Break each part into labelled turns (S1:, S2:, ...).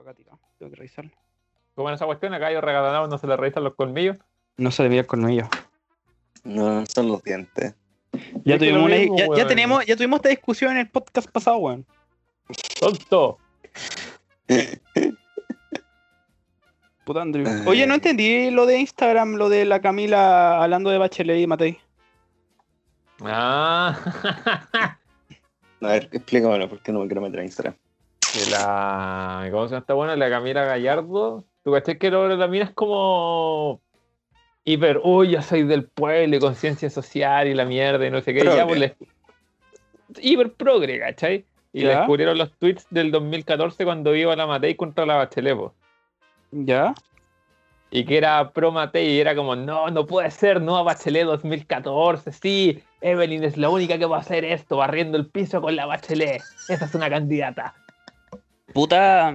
S1: acá tirado. Tengo que revisarlo.
S2: Como en esa cuestión, acá yo regalado no se le revisan los colmillos.
S1: No se le veía el colmillo.
S3: No, son los dientes.
S1: Ya
S2: Es que
S1: tuvimos,
S2: lo
S1: una-
S2: mismo,
S1: ya, ya
S2: weón.
S1: tenemos, ya tuvimos esta discusión en el podcast pasado, weón.
S2: Tonto.
S1: Puta Andrew.
S3: Eh.
S1: Oye, no entendí lo de Instagram, lo de la Camila hablando de Bachelet y Matei.
S2: Ah.
S3: A ver, explícamelo, porque no me quiero meter a Instagram.
S2: que la. ¿Cómo se llama esta buena? La Camila Gallardo. ¿Tú cachés que ahora la mina es como. Hiper, uy, yo soy del pueblo y conciencia social y la mierda y no sé qué. y ya, pues,
S3: Progre.
S2: le- Hiper progre, ¿cachai? Y le
S1: Ya.
S2: descubrieron los tweets del 2014 cuando iba la Matei contra la Bachelet, po.
S1: ¿Ya?
S2: Y que era pro Matei y era como, no, no puede ser, no a Bachelet 2014, sí, Evelyn es la única que va a hacer esto, barriendo el piso con la Bachelet, esa es una candidata.
S1: Puta.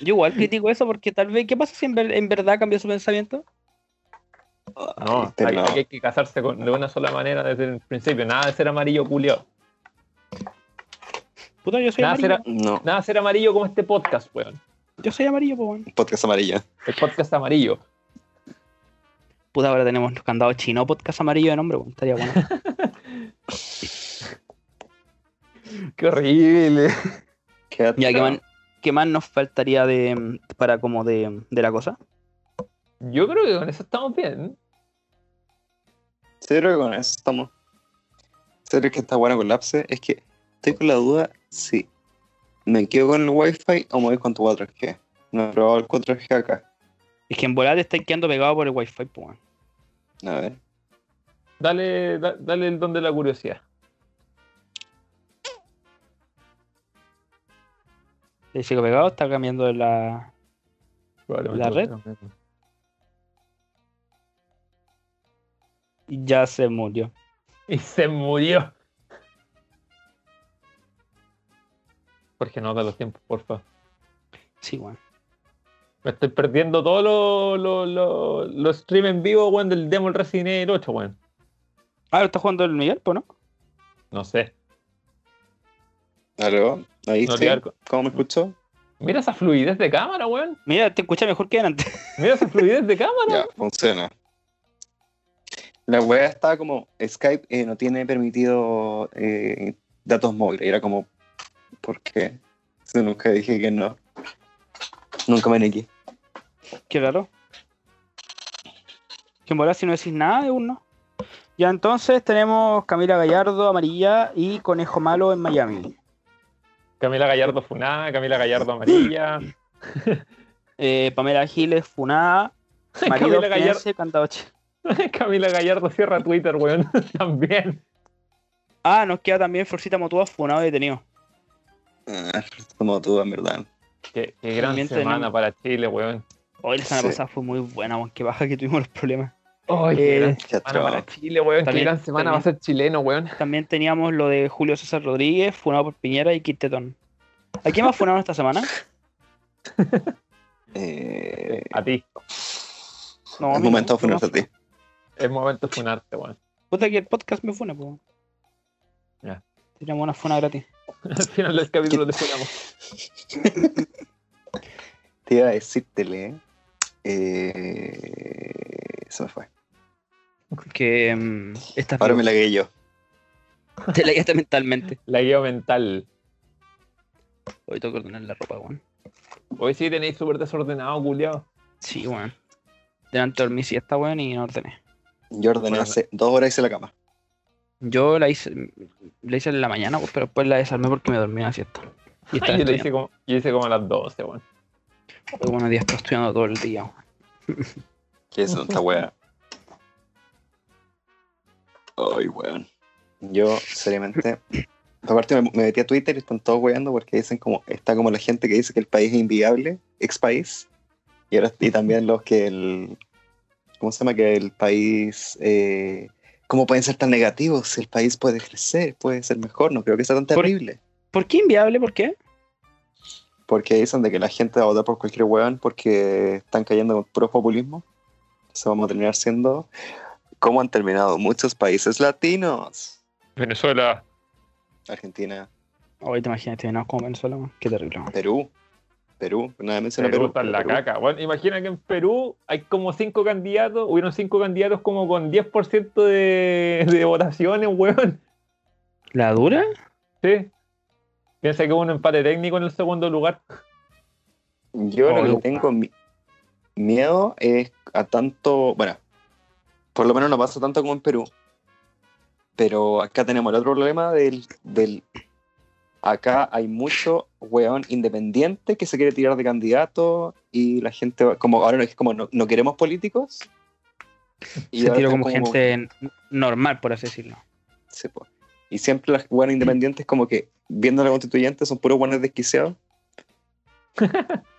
S1: Yo igual critico eso porque tal vez, ¿qué pasa si en, ver- en verdad cambió su pensamiento?
S2: No,
S3: Este
S2: hay,
S3: no.
S2: hay que casarse con- de una sola manera desde el principio, nada de ser amarillo culiao,
S1: Puta, yo soy
S2: nada, de ser,
S1: amarillo.
S2: a-
S3: No,
S2: nada de ser amarillo como este podcast, weón,
S1: Yo soy amarillo, po, weón.
S3: podcast amarillo.
S2: el podcast amarillo.
S1: Puta, ahora tenemos los candados chino podcast amarillo de nombre, weón. Estaría bueno.
S2: Qué horrible.
S3: Qué
S1: ya, ¿qué
S3: atroz.
S1: más, qué más nos faltaría de mm, para como de, mm, de la cosa?
S2: Yo creo que con eso estamos bien.
S3: Sí, creo que con eso estamos. Serio que está bueno colapse. Es que estoy con la duda si me quedo con el wifi o me voy con tu 4G. No he probado el 4G acá.
S1: Es que en volar te estáis quedando pegado por el wifi, po, weón.
S3: A ver.
S2: Dale, da- dale el don de la curiosidad.
S1: Te sigo pegado, está cambiando la. ¿La red? y Ya se murió.
S2: Y se murió. Jorge, no da los tiempos, porfa.
S1: Sí, weón.
S2: Me estoy perdiendo todos los lo, lo- los stream en vivo, weón, del demo del Resident Evil 8, weón.
S1: Ah, lo está jugando el Miguel, po, ¿no?
S2: No sé.
S3: ¿Aló? Ahí
S2: No
S3: sí.
S2: tiene arco.
S3: ¿Cómo me escuchó?
S2: Mira esa fluidez de cámara, weón.
S1: Mira, te escucha mejor que antes.
S2: Mira esa fluidez de cámara.
S3: Ya, funciona. La wea estaba como Skype eh, no tiene permitido eh, datos móviles. Y era como, ¿por qué? Yo nunca dije que no. Nunca me negué.
S1: Qué raro. Que en volar si no decís nada de uno. Ya entonces tenemos Camila Gallardo, Amarilla y Conejo Malo en Miami.
S2: Camila Gallardo Funá, Camila Gallardo Amarilla.
S1: Eh, Pamela Giles, Funada, Marido
S2: Camila Gallardo,
S1: Fiance, Cantaoche.
S2: Camila Gallardo cierra Twitter, weón. También.
S1: Ah, nos queda también Florcita Motúa, Funado y detenido.
S3: Ah, como tú, en verdad.
S2: Qué, qué gran
S1: También
S2: semana
S1: tenemos-
S2: para Chile, weón.
S1: Hoy la semana
S3: Sí.
S1: pasada fue muy buena, weón. Qué baja que tuvimos los problemas.
S2: Ay, qué
S1: Eh,
S2: gran
S3: Qué
S2: semana
S3: atroz.
S2: para Chile, weón.
S1: También-
S2: qué gran semana va a ser chileno, weón.
S1: También teníamos lo de Julio César Rodríguez, Funado por Piñera y Quintetón. ¿A quién más funaron esta semana?
S3: Eh,
S2: A ti.
S1: No, a
S3: es
S1: mí no,
S3: momento de
S1: no más
S3: funarse a ti.
S2: Es momento de funarte, weón.
S1: Puta que el podcast me fune, po.
S2: Ya.
S1: Tiramos una funa gratis.
S2: Al final del capítulo te funamos.
S3: Te iba a decírtele. Eh, se me fue.
S1: Que mm, esta
S3: Ahora me la gué yo.
S1: te la guiaste mentalmente.
S2: La guía mental.
S1: Hoy tengo que ordenar la ropa, weón.
S2: Hoy sí tenéis súper desordenado, culiao.
S1: Sí, weón. Delante dormí siesta, weón, y no ordené.
S3: Yo ordené
S2: Bueno.
S3: hace dos horas hice la cama.
S1: Yo la hice, la hice en la mañana, pues, pero después la desarmé porque me dormí en la siesta. Y
S2: Yo,
S1: estaba
S2: le
S1: estudiando.
S2: hice como, yo hice como a las 12, weón.
S1: Pero Buenos días, estaba estudiando todo el día, weón.
S3: ¿Qué es esta wea? Ay, weón. Yo, seriamente. Aparte, me, me metí a Twitter y están todos weando porque dicen como. Está como la gente que dice que el país es inviable, ex país. Y ahora y también los que el. ¿Cómo se llama? Que el país. eh, ¿Cómo pueden ser tan negativos? El país puede crecer, puede ser mejor. No creo que sea tan
S1: Por-
S3: terrible.
S1: ¿Por qué inviable? ¿Por qué?
S3: Porque dicen de que la gente va a votar por cualquier weón porque están cayendo con puro populismo. Eso vamos a terminar siendo como han terminado muchos países latinos.
S2: Venezuela.
S3: Argentina,
S1: Hoy te imaginas, te venimos como Venezuela, weón. Qué terrible, weón.
S3: Perú. Perú, nada menciona
S2: Perú,
S3: Perú.
S2: está en la
S3: Perú.
S2: caca. Bueno, imagina que en Perú hay como cinco candidatos, hubieron cinco candidatos como con 10% de, de votaciones, weón.
S1: ¿La dura?
S2: Sí. Piensa que hubo un empate técnico en el segundo lugar.
S3: Yo
S2: Oh,
S3: lo
S2: no.
S3: que tengo mi- miedo es a tanto, bueno, por lo menos no pasa tanto como en Perú, pero acá tenemos el otro problema del, del acá hay mucho weón independiente que se quiere tirar de candidato y la gente va- como ahora no es como no, no queremos políticos y
S1: Se
S3: ahora
S1: tiró
S3: están
S1: como, gente n- normal, por así decirlo.
S3: Sí, po. Y siempre las buenas independientes, como que viendo a la constituyente, son puros buenos desquiciados.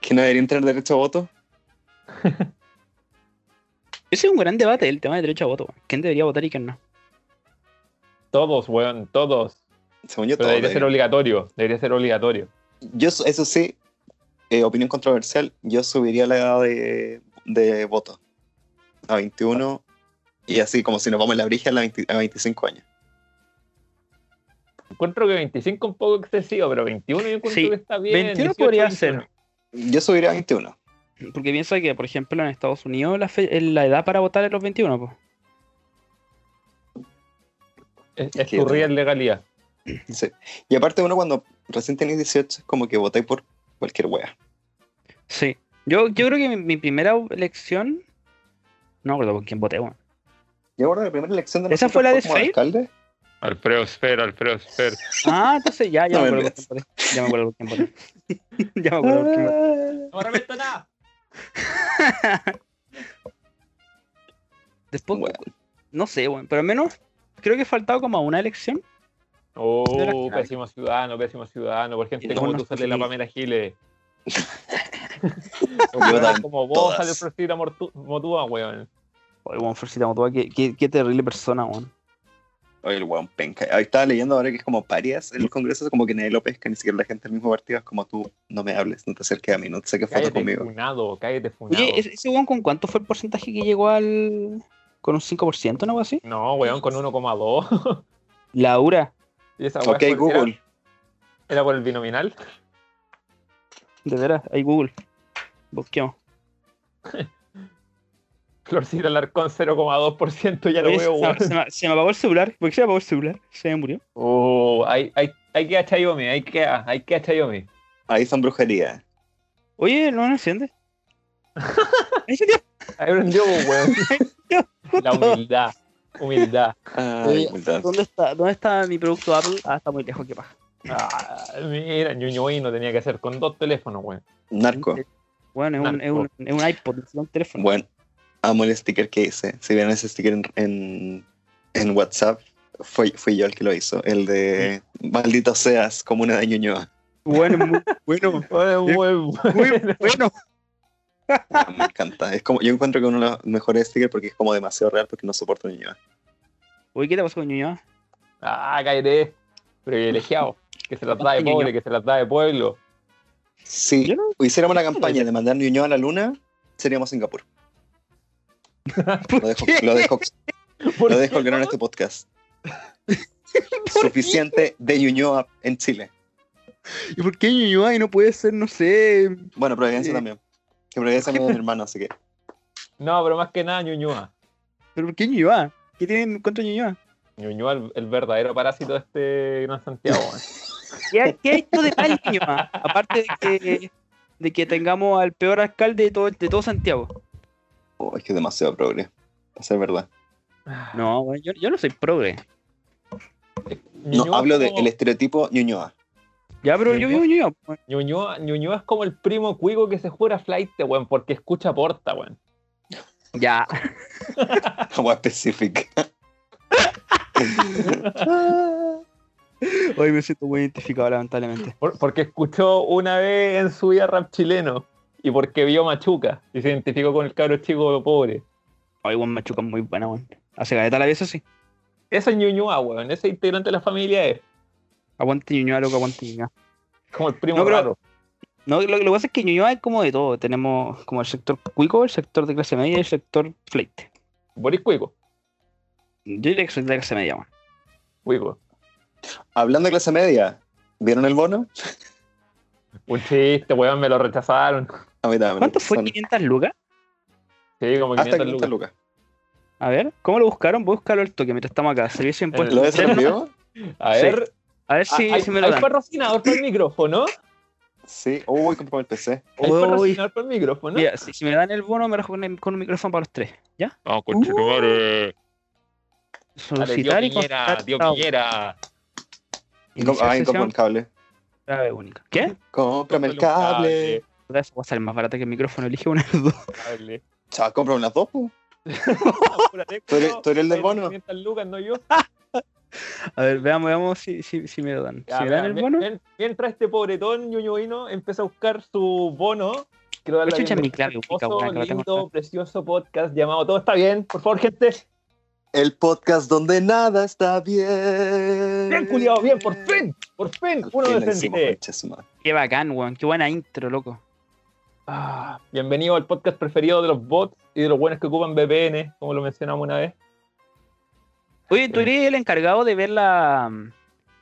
S3: que no deberían tener derecho a voto.
S1: Ese es un gran debate el tema de derecho a voto. weón. ¿Quién debería votar y quién no?
S2: Todos, weón, todos.
S3: Según yo,
S2: Pero
S3: todo
S2: debería ser
S3: debería.
S2: obligatorio, debería ser obligatorio.
S3: Yo, su- eso sí, eh, opinión controversial, yo subiría la edad de, de voto a 21 y así como si nos vamos en la brija a, la 20 a 25 años.
S2: Encuentro que 25 un poco excesivo, pero 21 yo encuentro
S1: Sí,
S2: que está bien.
S1: 21
S2: 18,
S1: podría
S2: 21.
S1: ser.
S3: Yo subiría a 21.
S1: Porque piensa que, por ejemplo, en Estados Unidos la, fe- eh, la edad para votar es los 21, pues.
S2: Es,
S3: Es
S2: es
S3: que-
S2: tu real legalidad.
S3: Sí. Y aparte uno cuando recién tenés 18 es como que votáis por cualquier wea.
S1: Sí. Yo, yo creo que mi, mi primera elección. No me acuerdo por quién voté, weón.
S3: Yo recuerdo la primera elección de
S1: ¿Esa
S3: nosotros
S1: fue la de
S3: como
S1: Sfeir?
S3: alcalde.
S2: Alfredo Sfer, Alfredo Sfer.
S1: Ah, entonces ya, ya
S3: No
S1: me
S3: me
S1: acuerdo por quién voté. Ya me acuerdo por quién voté. ya me acuerdo por quién voté.
S2: No me arrepiento nada.
S1: Después,
S3: Bueno.
S1: no sé, weón. Pero al menos creo que faltaba como a una elección.
S2: Oh, pésimo ciudadano, pésimo ciudadano. Por gente
S1: Y
S2: como
S1: no
S2: tú
S1: nos
S2: sale la
S1: preferís.
S2: Pamela Giles.
S3: dan
S2: como vos
S3: todas.
S2: sale Frosita Mortu- Motúa, weón.
S1: Oye, weón, Florcita Motoa, qué, qué, qué terrible persona, weón.
S3: Oye, el weón penca. Ahí estaba leyendo ahora que es como parias en el Congreso, es como que nadie lo pesca, ni siquiera la gente del mismo partido, es como tú, no me hables, no te acerques a mí, no te saques foto
S2: Cállate
S3: conmigo.
S2: funado, cállate funado.
S1: Oye, ¿ese- ¿ese weón con cuánto fue el porcentaje que llegó al. con un 5%, no algo así?
S2: No, weón, con 1,2.
S1: Laura,
S2: Y esa weá
S3: Ok,
S2: es por- Era,
S3: Google.
S2: era por el binominal.
S1: de veras, ahí Google. Busquemos.
S2: Florcita Alarcón 0,2%, ya
S1: Oye,
S2: lo veo,
S1: se,
S2: weón.
S1: me- se me, se me apagó el celular. ¿Por qué se me apagó el celular? Se me murió.
S2: Oh, hay, hay, hay que a Chayomi, hay que a, hay que a Chayomi.
S3: Ahí son brujerías.
S1: Oye, no me enciende. Ahí se dio
S2: Ahí prendió, pues, weón. La humildad, humildad.
S3: Ay,
S1: Oye,
S3: maldad.
S1: ¿Dónde está, ¿Dónde está mi producto Apple? Ah, está muy lejos, qué paja.
S2: Ah, mira, ñoño ahí no tenía que hacer con dos teléfonos, weón.
S3: Narco.
S1: Bueno, es un, es un, es un iPod, no es un teléfono.
S3: Bueno, amo el sticker que hice. Si vieron ese sticker en, en, en WhatsApp, fui, fui yo el que lo hizo. El de Maldito seas, comuna de Ñuñoa.
S1: Bueno, muy bueno.
S2: Bueno, weón,
S1: Muy bueno.
S3: Ah, Me encanta. Es como, yo encuentro que uno de los mejores stickers porque es como demasiado real porque no soporto Ñuñoa.
S1: Oye, ¿qué te pasó con Ñuñoa?
S2: Ah, caeré. Privilegiado. Que se las da de pobre, que se las da de pueblo.
S3: Si
S1: Yo no-
S3: hiciéramos una campaña de mandar Ñuñoa a la luna, seríamos Singapur.
S1: ¿Por
S3: Lo dejo,
S1: qué?
S3: lo dejo
S2: ¿Por
S3: Lo
S2: qué?
S3: dejo el gran este podcast. Suficiente de Ñuñoa en Chile.
S1: ¿Y por qué Ñuñoa y no puede ser, no sé?
S3: Bueno, Providencia
S1: Eh.
S3: también. Que Providencia también es mi hermano, así que.
S2: No, pero más que nada, Ñuñoa.
S1: ¿Pero por qué Ñuñoa? ¿Qué tienen contra Ñuñoa?
S2: Ñuñoa, el, el verdadero parásito de este Gran Santiago, weón.
S1: ¿Qué, ha- qué ha hecho de mal Ñuñoa? Aparte de que, de que tengamos al peor alcalde de todo, de todo Santiago.
S3: Oh, es que es demasiado progre. Eso es verdad.
S1: No, bueno, yo, yo no soy progre.
S3: No,
S2: Ñuñoa
S3: hablo
S2: es
S3: del
S2: como-
S3: estereotipo Ñuñoa.
S1: Ya, pero yo vivo en Ñuñoa. pues.
S2: Ñuñoa, Ñuñoa es como el primo cuico que se jura flight, weón, porque escucha porta, weón.
S1: Ya.
S3: Como específica.
S1: Hoy me siento muy identificado, lamentablemente.
S2: Por- porque escuchó una vez en su vida rap chileno y porque vio Machuca y se identificó con el cabro chico pobre.
S1: Hoy, weón, Machuca es muy buena, weón. Hace galeta a la vez, sí.
S2: Eso es Ñuñoa, weón. Ese integrante de la familia es
S1: Aguante Ñuñoa, loco, aguante Ñuñoa.
S2: como el primo
S1: No, pero-
S2: raro.
S1: No, lo, lo que pasa es que en Ñuñoa hay como de todo. Tenemos como el sector cuico, el sector de clase media y el sector fleite.
S2: Boris Cuico.
S1: Yo diría que soy de la clase media, weón.
S2: Cuico.
S3: Hablando de clase media, ¿vieron el bono?
S2: Un chiste, weón, me lo rechazaron.
S3: A mí también.
S1: ¿Cuánto fue?
S3: Son
S1: ¿500 lucas?
S2: Sí, como
S3: Hasta
S2: 500 lucas.
S3: 500 lucas.
S1: A ver, ¿cómo lo buscaron? Búscalo al toque mientras estamos acá. Servicio de
S2: lucas.
S3: ¿Lo de
S1: impuestos.
S2: ese
S1: internos.
S3: envió?
S2: A ver,
S1: A ver
S2: ah,
S1: si,
S2: hay,
S1: si me lo
S2: hay
S1: dan.
S2: patrocinador por el micrófono.
S3: Sí. Oh, voy a comprar el PC.
S2: Hay
S1: Uy.
S2: patrocinador por el micrófono.
S1: Mira, si, si me dan el bono, me lo con, con un micrófono para los tres. ¿Ya?
S2: Vamos, conchetumare. Dale, tío
S1: Solicitar y
S2: Piñera,
S1: contratar.
S2: tío
S1: tabú.
S2: Piñera.
S3: Y com-
S1: Iniciar
S3: Ah, y compro
S1: sesión,
S3: el cable.
S1: clave única. ¿Qué?
S3: Cómprame el cable.
S1: Puta, Eso va a salir más barata que el micrófono. Elige una de las dos.
S2: Cable.
S3: Chao, compra unas dos, po.
S2: Apúrate,
S3: ¿Tú eres-
S2: culo.
S3: tú eres el del
S2: Hay
S3: bono?
S2: 500 lucas, no yo.
S1: A ver, veamos, veamos si, si, si me lo dan.
S2: Ya,
S1: si me
S2: mira,
S1: dan el
S2: mien-
S1: bono.
S2: mien- Mientras este pobretón ñoño vino empieza a buscar su bono, quiero darle la
S1: Chucha, mi
S2: bienvenida a
S1: clave,
S2: este
S1: ubica,
S2: hermoso,
S1: weón, que la tengo
S2: lindo,
S1: acá.
S2: precioso podcast llamado Todo está bien. Por favor, gente,
S3: El podcast donde nada está bien.
S2: bien culiado, bien, por fin, por fin, pues. uno
S3: Al fin lo hicimos,
S2: decente.
S3: concha su madre.
S1: Qué bacán, weón. Qué buena intro, loco.
S2: Ah, bienvenido al podcast preferido de los bots y de los buenos que ocupan VPN, como lo mencionamos una vez.
S1: Oye, tú
S2: Sí.
S1: eres el encargado de ver la, mm,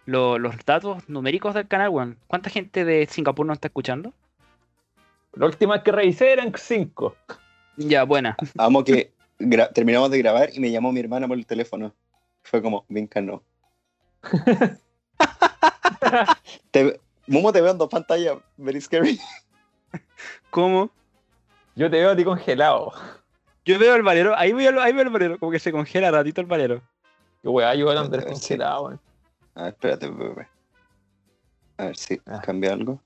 S1: lo- los datos numéricos del canal, weón. ¿Cuánta gente de Singapur nos está escuchando?
S2: La última vez que revisé eran cinco.
S1: Ya, buena.
S3: Amo que gra- terminamos de grabar y me llamó mi hermana por el teléfono. Fue como, Vinca, no. Te- Momo, te veo en dos pantallas. Very scary.
S1: ¿Cómo?
S2: Yo te veo a ti congelado.
S1: Yo veo el valero, ahí veo, el- ahí veo el valero, como que se congela ratito el valero.
S2: Qué weá, yo al Andrés
S3: Sí.
S2: congelado. weón.
S3: A ver, Ah, espérate, bebé. A ver si
S2: Ah.
S3: cambia algo.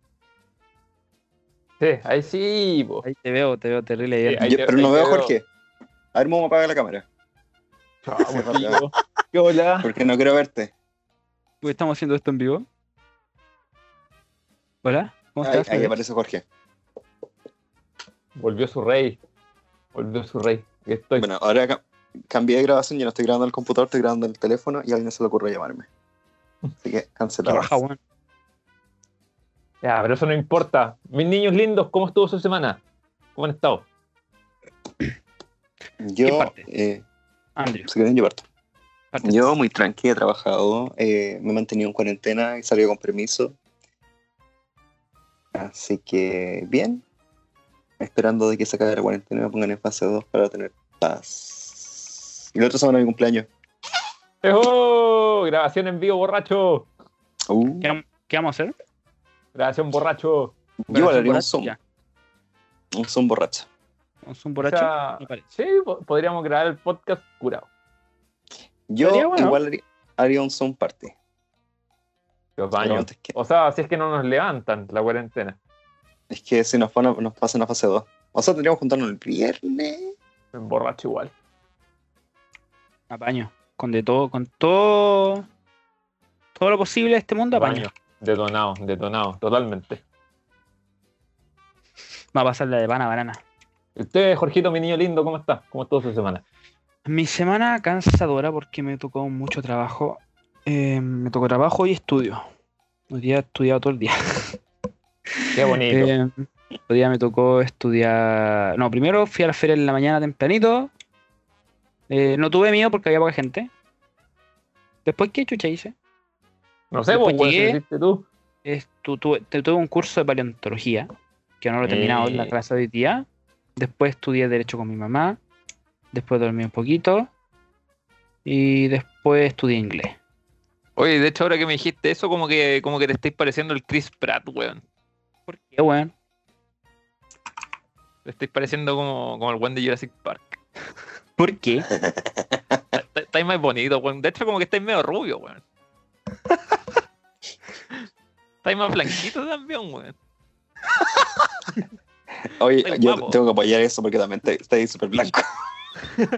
S2: Sí, ahí sí, po.
S1: Ahí te veo, te veo terrible. bien.
S2: ahí
S3: Yo-
S2: te-
S3: pero
S2: ahí
S3: no
S2: te
S3: veo a
S2: veo.
S3: Jorge. A ver, Momo, apaga la cámara.
S2: Chao,
S3: Sí,
S2: amigo. Qué hola.
S3: Porque no quiero verte.
S1: Uy, ¿Estamos haciendo esto en vivo? ¿Hola? ¿Cómo
S3: Ahí,
S1: estás?
S3: ahí aparece Jorge.
S2: Volvió su rey. Volvió su rey. Aquí estoy.
S3: Bueno, ahora ca- cambié de grabación. Yo no estoy grabando en el computador, estoy grabando en el teléfono y a alguien se le ocurrió llamarme. Así que
S1: Qué
S3: cancelado.
S1: raja, weón.
S2: Ya, pero eso no importa. Mis niños lindos, ¿cómo estuvo su semana? ¿Cómo han estado?
S1: ¿Qué
S3: Yo,
S1: parte?
S3: eh,
S1: Andrew,
S3: si quieren, yo parto.
S1: parte.
S3: Yo muy tranqui, he trabajado, eh, me he mantenido en cuarentena y salido con permiso. Así que bien, esperando de que se acabe la cuarentena y me pongan en fase 2 para tener paz. Y la otra semana es mi cumpleaños.
S2: ¡Ejo! ¡Eh, oh! Grabación en vivo, borracho.
S3: Uh,
S1: ¿Qué, vam- qué vamos a hacer?
S2: Grabación, borracho.
S3: yo valería un Zoom,
S1: Ya,
S3: un Zoom borracho.
S1: un Zoom borracho.
S2: O sea,
S1: me parece.
S2: sí, po- podríamos grabar el podcast curado.
S3: Yo
S1: Sería bueno.
S3: igual haría, haría un Zoom party.
S2: Los
S3: pero
S2: baños.
S3: antes que-
S2: O sea, si es que no nos levantan la cuarentena.
S3: es que si nos, van a- nos pasan a fase 2. O sea, tendríamos que juntarnos el viernes.
S2: Me emborracho igual.
S1: Apaño. Con de todo, con todo. Todo lo posible de este mundo, apaño.
S2: Baño. Detonado, detonado, totalmente.
S1: Va a pasar la de pana banana.
S2: ¿Y usted, Jorgito, mi niño lindo, cómo está? ¿Cómo estuvo su semana?
S1: Mi semana cansadora porque me tocó mucho trabajo. Eh, me tocó trabajo y estudio. Hoy día he estudiado todo el día.
S2: Qué bonito.
S1: Eh, otro día me tocó estudiar. No, primero fui a la feria en la mañana tempranito. Eh, no tuve miedo porque había poca gente. Después, ¿qué chucha hice?
S2: no sé, vos,
S1: después
S2: weón, si
S1: llegué.
S2: hiciste tú.
S1: Es- tu- tuve, te- tuve un curso de paleontología, que no lo he terminado en la
S2: Eh.
S1: clase de hoy día. Después estudié Derecho con mi mamá. Después dormí un poquito. Y después estudié inglés.
S4: Oye, de hecho, ahora que me dijiste eso, como que, como que te estáis pareciendo el Chris Pratt, weón.
S1: ¿Por qué, weón?
S4: Te estáis pareciendo como, como el weón de Jurassic Park.
S1: ¿Por qué?
S4: Está- Estáis más bonito, weón. De hecho, como que estáis medio rubio, weón. Estáis más blanquito también, weón.
S3: Oye,
S4: Ay,
S3: yo
S4: guapo.
S3: tengo que apoyar eso porque también te- está ahí súper blanco.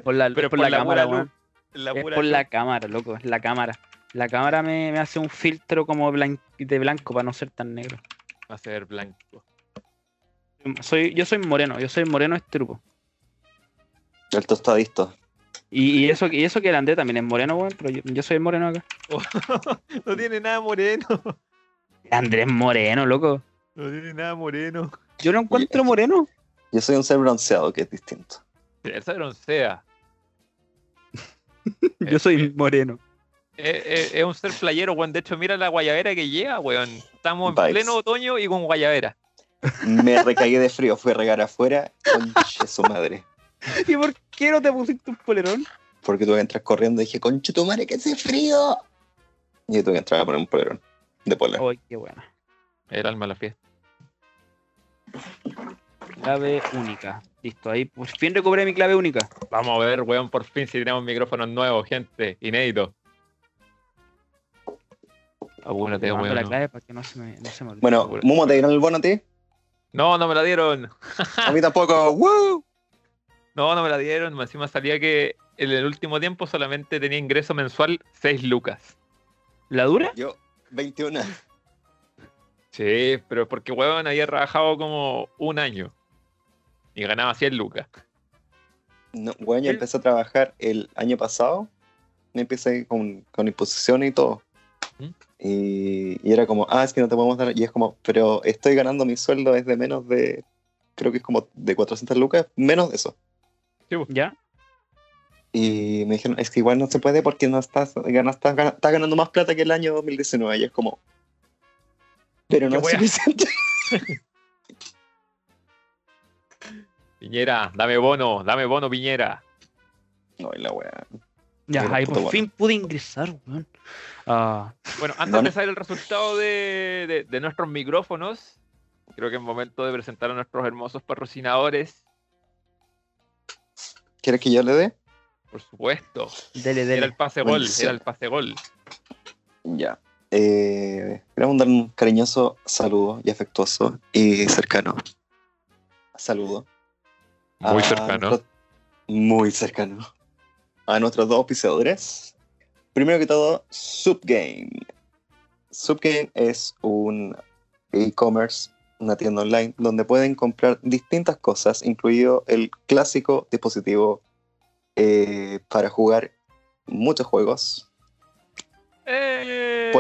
S1: Por la,
S4: Pero por
S1: por la
S4: la
S1: cámara,
S4: pura
S1: weón.
S4: luz. La
S1: Es
S4: pura
S1: por la
S4: luz.
S1: cámara, loco, es la cámara. La cámara me, me hace un filtro como blan- de blanco para no ser tan negro.
S4: Va a ser blanco.
S1: Soy, yo soy moreno, yo soy moreno estrupo.
S3: El tostadito.
S1: Y, y eso, y eso que el André también es moreno, weón, pero yo, yo soy el moreno acá.
S4: No tiene nada moreno.
S1: El André es moreno, loco.
S4: No tiene nada moreno.
S1: Yo lo encuentro moreno.
S3: Yo soy un ser bronceado, que es distinto.
S2: Esa broncea.
S1: Yo soy moreno.
S2: eh, eh, es un ser playero, weón. De hecho, mira la guayabera que llega, weón. Estamos en
S3: Vibes.
S2: pleno otoño y con guayabera.
S3: Me recaí de frío, fui a regar afuera, conche su madre.
S1: ¿Y por qué no te pusiste un polerón?
S3: Porque tuve que entrar corriendo y dije, conche tu madre, que hace frío. Y yo tuve que entrar a poner un polerón de polar.
S1: Ay, qué buena.
S2: El alma de la fiesta.
S1: Clave única. Listo, ahí por fin recobré mi clave única.
S2: Vamos a ver, weón, por fin si tenemos micrófonos nuevos, gente. Inédito. Apúrate,
S1: Mando
S2: weón.
S1: la
S2: no.
S1: clave para que no se me, no se me olvide.
S3: Bueno, Momo, ¿te dieron el bono a ti?
S2: No, no me la dieron.
S3: A mí tampoco. ¡Woo!
S2: No, no me la dieron. Más Encima salía que en el último tiempo solamente tenía ingreso mensual 6 lucas.
S1: ¿La dura?
S3: Yo, 21.
S2: Sí, pero porque weón había trabajado como un año y ganaba 100 lucas.
S3: No, bueno, yo empecé a trabajar el año pasado. Me empecé con, con imposiciones y todo.
S2: ¿Mm?
S3: Y, y era como, ah, es que no te podemos dar. Y es como, pero estoy ganando mi sueldo es de menos de, creo que es como de 400 lucas, menos de eso.
S1: ¿Ya?
S3: Y me dijeron, es que igual no se puede porque no estás, gana- estás, gana- estás ganando más plata que el año 2019. Y es como, pero no
S2: Qué wea.
S3: es suficiente.
S2: Piñera, dame bono, dame bono, Piñera.
S3: No, la wea.
S1: Ya,
S3: Pero
S1: ahí
S3: puta
S1: por fin pude ingresar, weón. Ah,
S2: Bueno, antes
S3: Bueno.
S2: de saber el resultado de, de- de nuestros micrófonos, creo que es momento de presentar a nuestros hermosos patrocinadores,
S3: ¿Quieres que yo le dé?
S2: por supuesto.
S1: dele,
S2: Era
S1: dele.
S2: el pase gol,
S3: Buenísimo.
S2: era el pase gol.
S3: Ya. Eh, queremos mandar un cariñoso saludo y afectuoso y cercano. Saludo.
S2: Muy
S3: a
S2: cercano.
S3: nuestro- muy cercano. A nuestros dos auspiciadores. Primero que todo, Subgame. Subgame es un e-commerce, una tienda online, donde pueden comprar distintas cosas, incluido el clásico dispositivo eh, para jugar muchos juegos,
S2: ¡Eh!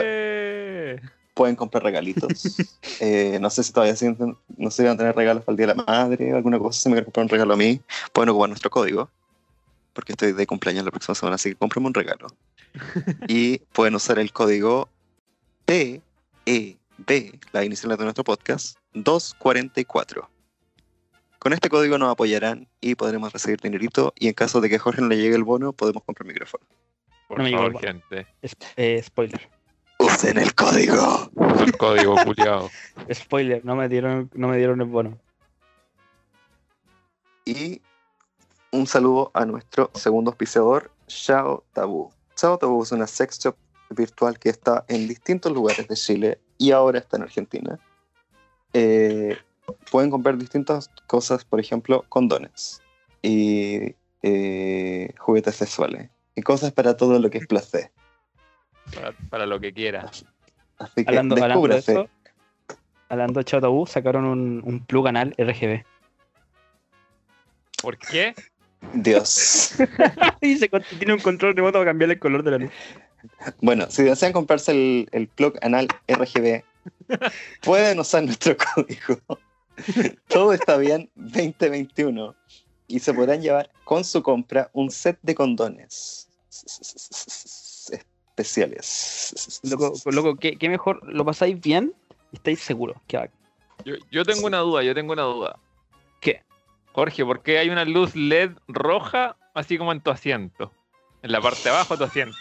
S3: pueden comprar regalitos. Eh, no sé si todavía siguen- no sé si van a tener regalos para el Día de la Madre o alguna cosa. Si me quieren comprar un regalo a mí, pueden ocupar nuestro código. Porque estoy de cumpleaños la próxima semana, así que cómprame un regalo. y pueden usar el código TEB, la inicial de nuestro podcast, 244. Con este código nos apoyarán y podremos recibir dinerito. Y en caso de que a Jorge no le llegue el bono, podemos comprar micrófono.
S2: Por
S1: No me llegó el
S2: favor,
S1: bono.
S2: gente.
S1: Es- eh, spoiler.
S3: Usen el código.
S2: Usa el código culiado.
S1: Spoiler, no me dieron, no me dieron el bono.
S3: Y un saludo a nuestro segundo auspiciador, Shao Tabú. Shao Tabú es una sex shop virtual que está en distintos lugares de Chile y ahora está en Argentina. Eh, pueden comprar distintas cosas, por ejemplo, condones y eh, juguetes sexuales y cosas para todo lo que es placer.
S2: Para, para lo que quiera.
S3: Así que
S1: Hablando, hablando de
S3: descúbrase.
S1: eso, hablando de Chao Tabú, sacaron un, un plug anal RGB.
S2: ¿Por qué?
S3: Dios.
S1: y se, con- tiene un control remoto para cambiar el color de la luz.
S3: Bueno, si desean comprarse el, el plug anal RGB, pueden usar nuestro código. Todo está bien 2021 y se podrán llevar con su compra un set de condones especiales.
S1: Loco, loco ¿qué, qué mejor, lo pasáis bien y estáis seguros. Qué bacán.
S2: Yo, yo tengo una duda, yo tengo una duda.
S1: ¿Qué?
S2: Jorge, ¿por qué hay una luz LED roja así como en tu asiento? En la parte de abajo de tu asiento.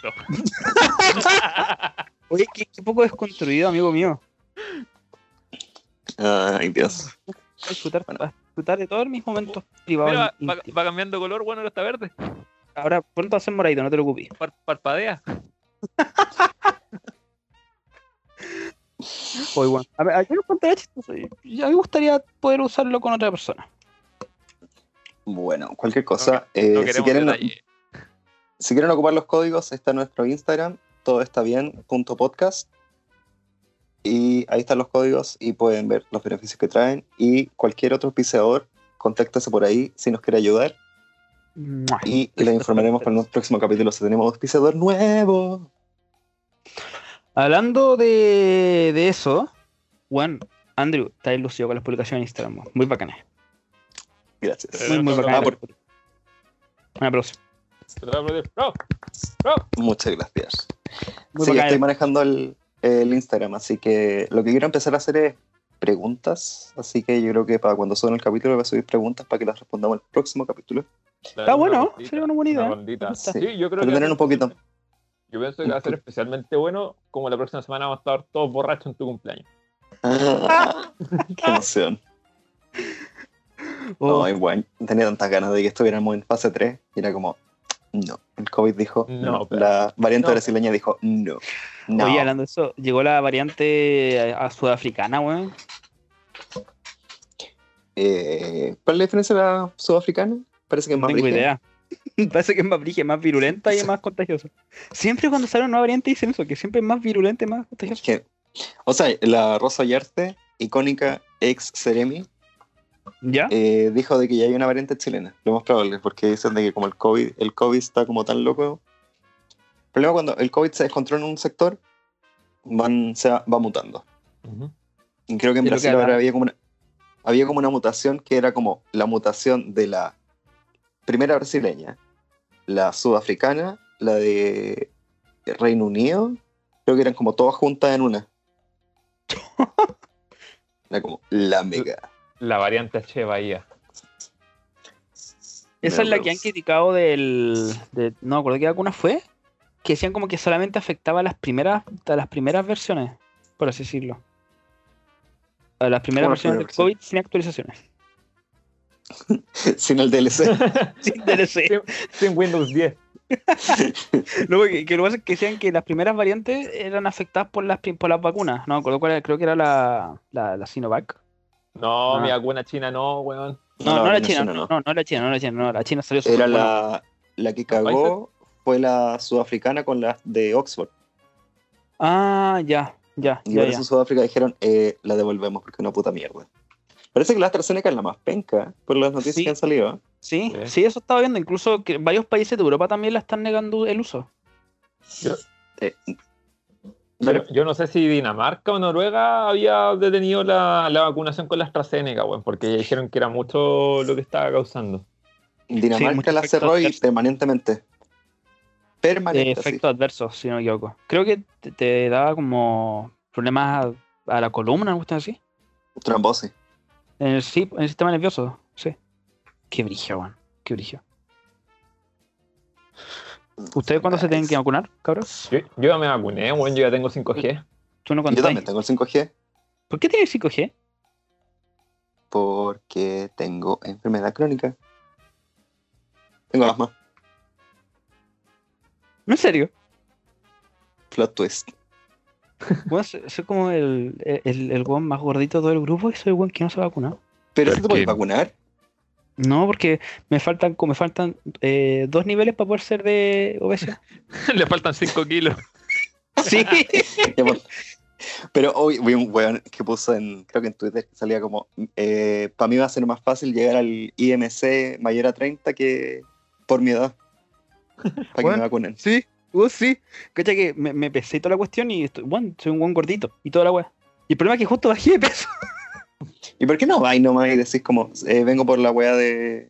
S1: Oye, qué, qué poco desconstruido, amigo mío.
S3: Ay, Dios.
S1: Vas a disfrutar,
S3: Bueno.
S1: vas a disfrutar de todos mis momentos privados.
S2: Mira, va,
S1: íntimos.
S2: va cambiando color, bueno, ahora está verde.
S1: Ahora pronto hacen moradito, no te preocupes.
S2: Par- parpadea.
S1: Eh, Oye, bueno, a ver, a mí lo encontré chistoso. Ya me gustaría poder usarlo con otra persona.
S3: Bueno, cualquier cosa. eh,
S2: No
S3: si,
S2: queremos
S3: quieren,
S2: detalle.
S3: si quieren ocupar los códigos, está nuestro Instagram, todo está bien, punto podcast. Y ahí están los códigos y pueden ver los beneficios que traen. Y cualquier otro piseador, contáctese por ahí si nos quiere ayudar.
S1: ¡Mua!
S3: Y le informaremos para el próximo capítulo si tenemos auspiciador nuevo.
S1: Hablando de, de eso, Juan, Andrew, está ilusión con las publicaciones en Instagram. weón. Muy bacanas.
S3: Gracias.
S1: Muy, muy
S2: Ah,
S1: bacanas.
S3: por-
S1: Un aplauso.
S2: Te lo voy a aplaudir. ¡No!
S3: Muchas gracias.
S1: Muy
S3: Sí, yo
S1: bacán.
S3: estoy manejando el, el Instagram, así que lo que quiero empezar a hacer es preguntas. Así que yo creo que para cuando suba el capítulo voy a subir preguntas para que las respondamos en el próximo capítulo.
S1: Está bueno, sería una buena idea.
S2: rondita.
S1: gusta.
S2: Sí, yo creo
S3: Pero
S2: que.
S3: tener un poquito.
S2: Yo pienso que va a ser especialmente bueno, como la próxima semana vamos a estar todos borrachos en tu cumpleaños.
S3: Ah, ¡Qué emoción!
S1: Oh,
S3: Ay, bueno, tenía tantas ganas de que estuviéramos en fase 3 y era como, no. El COVID dijo,
S2: No,
S3: no.
S2: pero-
S3: la variante
S2: no.
S3: brasileña dijo, no. no.
S1: Oye, hablando de eso, llegó la variante eh, a, a sudafricana, weón.
S3: Eh, ¿Cuál es la diferencia de la sudafricana? Parece que es
S1: No
S3: más
S1: tengo
S3: brígida.
S1: idea. Parece que es más brígida, más virulenta y es más contagiosa. Siempre cuando sale una nueva variante dicen eso, que siempre es más virulenta y más
S3: Es
S1: contagiosa.
S3: que- o sea, la Rosa Yarte, icónica ex Ceremi,
S1: ¿Ya?
S3: eh, dijo de que ya hay una variante chilena. Lo más probable, porque dicen de que como el COVID, el COVID está como tan loco. El problema es cuando el COVID se descontrola en un sector, van, se va, va mutando. Y creo que en
S1: Es lo que
S3: Brasil
S1: hará.
S3: ahora había como, una, había como una mutación que era como la mutación de la primera brasileña, la sudafricana, la de Reino Unido, creo que eran como todas juntas en una. Era como la mega.
S2: La variante H de Bahía.
S1: Esa es la que han criticado del. de- no me acuerdo qué vacuna fue. Que decían como que solamente afectaba a las primeras, a las primeras versiones, por así decirlo. A las primeras
S3: ¿Cómo las
S1: versiones del
S3: primeras
S1: COVID sin actualizaciones.
S3: Sin el DLC.
S1: Sin DLC.
S2: Sin Windows 10.
S1: Luego que, que lo que pasa es que decían que las primeras variantes eran afectadas por las, pri- por las vacunas. No me acuerdo cuál era, creo que era la, la, la Sinovac.
S2: No,
S1: Ah.
S2: mi vacuna china no, weón.
S1: No, no, la
S3: no,
S1: china,
S3: no, no.
S1: no, no la china, no la china, no, la china salió
S3: Era
S1: superbuena.
S3: la, la que cagó, fue la sudafricana con la de Oxford.
S1: Ah, ya, ya,
S3: Y
S1: ya,
S3: por
S1: ya.
S3: eso en Sudáfrica dijeron, eh, la devolvemos porque es una puta mierda. Parece que la AstraZeneca es la más penca por las noticias
S1: Sí.
S3: que han salido. ¿eh?
S1: Sí,
S2: Sí.
S1: sí, eso estaba viendo. Incluso que varios países de Europa también la están negando el uso.
S2: Pero yo no sé si Dinamarca o Noruega había detenido la, la vacunación con la AstraZeneca, weón, porque ya dijeron que era mucho lo que estaba causando.
S1: Sí,
S3: Dinamarca
S1: mucho
S3: la
S1: efecto
S3: cerró y
S1: adverso.
S3: permanentemente.
S1: de
S3: Permanente.
S1: efecto adverso, si no me equivoco. Creo que te, te daba como problemas a, a la columna, ¿no así?
S3: sí. Trombosis.
S1: En el, sí, en el sistema nervioso, sí. Qué brillo, weón. Qué brillo. ¿Ustedes cuándo se tienen que vacunar, cabrón?
S2: Yo, yo ya me vacuné, weón, yo ya tengo 5G.
S1: Tú no
S3: Yo
S1: contáis.
S3: también tengo el 5G
S1: ¿Por qué tienes 5G?
S3: porque tengo enfermedad crónica. Tengo asma.
S1: ¿En serio?
S3: Plot twist.
S1: Weón, soy soy como el, el, el weón más gordito de todo el grupo y soy el weón que no se ha vacunado.
S3: Pero si
S4: ¿Por
S3: te puedes
S4: qué?
S3: vacunar.
S1: No, porque me faltan, como me faltan eh, dos niveles para poder ser de obesidad.
S4: Le faltan 5 kilos.
S1: Sí.
S3: Ya, bueno. Pero hoy vi un weón que puso en, creo que en Twitter, que salía como, para mí va a ser más fácil llegar al IMC mayor a 30 que por mi edad. Para que
S1: Weón,
S3: me vacunen.
S1: Sí, uh, sí. Cacha que me, me pesé toda la cuestión y estoy, bueno, soy un buen gordito y toda la weá. Y el problema es que justo bajé de peso.
S3: ¿Y por qué no vais nomás y decís como, eh, vengo por la weá de...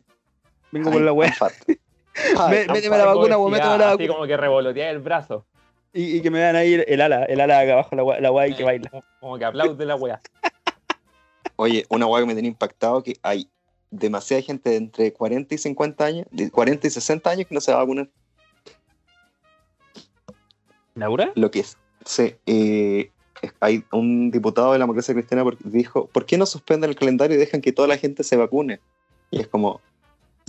S1: Vengo por la
S3: I'm-
S1: weá.
S3: I'm fat?
S1: Me- Méteme la
S2: Tampoco
S1: vacuna, weón,
S2: obesidad,
S1: méteme la
S2: Así
S1: vacuna.
S2: como que revolotea el brazo.
S1: Y, y que me dan ahí el ala, el ala acá abajo, la weá, la weá y que baila.
S2: Como, como que aplaude la weá.
S3: Oye, una weá que me tiene impactado que hay demasiada gente de entre 40 y 50 años, de 40 y 60 años que no se va a vacunar.
S1: ¿Laura?
S3: Lo que es. Sí, eh, es- hay un diputado de la democracia cristiana por- dijo, ¿por qué no suspenden el calendario y dejan que toda la gente se vacune? Y es como,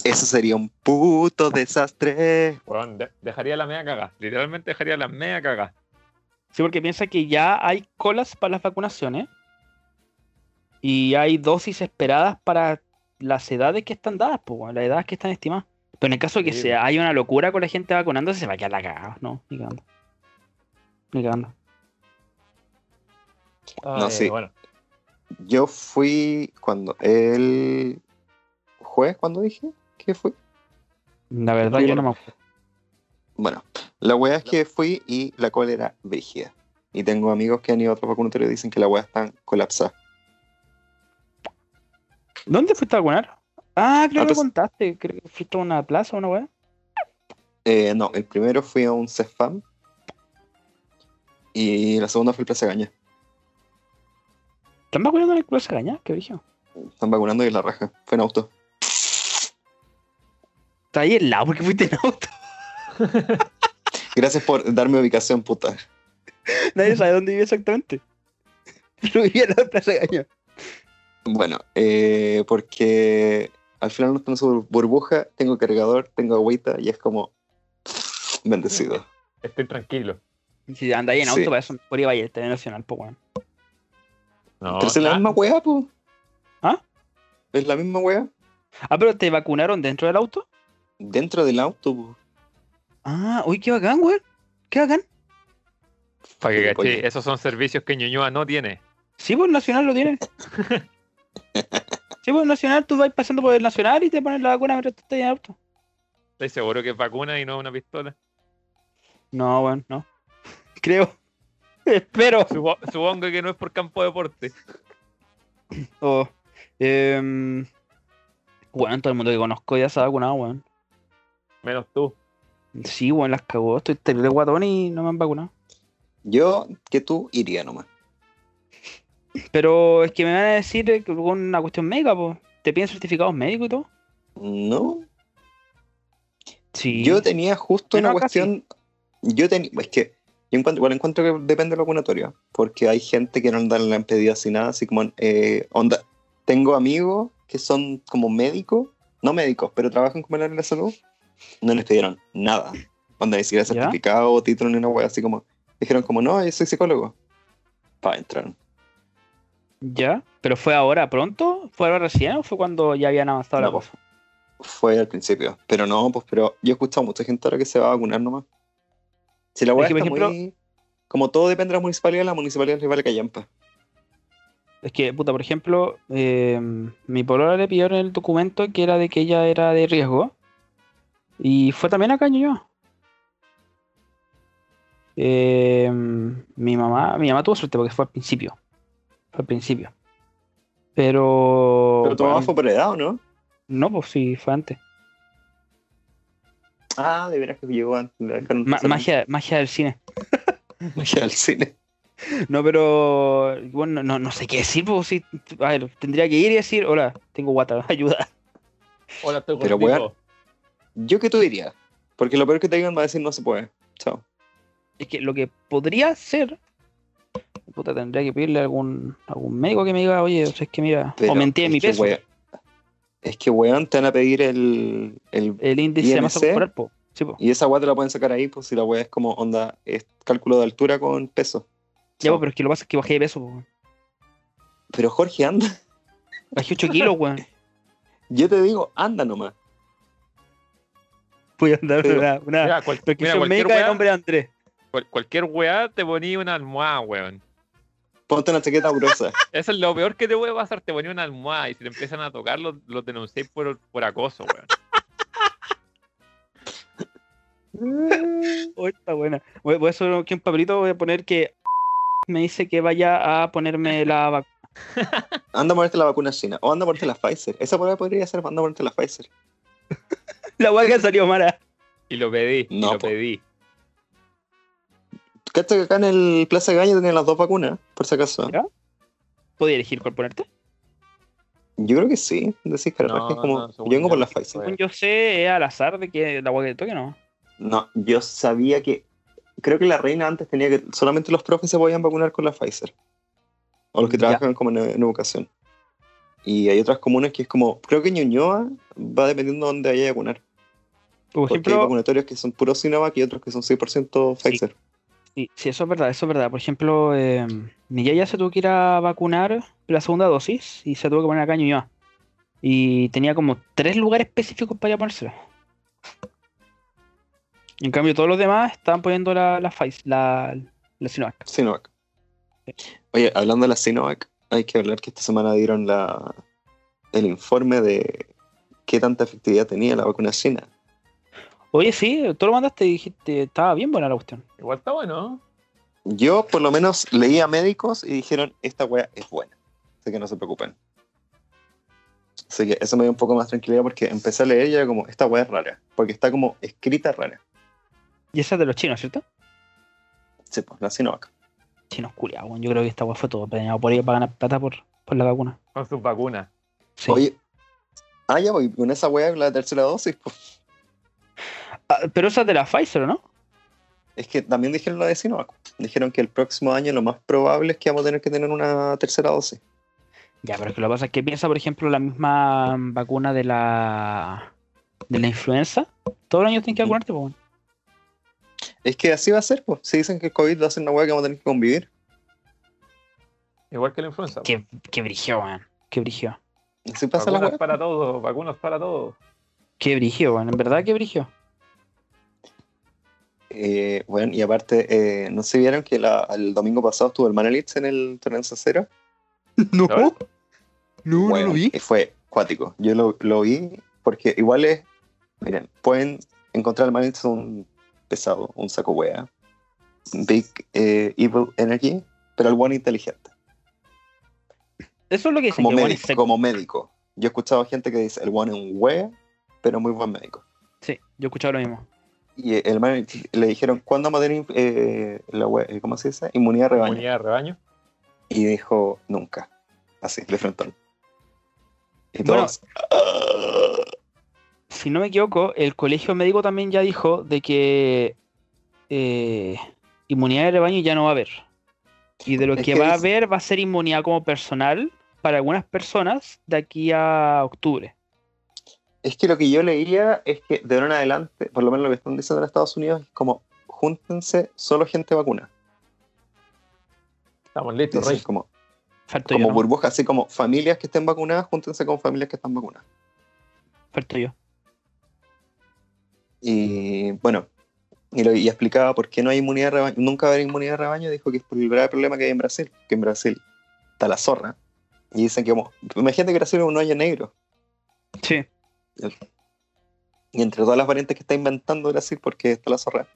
S3: eso sería un puto desastre.
S2: Weón, de- dejaría la media cagada.
S4: Literalmente dejaría la media cagada.
S1: Sí, porque piensa que ya hay colas para las vacunaciones y hay dosis esperadas para las edades que están dadas, pues, weón, las edades que están estimadas. Pero en el caso de que
S2: Sí,
S1: sea,
S2: weón.
S1: haya una locura con la gente vacunándose, se va a quedar la cagada, ¿no? Ni cagando. Ni cagando.
S3: No,
S2: Ay,
S3: sí.
S2: Bueno,
S3: Yo fui cuando el jueves, cuando dije que fui.
S1: La verdad, yo no me acuerdo.
S3: Bueno, la weá es que fui y la cola era brígida. Y tengo amigos que han ido a otros vacunatorios y dicen que la weá está colapsada.
S1: ¿Dónde fuiste a vacunar? Ah, creo
S3: Ah,
S1: que lo
S3: pues-
S1: contaste. Creo que fuiste a una plaza, una weá.
S3: Eh, no, el primero fui a un CEFAM Y la segunda fue el Plaza Gaña.
S1: ¿Están vacunando en el Plaza Gaña? ¿Qué dije?
S3: Están vacunando y la raja. Fue en auto.
S1: Está ahí el lado porque fuiste en auto.
S3: Gracias por darme ubicación, puta.
S1: Nadie sabe dónde vive exactamente. Pero vivía en la Plaza Gaña.
S3: Bueno, eh, porque al final no tengo su burbuja, tengo cargador, tengo agüita y es como bendecido.
S2: Estoy tranquilo.
S1: Si andáis en
S3: Sí.
S1: auto, para eso por ir a Estadio Nacional, pues weón.
S2: No,
S3: Pero es la
S2: na-
S3: misma weá, po.
S1: ¿Ah?
S3: Es la misma weá.
S1: Ah, pero te vacunaron dentro del auto.
S3: Dentro del auto, po.
S1: Ah, uy, qué bacán, weón. Qué bacán.
S2: para
S3: Sí,
S2: que
S3: pues.
S2: caché.
S4: Esos son servicios que Ñuñoa no tiene.
S1: Sí, pues Nacional lo tiene. Sí, pues Nacional, tú vas pasando por el Nacional y te pones la vacuna mientras tú estás en el auto.
S4: ¿Estás seguro que es vacuna y no una pistola?
S1: No, weón, no. Creo. Espero.
S4: Supo- supongo que no es por campo de deporte.
S1: Oh, em, weón, todo el mundo que conozco ya se ha vacunado, weón.
S4: Menos tú.
S1: Sí, weón, las cagó. Estoy terrible guatón y no me han vacunado.
S3: Yo, que tú, iría nomás.
S1: Pero es que me van a decir eh, que con una cuestión médica, pues. ¿Te piden certificados médicos y todo?
S3: No,
S1: Sí.
S3: Yo tenía justo
S1: Yo
S3: una
S1: no, casi.
S3: cuestión. Yo tenía. Es que. Yo encuentro, bueno, encuentro que depende del vacunatorio. Porque hay gente que no anda en la impedida así nada. Así como. eh, onda. Tengo amigos que son como médicos. No médicos, pero trabajan como en el área de la salud. No les pidieron nada. Onda, ni siquiera
S1: ¿Ya?
S3: certificado o título ni una wea. Así como. Dijeron como, no, yo soy psicólogo. Pa, entraron.
S1: ¿Ya? ¿Pero fue ahora pronto? ¿Fue ahora recién o fue cuando ya habían avanzado la
S3: No,
S1: cosa?
S3: Fue al principio. Pero no, pues, pero yo he escuchado a mucha gente ahora que se va a vacunar nomás. Si la wea
S1: Es que,
S3: está
S1: por ejemplo-
S3: muy. Como todo depende de la municipalidad, la municipalidad les vale callampa.
S1: Es que, puta, por ejemplo, eh, mi polola le pidieron el documento que era de que ella era de riesgo. Y fue también acá en Ñuñoa. Eh, mi mamá, mi mamá tuvo suerte porque fue al principio. Fue al principio. Pero,
S3: Pero tu mamá
S1: bueno,
S3: fue por edad, ¿o no?
S1: no, pues sí, fue antes.
S3: Ah, de veras que llegó antes. la dejaron
S1: Ma-
S3: pasar
S1: magia, magia del cine.
S3: magia al cine.
S1: No, pero bueno, no, no sé qué decir, pues sí, a ver, tendría que ir y decir, hola, tengo guata, ayuda.
S2: Hola, estoy
S3: Pero,
S2: contigo.
S3: weón. Yo que tú dirías. Porque lo peor que te digan va a decir no se puede. Chao.
S1: Es que lo que podría ser, puta, tendría que pedirle a algún, algún médico que me diga, oye, o sea, es que mira,
S3: Pero
S1: aumenté
S3: es
S1: mi
S3: que,
S1: peso,
S3: weón- es que, weón, te van a pedir el. el-
S1: el índice de masa
S3: IMC.
S1: corporal, po. Sí, po.
S3: y esa weá te la pueden sacar ahí, pues si la weá es como onda, es cálculo de altura con peso.
S1: Ya, pues,
S3: Chao.
S1: po, pero es que lo que pasa es que bajé de peso, po.
S3: Pero Jorge, anda.
S1: Bajé 8 kilos, weón.
S3: Yo te digo, anda nomás.
S1: Voy a andar
S3: Pero-
S1: una, una
S4: Mira, cual- mira,
S1: prescripción
S4: cualquier,
S1: médica de
S4: weá,
S1: nombre de Andrés.
S4: cual- cualquier weá te ponía una almohada, weón.
S3: Ponte una chaqueta gruesa.
S4: Eso es lo peor que te puede pasar, te ponía una almohada y si te empiezan a tocar, los, los denunciáis por, por acoso, weón.
S1: Oh, está buena. Voy, voy a hacer aquí un papelito, voy a poner que me dice que vaya a ponerme la vacuna.
S3: Anda a ponerte la vacuna china. O anda a ponerte la Pfizer. Esa weá podría ser, anda a ponerte la Pfizer.
S1: La hueá que salió mala.
S4: Y lo pedí, y
S3: No,
S4: lo
S3: po.
S4: pedí.
S3: ¿Cacha que acá en el Plaza Gaña tenían las dos vacunas? Por si acaso.
S1: ¿Ya? ¿Podía elegir cuál ponerte?
S3: Yo creo que sí, decís
S2: No,
S3: carajo, es como
S2: no,
S3: yo
S2: según
S3: vengo
S2: yo
S3: por la
S2: sí
S3: Pfizer.
S2: fue.
S1: Yo sé, es al azar de que la hueá que toque, ¿no?
S3: No, yo sabía que creo que la reina antes tenía que solamente los profes se podían vacunar con la Pfizer o los que
S1: Ya.
S3: trabajan como en, en educación. Y hay otras comunas que es como creo que Ñuñoa va dependiendo de dónde vaya a vacunar,
S1: Por
S3: porque hay
S1: ejemplo,
S3: vacunatorios que son puros Sinovac y otros que son 6%
S1: Sí.
S3: Pfizer.
S1: sí, sí, eso es verdad, eso es verdad. Por ejemplo, eh, mi yaya se tuvo que ir a vacunar la segunda dosis y se tuvo que poner acá en Ñuñoa. Y tenía como tres lugares específicos para ir a ponérsela. En cambio, todos los demás estaban poniendo la, la Pfizer, la, la Sinovac.
S3: Sinovac. Oye, hablando de la Sinovac, hay que hablar que esta semana dieron la el informe de qué tanta efectividad tenía la vacuna china.
S1: Oye, sí, tú lo mandaste y dijiste, estaba bien buena la cuestión.
S2: Igual está bueno.
S3: Yo por lo menos leí a médicos y dijeron, esta weá es buena. Así que no se preocupen. Así que eso me dio un poco más tranquilidad porque empecé a leer y era como, esta weá es rara. Porque está como escrita rara.
S1: Y esa es de los chinos, ¿cierto?
S3: Sí, pues, la Sinovac.
S1: Chinos culiados, weón. Yo creo que esta weá fue todo planeado por ellos para ganar plata por, por la vacuna.
S2: Con sus vacunas.
S1: Sí.
S3: Oye. Ah, ya, voy con esa weá, la tercera dosis, pues.
S1: Ah, pero esa es de la Pfizer, ¿o ¿no?
S3: Es que también dijeron la de Sinovac. Dijeron que el próximo año lo más probable es que vamos a tener que tener una tercera dosis.
S1: Ya, pero es que lo que pasa es que piensa, por ejemplo, la misma vacuna de la de la influenza. Todo el año tienes que vacunarte, pues. weón.
S3: Es que así va a ser, pues. Si dicen que el COVID va a ser una weá que vamos a tener que convivir.
S2: Igual que la influenza.
S1: Qué, qué brigio, weón. Qué brigio.
S3: Así pasa la
S2: Vacunas
S3: weá.
S2: para todos, vacunas para todos.
S1: Qué brigio, weón. En verdad, qué brigio.
S3: Eh, bueno, y aparte, eh, ¿no se vieron que la- el domingo pasado estuvo el Manelich en el Torrenza Cero?
S1: No.
S4: ¿Ahora?
S1: No,
S3: Bueno, y fue cuático. Yo lo, lo vi porque igual es. Miren, pueden encontrar al Manelich un pesado, un saco wea. Big eh, Evil Energy, pero el buen inteligente.
S1: Eso es lo que dicen.
S3: Como
S1: que el weón es
S3: médico,
S1: seco.
S3: como médico. Yo he escuchado gente que dice el one es un wea, pero muy buen médico.
S1: Sí, yo he escuchado lo mismo.
S3: Y el Manelich le dijeron, ¿cuándo vamos a tener eh, la wea- eh, ¿cómo se dice? Inmunidad de rebaño.
S2: Comunidad de rebaño.
S3: Y dijo, nunca. Así, de frontón. Y
S1: Bueno.
S3: todos. "Ah".
S1: si no me equivoco, el colegio médico también ya dijo de que eh, inmunidad de rebaño ya no va a haber. Y de lo
S3: Es
S1: que,
S3: que
S1: va a
S3: dice-
S1: haber va a ser inmunidad como personal para algunas personas de aquí a octubre.
S3: Es que lo que yo leía es que de ahora en adelante, por lo menos lo que están diciendo en Estados Unidos, es como, júntense solo gente vacuna.
S2: Estamos listos,
S3: Entonces,
S2: Rey.
S3: como
S1: Falto
S3: como
S1: yo. ¿no?
S3: burbuja, así como familias que estén vacunadas, júntense con familias que están vacunadas.
S1: Falto yo.
S3: Y bueno, y, lo, y explicaba por qué no hay inmunidad de rebaño, nunca va a haber inmunidad de rebaño, dijo que es por el grave problema que hay en Brasil, que en Brasil está la zorra. Y dicen que como, imagínate que Brasil es un hoyo negro.
S1: Sí.
S3: y entre todas las variantes que está inventando Brasil, porque está la zorra,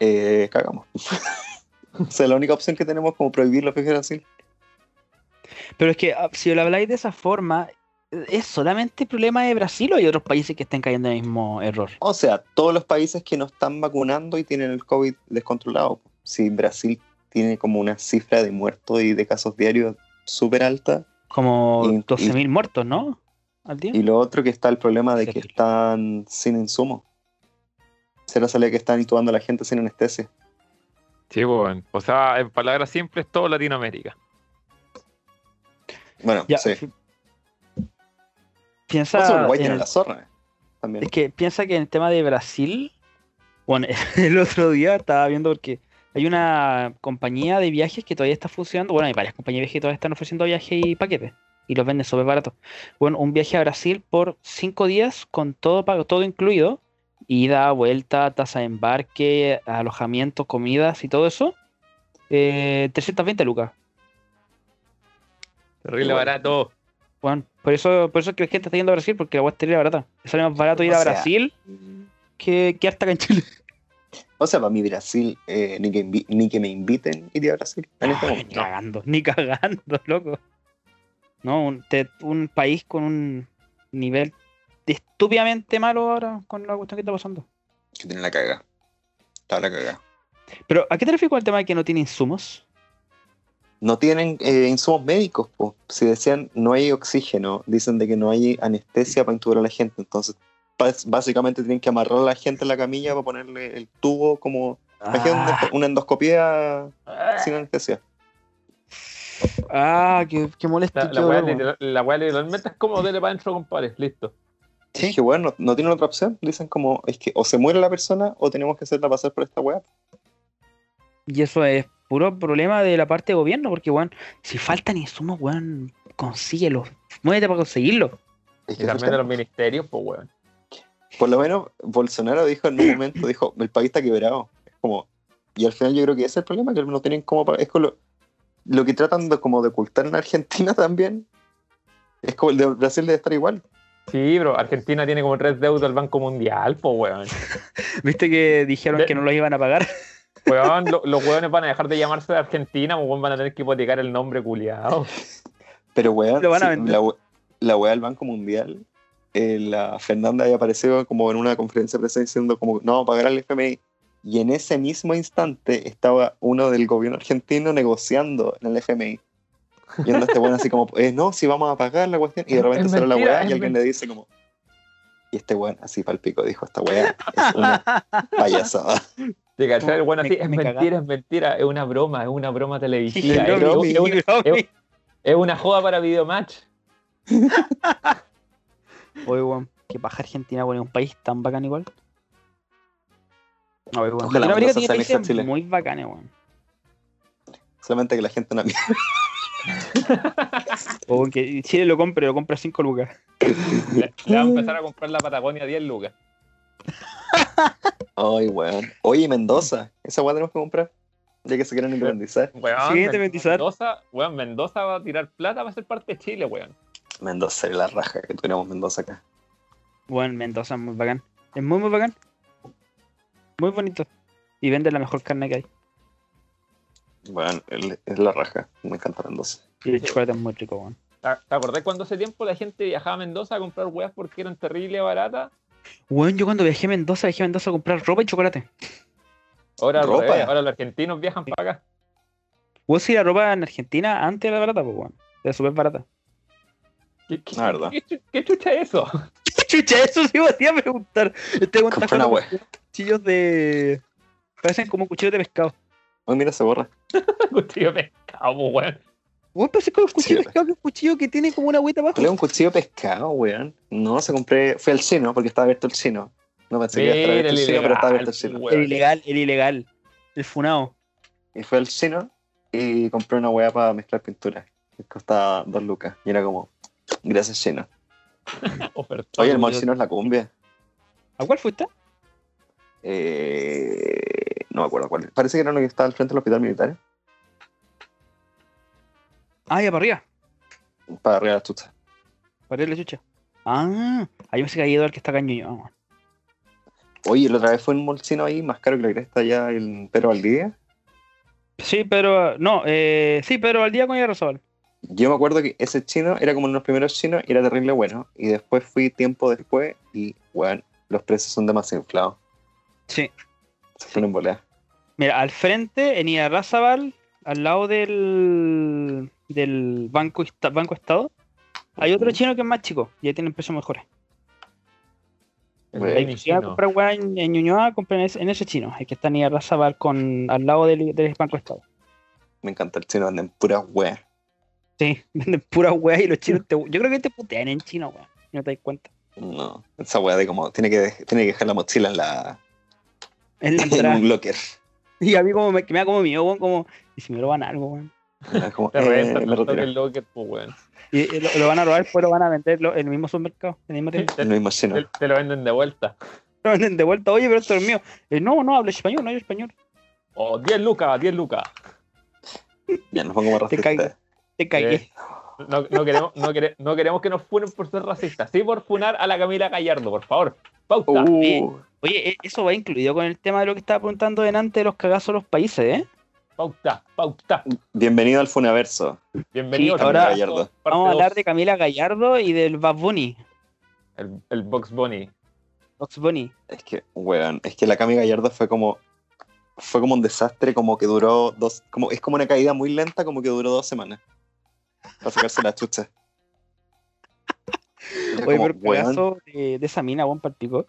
S3: eh, cagamos. o sea, la única opción que tenemos es como prohibir los viajes a Brasil.
S1: Pero es que ah, si lo habláis de esa forma, ¿es solamente problema de Brasil o hay otros países que estén cayendo en el mismo error?
S3: O sea, todos los países que no están vacunando y tienen el COVID descontrolado. Si Brasil tiene como una cifra de muertos y de casos diarios súper alta,
S1: Como
S3: Y- y-
S1: 12.000 muertos, ¿no? Al día.
S3: y lo otro que está el problema de que
S1: Terrible.
S3: están sin insumo. Será sale que están intubando a la gente sin anestesia.
S4: Sí, weón. O sea, en palabras simples, todo Latinoamérica.
S3: Bueno,
S1: Ya,
S3: sí.
S1: fi-
S3: Por eso
S1: Piensa
S3: Uruguay
S1: en
S3: tiene
S1: el-
S3: la zorra. eh, También.
S1: Es que piensa que en el tema de Brasil, bueno, el otro día estaba viendo porque hay una compañía de viajes que todavía está funcionando, bueno, hay varias compañías de viajes que todavía están ofreciendo viajes y paquetes y los venden súper baratos. Bueno, un viaje a Brasil por cinco días con todo pago, todo incluido, ida, vuelta, tasa de embarque, alojamiento, comidas y todo eso, eh, 320 lucas.
S4: Terrible
S3: Igual.
S4: barato.
S1: Bueno, por eso, por eso es que la gente está yendo a Brasil porque la hueá es terrible barata. Sale más barato ir
S3: O
S1: a
S3: sea, mm.
S1: Brasil que, que hasta acá en Chile.
S3: O sea, para mí Brasil, eh, ni, que invi- ni que me inviten iría a Brasil en este
S1: Ay,
S3: momento.
S1: ni cagando, ni cagando, loco. No, un, te- un país con un nivel estúpidamente malo ahora con la cuestión que está pasando.
S3: Que tiene la caga. Está la caga.
S1: Pero, ¿a qué te refieres con el tema de que no tiene insumos?
S3: No tienen eh, insumos médicos, po. Si decían no hay oxígeno, dicen de que no hay anestesia para intubar a la gente. Entonces, bas- básicamente tienen que amarrar a la gente en la camilla para ponerle el tubo como. Imagínate una-
S1: Ah,
S3: una endoscopía
S1: ah,
S3: sin anestesia.
S1: ah, qué, qué molesto.
S2: La,
S1: qué
S2: la, weá
S1: dolor, weón.
S2: literal- la weá literalmente es como dele para adentro, compadre. Listo.
S1: Sí.
S3: Es que, bueno, no, no tienen otra opción. Dicen como, es que o se muere la persona o tenemos que hacerla pasar por esta weá.
S1: Y eso es puro problema de la parte de gobierno, porque, weón, si faltan insumos, weón, consíguelos. Muévete para conseguirlos.
S3: Es que
S2: Y
S3: es el
S2: también de
S3: tema.
S2: los ministerios, pues, weón.
S3: Por lo menos Bolsonaro dijo en un momento, dijo, el país está quebrado. Es como, y al final yo creo que ese es el problema, que no tienen como Es con lo, lo que tratan de, como de ocultar en Argentina también. Es como el de Brasil debe estar igual.
S2: Sí, bro. Argentina tiene como tres deudas al Banco Mundial, pues, weón.
S1: ¿Viste que dijeron
S2: De-
S1: que no los iban a pagar?
S2: Weón, lo- los weones van a dejar de llamarse de Argentina, weón, van a tener que hipotecar el nombre culiado.
S3: Pero weón,
S1: Lo van a
S3: sí,
S1: vender.
S3: la, we- la weá del Banco Mundial, eh, la Fernanda había aparecido como en una conferencia de prensa diciendo como, no, pagar al FMI. Y en ese mismo instante estaba uno del gobierno argentino negociando en el FMI. Y anda este bueno así como, eh, no, si vamos a pagar la cuestión. Y de repente
S2: Es
S3: sale la
S2: mentira,
S3: weá
S2: es
S3: y alguien le dice como... Y este weón así palpico dijo, esta weá es una payasada.
S2: ¿Te cachai? El weón así,
S1: Me-
S2: es
S1: me
S2: mentira, es mentira, es una broma, es una broma televisiva.
S3: Sí,
S2: es,
S3: no,
S2: un-
S3: sí,
S2: es una,
S1: Oye,
S2: es una joda para videomatch.
S1: weón, que paja Argentina, weón, es un país tan bacán igual. No, weón.
S3: Ojalá
S1: Latinoamérica
S3: Mendoza
S1: tiene
S3: sea
S1: países
S3: mejor Chile.
S1: muy bacanes, weón.
S3: Solamente que la gente no...
S1: O que Chile lo compre, lo compra a 5 lucas.
S2: Le, le va a empezar a comprar la Patagonia a 10 lucas.
S3: Ay, weón. Oye, Mendoza, esa weá tenemos que comprar. Ya que se quieren independizar.
S2: Weón,
S1: Siguiente,
S2: Men-
S1: Mentizar.
S2: Mendoza, weón, Mendoza va a tirar plata para ser parte de Chile, weón.
S3: Mendoza es la raja que tuviéramos Mendoza acá.
S1: Weón, Mendoza es muy bacán. Es muy, muy bacán. Muy bonito. Y vende la mejor carne que hay.
S3: Bueno, el- es la raja. Me encanta Mendoza.
S1: Y el
S2: Sí.
S1: chocolate es muy rico, weón.
S2: ¿Te te acordás cuando hace tiempo la gente viajaba a Mendoza a comprar weas porque eran terrible baratas?
S1: Weón, yo cuando viajé a Mendoza, viajé a Mendoza a comprar ropa y chocolate.
S2: Ahora, al
S3: Ropa.
S2: revés, ahora los argentinos viajan para acá.
S1: Weón, si la ropa en Argentina antes era barata, pues, weón. Era súper barata.
S2: ¿Qué, qué-
S3: La verdad.
S2: qué chu- qué chucha es eso?
S1: Chucha, eso sí me iba a preguntar. Este weón está
S3: Compré una
S1: jugando
S3: wea.
S1: con cuchillos de. Parecen como cuchillos de pescado.
S3: Oh, mira, se borra.
S2: Cuchillo de pescado, pues, weón.
S1: Weón, parece como un cuchillo de
S3: Sí,
S1: pescado que es un cuchillo que tiene como una agüita abajo.
S3: ¿Cuál es un cuchillo de pescado, weón? No, se compré. Fui al chino porque estaba abierto el chino. No pensé que iba a estar
S2: Mira,
S3: abierto
S2: el
S3: el chino, pero estaba abierto el
S2: ilegal,
S3: chino.
S1: El
S2: weón.
S1: ilegal, el ilegal. El funao.
S3: Y fui al chino y compré una weá para mezclar pintura. Que costaba dos lucas. Y era como, gracias, chino.
S2: Ofertón.
S3: Oye, el mal
S1: Dios.
S3: chino es la cumbia.
S1: ¿A cuál fuiste?
S3: Eh, no me acuerdo cuál. Parece que era uno que estaba al frente del hospital militar.
S1: Ah, ya para arriba.
S3: Para arriba de la chucha.
S1: Para arriba la chucha. Ah, ahí me se caía el que está cañón.
S3: Oye, la otra vez fue un mall chino ahí, más caro que la cresta allá en Pedro Valdivia.
S1: Sí, pero. No, eh, sí, pero al día con Yarrazabal.
S3: Yo me acuerdo que ese chino era como uno de los primeros chinos y era terrible bueno. Y después fui tiempo después y, bueno, los precios son demasiado inflados.
S1: Sí.
S3: Se fueron boleas.
S1: Mira, al frente, en Yarrazabal, al lado del. del Banco, Esta- banco Estado, hay otro chino que es más chico y ahí tienen precios mejores.
S2: El
S3: Weón.
S2: mini
S1: Si van a
S2: chino.
S1: comprar weá en, en Ñuñoa, compren en ese, en ese chino, el que está en Yarrazabal con, al lado del, del Banco Estado.
S3: Me encanta el chino, venden puras weas.
S1: Sí, venden pura weá y los chinos te. Yo creo que te putean en chino, weá. No te das cuenta.
S3: No, esa wea de como, tiene que, tiene que dejar la mochila en, la,
S1: Es la
S3: en
S1: entrada.
S3: un locker.
S1: Y a mí como me, que me da como miedo, weón, como, y si me roban algo, weón.
S3: Es como,
S2: Te
S3: eh,
S2: reventan
S3: me
S2: los toques
S3: retiro.
S2: locker, pues, weón.
S1: Y, y lo, lo van a robar, pues lo van a vender lo- en el mismo supermercado, en el mismo tiempo.
S3: El
S2: Te,
S3: mismo chino.
S2: te- te lo venden de vuelta.
S1: Lo venden de vuelta, oye, pero esto es mío. Eh, no, no, hablo español, no hablo español.
S2: Oh, 10 lucas, 10 lucas.
S3: Ya nos pongo más
S1: Te
S3: racistas.
S1: Te cagué.
S2: Eh, No, no queremos, no, quere- no queremos que nos funen por ser racistas. Sí, por funar a la Camila Gallardo, por favor. Pauta.
S3: Uh,
S1: Oye, eh, eso va incluido con el tema de lo que estaba preguntando delante de los cagazos de los países, ¿eh?
S2: Pauta, pauta.
S3: bienvenido al Funaverso.
S2: Bienvenido
S1: Sí, ahora-
S2: Camila Gallardo. Parte
S1: Vamos a hablar
S2: dos.
S1: de Camila Gallardo y del Bad Bunny.
S2: el, el Box Bunny.
S1: Box Bunny.
S3: Es que, weón, es que la Cami Gallardo fue como. Fue como un desastre, como que duró dos. Como, es como una caída muy lenta, como que duró dos semanas. Para sacarse la chucha. Era
S1: Oye, pero
S3: como,
S1: el
S3: weón,
S1: cagazo de, de esa mina, weón, palpico.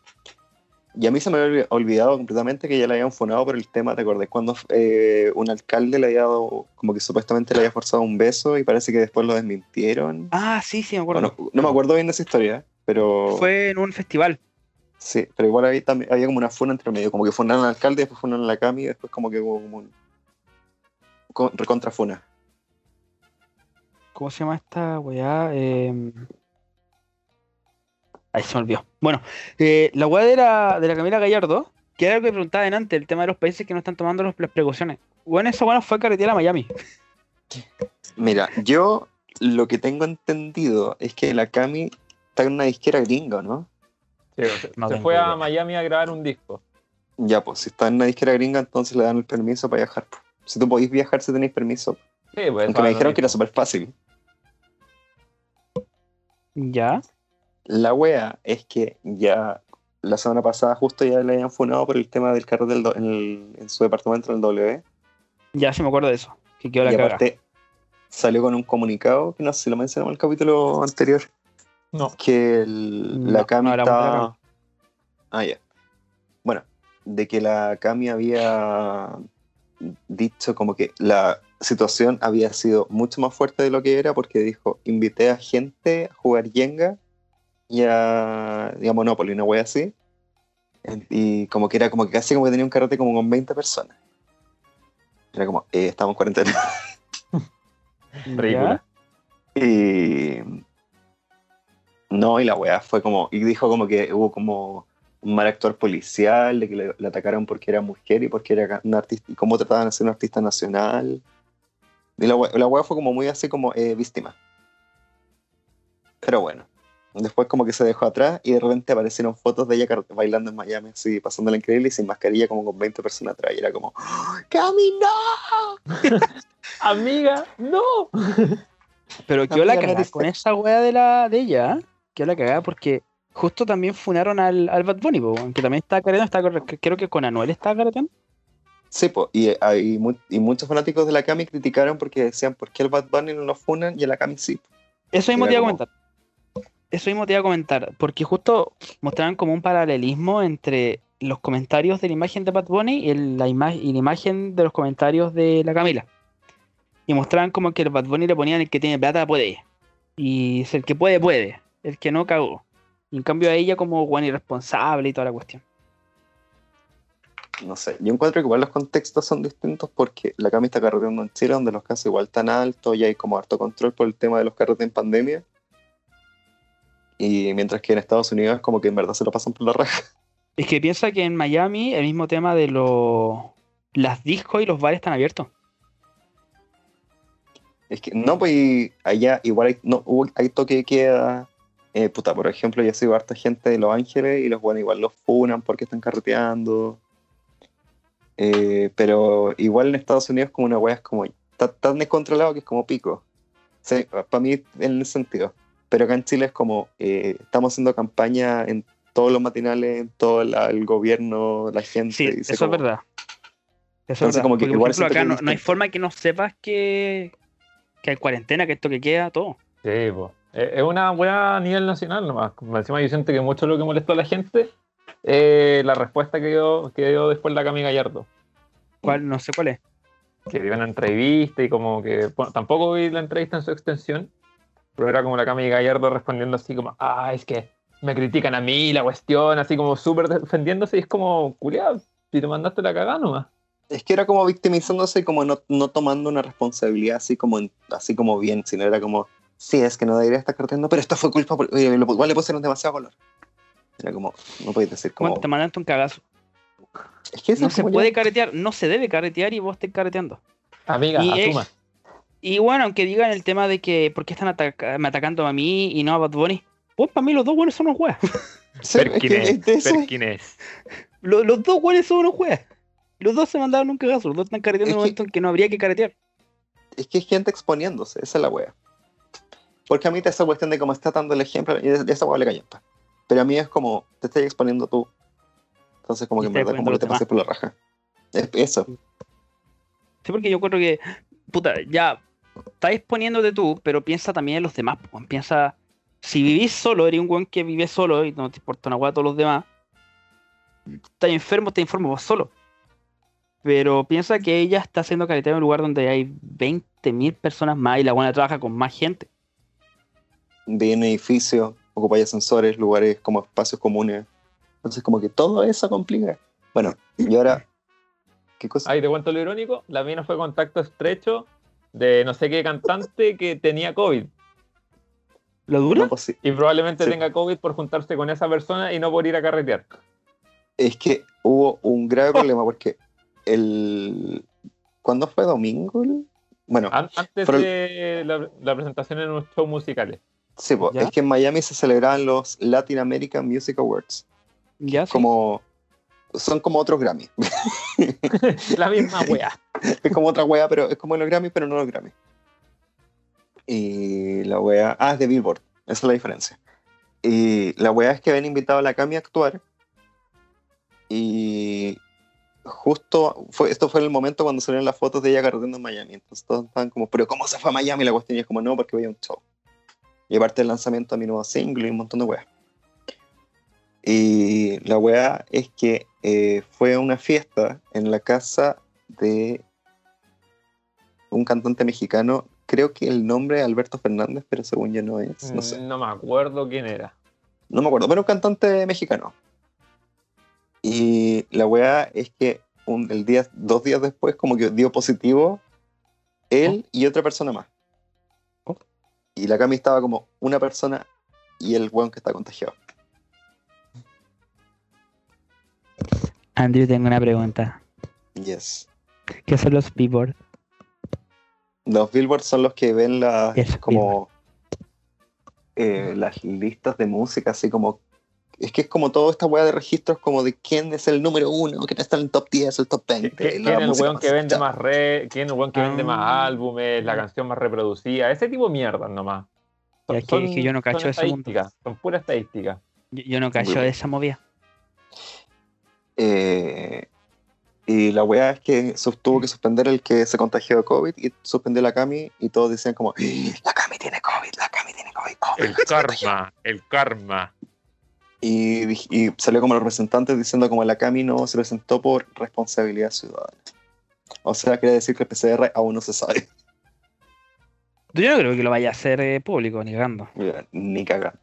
S3: y a mí se me había olvi- olvidado completamente que ya la habían funado por el tema, ¿te acordás? Cuando eh, un alcalde le había dado, como que supuestamente le había forzado un beso y parece que después lo desmintieron.
S1: Ah, sí, sí, me acuerdo.
S3: Bueno, no me acuerdo bien de esa historia, pero...
S1: Fue en un festival.
S3: Sí, pero igual había, también- había como una funa entre medio, como que funaron al alcalde, después funaron a la Cami, después como que hubo como un con- recontrafuna.
S1: ¿Cómo se llama esta weá? Eh, Ahí se me olvidó. Bueno, eh, la weá de la, de la Camila Gallardo, que era lo que preguntaba antes, el tema de los países que no están tomando los- las precauciones. Bueno, esa weá no fue a carretera a Miami.
S3: Mira, yo lo que tengo entendido es que la Cami está en una disquera gringa, ¿no?
S2: Sí, se,
S1: No
S2: se
S1: tengo
S2: fue
S1: idea.
S2: a Miami a grabar un disco.
S3: Ya, pues si está en una disquera gringa, entonces le dan el permiso para viajar. po. Si tú podéis viajar, si tenéis permiso.
S2: Sí, pues,
S3: Aunque me
S2: eso
S3: dijeron que era
S2: es lo mismo.
S3: súper fácil.
S1: Ya.
S3: La wea es que ya la semana pasada justo ya le habían funado por el tema del carro del do- en, el- en su departamento en el W.
S1: Ya se me acuerdo de eso. Que quedó la
S3: y
S1: cagada.
S3: aparte salió con un comunicado, que no sé si lo mencionamos en el capítulo anterior,
S2: No.
S3: que el- la
S1: No,
S3: Cami
S1: no hablamos de la
S3: estaba... Ah, ya. Bueno, de que la Cami había dicho como que la situación había sido mucho más fuerte de lo que era porque dijo, invité a gente a jugar Jenga y a, y a Monopoly, una wea así. En- Y como que era como que casi como que tenía un carrete como con 20 personas. Era como, eh, estamos en cuarentena.
S2: Ridícula.
S3: Y. No, y la weá fue como. Y dijo como que hubo como un mal actor policial, de que le, le atacaron porque era mujer y porque era una artista. Y cómo trataban de ser una artista nacional. Y la weá, la weá fue como muy así como eh, víctima. Pero bueno. Después como que se dejó atrás y de repente aparecieron fotos de ella car- bailando en Miami así, pasándola increíble y sin mascarilla como con 20 personas atrás. Y era como, ¡Ah! ¡Camina!
S2: Amiga, no.
S1: Ya. Pero quedó la
S3: Amiga,
S1: cagada
S3: gratis.
S1: con esa wea de la de ella. ¿eh? Quedó la cagada porque justo también funaron al, al Bad Bunny, po, que también está caretón, está corre- creo que con Anuel está caretón.
S3: Sí, po, y, eh, hay mu- y muchos fanáticos de la Cami criticaron porque decían, ¿por qué el Bad Bunny no lo funan y a la Cami sí?
S1: Eso mismo
S3: Era
S1: te iba a
S3: como-
S1: comentar. Eso mismo te iba a comentar, porque justo mostraban como un paralelismo entre los comentarios de la imagen de Bad Bunny y, el- la, ima- y la imagen de los comentarios de la Camila. Y mostraban como que el Bad Bunny le ponían el que tiene plata puede. Y es el que puede, puede. El que no cagó. Y en cambio a ella como guan irresponsable y toda la cuestión.
S3: No sé, yo encuentro que igual los contextos son distintos porque la Cami está carreteando en Chile, donde los casos igual están altos y hay como harto control por el tema de los carretes en pandemia. Y mientras que en Estados Unidos es como que en verdad se lo pasan por la raja.
S1: Es que piensa que en Miami el mismo tema de los las discos y los bares están abiertos.
S3: Es que no, pues y allá igual hay, no, hubo- hay toque de queda. Eh, puta, por ejemplo, yo sigo harta gente de Los Ángeles y los buenos igual los funan porque están carreteando. Eh, pero igual en Estados Unidos como una wea es como está tan descontrolado que es como pico. para mí en el sentido. Pero acá en Chile es como eh, estamos haciendo campaña en todos los matinales, en todo la- el gobierno, la gente.
S1: Sí,
S3: y se
S1: eso
S3: como-
S1: es verdad. Eso es
S3: Entonces,
S1: verdad.
S3: como que
S1: Porque, por
S3: igual
S1: ejemplo,
S3: siento
S1: acá
S3: que
S1: no,
S3: es
S1: no hay
S3: distinto.
S1: forma que no sepas que, que hay cuarentena, que esto que queda, todo.
S2: Sí, po. Eh, Es una weá a nivel nacional nomás. Como Encima yo siento que mucho lo que molestó a la gente eh, la respuesta que dio, que dio después la Cami Gallardo.
S1: ¿Cuál? No sé cuál es.
S2: Que dio una entrevista y como que... bueno, tampoco vi la entrevista en su extensión, pero era como la Cami Gallardo respondiendo así como, ah, es que me critican a mí la cuestión, así como súper defendiéndose y es como, culiado, si te mandaste la cagada nomás.
S3: Es que era como victimizándose y como no, no tomando una responsabilidad así como, en- así como bien, sino era como, sí, es que no debería estar carteando, pero esto fue culpa, por, oye, lo- igual le pusieron demasiado color. Era como, no podéis decir
S1: ¿Cómo
S3: como...
S1: te mandaste un cagazo?
S3: Es que Oh. eso
S1: No
S3: es
S1: se
S3: como
S1: puede
S3: ya-
S1: caretear, no se debe caretear y vos estés careteando.
S2: Amiga,
S1: Y es-
S2: asuma.
S1: Y bueno, aunque digan el tema de que por qué están ataca- me atacando a mí y no a Bad Bunny, pues para mí los dos buenos son unos juegas.
S3: Sí, es que este, es de eso.
S4: Perkines.
S1: Los, los dos buenos son unos juegas. Los dos se mandaron un cagazo, los dos están careteando en
S3: Es
S1: un
S3: que-
S1: momento en que no habría que caretear.
S3: es que es gente exponiéndose, esa es la wea. Porque a mí te esa cuestión de cómo está dando el ejemplo, y de esa wea le callampa. Pero a mí es como, te estás exponiendo tú. Entonces como
S1: Y
S3: que en
S1: estás
S3: verdad
S1: exponiendo
S3: como que
S1: los
S3: te pases por la raja. Es- Eso.
S1: Sí, porque yo creo que, puta, ya, estás exponiéndote tú, pero piensa también en los demás, po, weón. piensa, si vivís solo, eres un weón que vive solo y no te importa una hueá a todos los demás, estás enfermo, te informo vos solo. Pero piensa que ella está haciendo careteo en un lugar donde hay 20.000 personas más y la buena trabaja con más gente.
S3: de un edificio, ocupáis ascensores, lugares como espacios comunes. Entonces, como que todo eso complica. Bueno, y ahora, ¿qué cosa?
S2: Ahí te cuento lo irónico, la mina fue contacto estrecho de no sé qué cantante que tenía COVID.
S1: ¿Lo dura?
S3: No, pues sí.
S2: Y probablemente
S3: Sí.
S2: tenga COVID por juntarse con esa persona y no por ir a carretear.
S3: Es que hubo un grave problema porque el. ¿Cuándo fue domingo? el- Bueno,
S2: An- antes
S3: Pero-
S2: de la, la presentación en unos shows musicales.
S3: sí, po,
S1: ¿ya?
S3: es que en Miami se celebraban los Latin American Music Awards.
S1: Ya, sí.
S3: Como. Son como otros Grammy.
S2: La misma weá.
S3: es como otra wea, pero es como los Grammy, pero no los Grammy. Y la wea. Ah, es de Billboard. Esa es la diferencia. Y la wea es que habían invitado a la Cami a actuar. justo, fue, esto fue el momento cuando salieron las fotos de ella carreteando en Miami. Entonces todos estaban como, pero ¿cómo se fue a Miami? La cuestión y es como, no, porque voy a un show. Y aparte el lanzamiento de mi nuevo single y un montón de weas. Y la wea es que eh, fue a una fiesta en la casa de un cantante mexicano. Creo que el nombre es Alberto Fernández, pero según yo no es. No sé.
S2: No me acuerdo quién era.
S3: No me acuerdo, pero un cantante mexicano. Y la weá es que un- el día, dos días después, como que dio positivo él y otra persona más.
S1: Oh.
S3: Y la Cami estaba como una persona y el weón que está contagiado.
S1: Andrew, tengo una pregunta.
S3: Yes.
S1: ¿Qué son los billboards?
S3: Los billboards son los que ven las
S1: Yes,
S3: como eh, las listas de música, así como es que es como toda esta weá de registros como de quién es el número uno, quién está en el top 10, el top 20.
S2: ¿Qui- ¿Quién
S3: la
S2: es el
S3: música
S2: weón que vende
S3: escuchada.
S2: más red? ¿Quién es el weón que vende más
S1: Ah.
S2: álbumes? ¿La canción más reproducida? Ese tipo de mierda nomás.
S1: Ya, es que- es que yo no
S2: son
S1: cacho ese mundo.
S2: estadísticas, Son pura estadística.
S1: Yo, yo no cacho
S3: Muy
S1: de
S3: bien.
S1: esa movida.
S3: Eh, y la weá es que sus- tuvo que suspender el que se contagió de COVID y suspendió la Cami y todos decían como, "¡Ah, la Cami tiene COVID, la Cami tiene COVID. oh my
S4: El
S3: God, se contagió".
S4: karma, el karma.
S3: Y, dij- y salió como los representantes diciendo como la Cami no se presentó por responsabilidad ciudadana. O sea, quiere decir que el PCR aún no se sabe.
S1: Yo no creo que lo vaya a hacer eh, público, ni cagando.
S3: Mira, Ni cagar.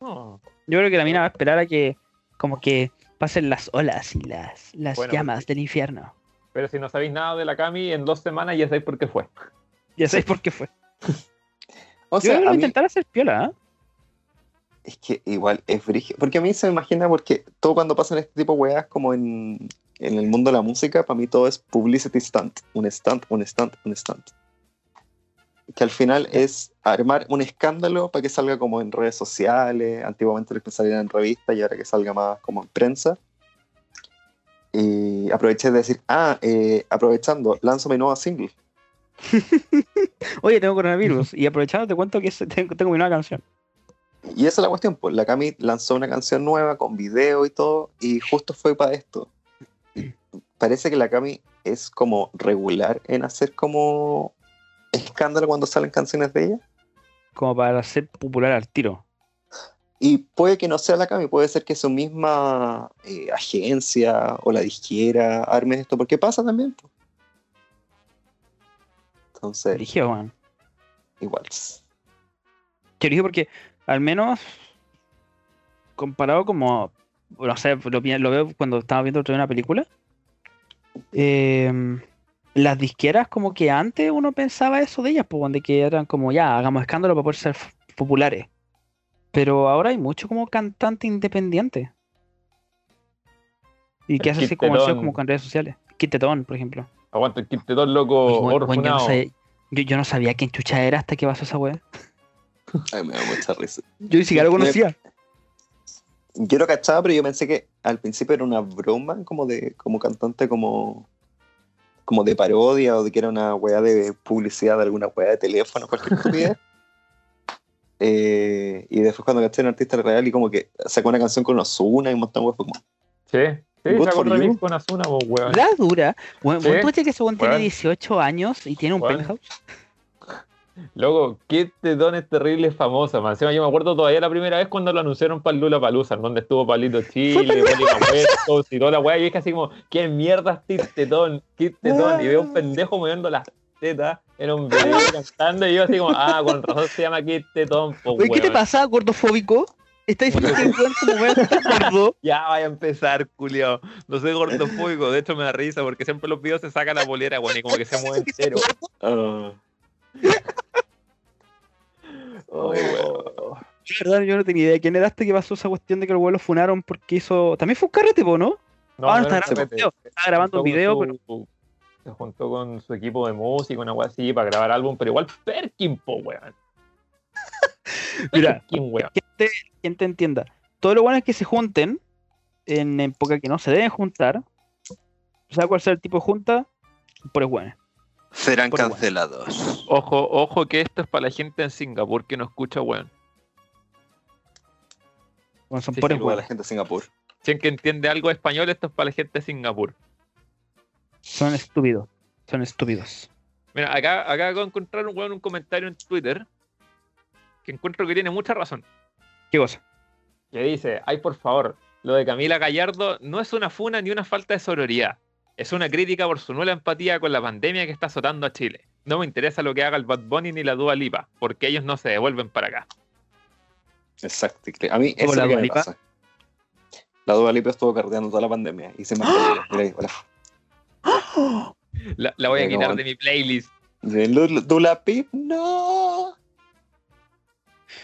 S2: No.
S1: Yo creo que la mina va a esperar a que como que pasen las olas y las, las
S2: Bueno,
S1: llamas del infierno.
S2: Pero si no sabéis nada de la Cami, en dos semanas ya sabéis por qué fue.
S1: Ya sabéis por qué fue.
S3: O
S1: yo creo
S3: sea,
S1: que lo
S3: a mí-
S1: intentaron hacer piola, ¿eh?
S3: Es que igual es brígido. Porque a mí se me imagina, porque todo cuando pasan este tipo de weas, como en, en el mundo de la música, para mí todo es publicity stunt. Un stunt, un stunt, un stunt. Que al final es armar un escándalo para que salga como en redes sociales. Antiguamente lo que salía en revistas y ahora que salga más como en prensa. Y aproveché de decir, ah, eh, aprovechando, lanzo mi nueva single.
S1: Oye, tengo coronavirus. y aprovechando te cuento que se- tengo, tengo mi nueva canción.
S3: Y esa es la cuestión, pues la Cami lanzó una canción nueva con video y todo, y justo fue para esto. Parece que la Cami es como regular en hacer como escándalo cuando salen canciones de ella.
S1: Como para ser popular al tiro.
S3: Y puede que no sea la Cami, puede ser que su misma eh, agencia o la disquera arme esto, porque pasa también. pues. Entonces,
S1: Dije, weón.
S3: igual.
S1: Te dije porque al menos comparado como, no sé, lo, vi- lo veo cuando estaba viendo otra vez una película. eh, las disqueras como que antes uno pensaba eso de ellas, pues, de que eran como ya, hagamos escándalo para poder ser f- populares. Pero ahora hay mucho como cantante independiente. Y que
S2: El
S1: hace así
S2: Kid
S1: como,
S2: Tetón.
S1: como con redes sociales. Quintetón, por ejemplo.
S2: Aguanta el quintetón loco,
S1: Oye, weón, weón, yo, no
S2: orfunado.
S1: sabía, yo- yo no sabía quién chucha era hasta que pasó esa weá.
S3: Ay, me da mucha risa.
S1: Yo ni siquiera lo
S3: Me-
S1: conocía.
S3: Yo lo cachaba, pero yo pensé que al principio era una broma como de como cantante como como de parodia o de que era una weá de publicidad de alguna weá de teléfono, cualquier estupidez. Eh, y después cuando caché era un artista real y como que sacó una canción con Ozuna y un montón de weas, fue como,
S2: Sí, sí,
S3: Good
S2: sacó
S3: for
S2: un remix
S3: you.
S2: con Asuna, vos, weón.
S1: La dura. Bueno,
S2: Sí.
S1: ¿Vos tú que ese weón tiene
S4: Weón.
S1: 18 años y tiene un
S2: Weón.
S1: penthouse?
S2: Loco, qué tetón es terrible famosa, man. Encima Yo me acuerdo todavía la primera vez cuando lo anunciaron para Lula Palusa, donde estuvo Palito Chile, Wally Huescos y toda la weá. Y es que así como, ¿qué mierda este es Kid Tetón? Kid Tetón. este Y veo un pendejo moviendo las tetas en un video cantando. Y yo así como, ah, con razón se llama Kid Tetón. po,
S1: Oye, ¿Qué te
S2: pues, weón.
S1: pasa, gordofóbico? Está diciendo que el weón como weón está gordo.
S4: Ya vaya a empezar, culiao. No soy gordofóbico, de hecho me da risa porque siempre los videos se saca la bolera, weón, y como que se mueve entero.
S3: Ah,
S2: Oh, weón.
S1: Yo, la verdad, yo no tenía idea de quién era hasta que pasó esa cuestión de que el weón lo funaron porque hizo. También fue un carrete, po, ¿no?
S2: No,
S1: Ah,
S2: no
S1: está
S2: era
S1: grabando
S2: un
S1: un
S2: carrete.
S1: video. Estaba grabando un video, pero.
S2: pero. Se juntó con su equipo de música, una weá así, para grabar álbum, pero igual Perkin, po, weón.
S1: Mira,
S2: Perkin, weón.
S1: quien te entienda. Todo lo bueno es que se junten en época que no se deben juntar. ¿Sabes cuál sea el tipo de junta? Por es bueno.
S3: Serán
S1: Por weón.
S3: cancelados.
S4: Ojo, ojo que esto es para la gente en Singapur que no escucha, weón.
S1: son
S4: Sí,
S1: por
S4: sí,
S1: es
S3: Saludo a la
S1: bueno.
S3: gente de Singapur.
S4: Si es que entiende algo de español, esto es para la gente de Singapur.
S1: Son estúpidos. Son estúpidos.
S4: Mira, acá, acá acabo de encontrar un weón un comentario en Twitter que encuentro que tiene mucha razón.
S1: ¿Qué cosa?
S2: Que dice, ay por favor,
S4: Lo de Camila Gallardo no es una funa ni una falta de sororidad. Es una crítica por su nula empatía con la pandemia que está azotando a Chile. No me interesa lo que haga el Bad Bunny ni la Dua Lipa, porque ellos no se devuelven para acá.
S3: Exacto. A mí eso
S1: ¿Cómo
S3: es
S1: la
S3: lo que
S1: Dua
S3: me
S1: Lipa?
S3: pasa. La Dua Lipa estuvo cardeando toda la pandemia y se me Mira ahí, hola.
S1: ¡Ah!
S4: La, la voy a
S3: Venga,
S4: quitar
S3: weón.
S4: de mi playlist.
S3: De Lu- Dula Pip, no.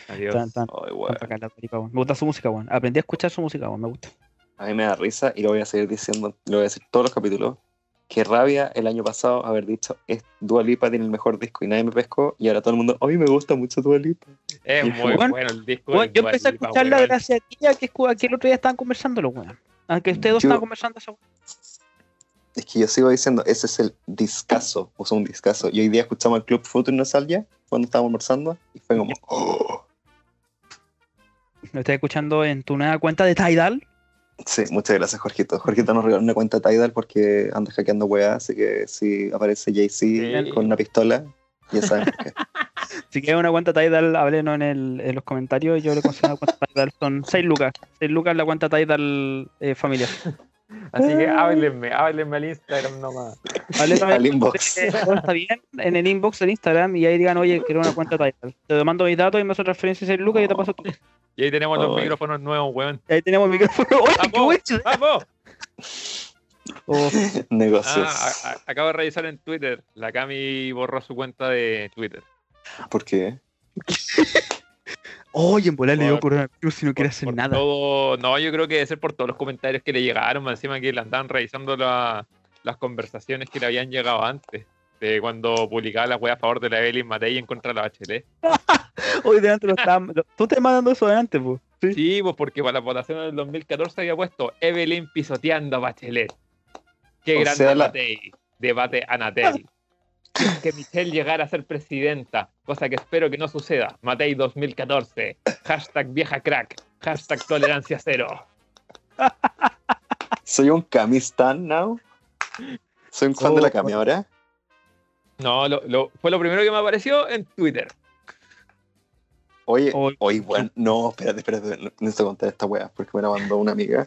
S4: Adiós.
S1: Tan, tan,
S3: Ay,
S1: tan
S3: weón.
S1: bacán la Dua Lipa, weón. Me gusta su música, weón. Aprendí a escuchar su música, weón. Me gusta.
S3: A mí me da risa y lo voy a seguir diciendo, lo voy a decir todos los capítulos. Qué rabia el año pasado haber dicho, es Dua Lipa tiene el mejor disco y nadie me pescó. Y ahora todo el mundo, a mí me gusta mucho Dua Lipa.
S4: Es muy
S1: Weón,
S4: bueno el disco.
S1: Weón,
S4: del
S1: yo
S4: Dua
S1: empecé a
S4: Lipa,
S1: escucharla
S4: weón.
S1: gracias a ti, ya que, escu- que el otro día estaban conversándolo, weón. Aunque ustedes dos
S3: Yo-
S1: estaban conversando esa weón.
S3: Es que yo sigo diciendo, ese es el discazo, o sea, un discazo. Y hoy día escuchamos el Club Futuro Nostalgia cuando estábamos almorzando y fue como, oh.
S1: Lo estás escuchando en tu nueva cuenta de Tidal.
S3: Sí, muchas gracias, Jorgito. Jorgito nos regaló una cuenta Tidal porque anda hackeando weá, así que si aparece Jay-Z
S2: Sí.
S3: con una pistola, ya saben por qué.
S1: Si quieren una cuenta Tidal, háblenos en, el, en los comentarios. Yo le consigo una cuenta Tidal. Son 6 lucas. 6 lucas la cuenta Tidal eh, familiar.
S2: Así que háblenme, háblenme al Instagram nomás.
S1: Háblenos
S3: Al
S1: en-
S3: inbox.
S1: eh, todo está bien en el inbox del Instagram y ahí digan, oye, quiero una cuenta Tidal. Te mando mis datos y me haces transferencia de 6 lucas y yo te paso tu. Y
S4: Y ahí tenemos los
S3: Ay.
S4: micrófonos nuevos, weón.
S1: ahí tenemos el micrófono. Oye, qué
S4: Vamos.
S1: weón.
S4: ¡Vamos!
S1: Oh,
S3: Negocios.
S4: Ah, a- a- acabo de revisar en Twitter. La Cami borró su cuenta de Twitter. ah.
S3: ¿Por qué?
S1: oye, en volar le dio
S4: Por-
S1: coronavirus si no quiere
S4: Por-
S1: hacer
S4: por
S1: nada.
S4: todo- no, yo creo que debe ser por todos los comentarios que le llegaron, más encima que le andaban revisando la- las conversaciones que le habían llegado antes, de cuando publicaba la wea a favor de la Evelyn Matei en contra de la Bachelet.
S1: Hoy delante lo estaban. lo- Tú te mandando eso delante, pues. Sí.
S4: Sí, pues porque para la votación del 2014 había puesto Evelyn pisoteando a Bachelet. Qué
S3: O
S4: grande
S3: sea, la-
S4: Matei. Debate Anatel. Si es que Michelle llegara a ser presidenta, cosa que espero que no suceda. Matei 2014. Hashtag vieja crack. Hashtag tolerancia cero.
S3: Soy un Cami stan now. Soy un fan de la
S1: Oh,
S3: Cami ahora.
S4: No, lo- lo- fue lo primero que me apareció en Twitter.
S3: Oye,
S1: Oh,
S3: oye, bueno, no, espérate, espérate, no- necesito contar esta weá porque me la mandó una amiga.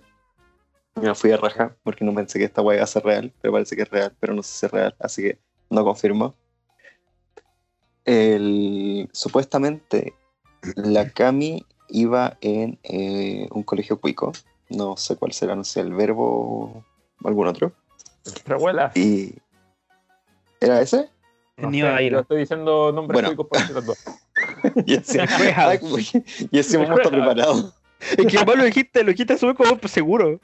S3: Y me la fui a raja porque no pensé que esta weá iba a ser real, pero parece que es real, pero no sé si es real, así que no confirmo. El, supuestamente, la Cami iba en eh, un colegio cuico, no sé cuál será, no sé, el verbo o algún otro.
S2: Pero abuela,
S3: Y. ¿Era ese?
S1: No
S2: no
S1: iba a
S2: sé,
S1: ir.
S2: yo estoy diciendo nombres
S3: Bueno.
S2: públicos por decir los dos.
S3: Y así,
S1: Warehouse.
S3: y así hemos estado preparados.
S1: Es que además lo dijiste, lo dijiste solo como pues, seguro.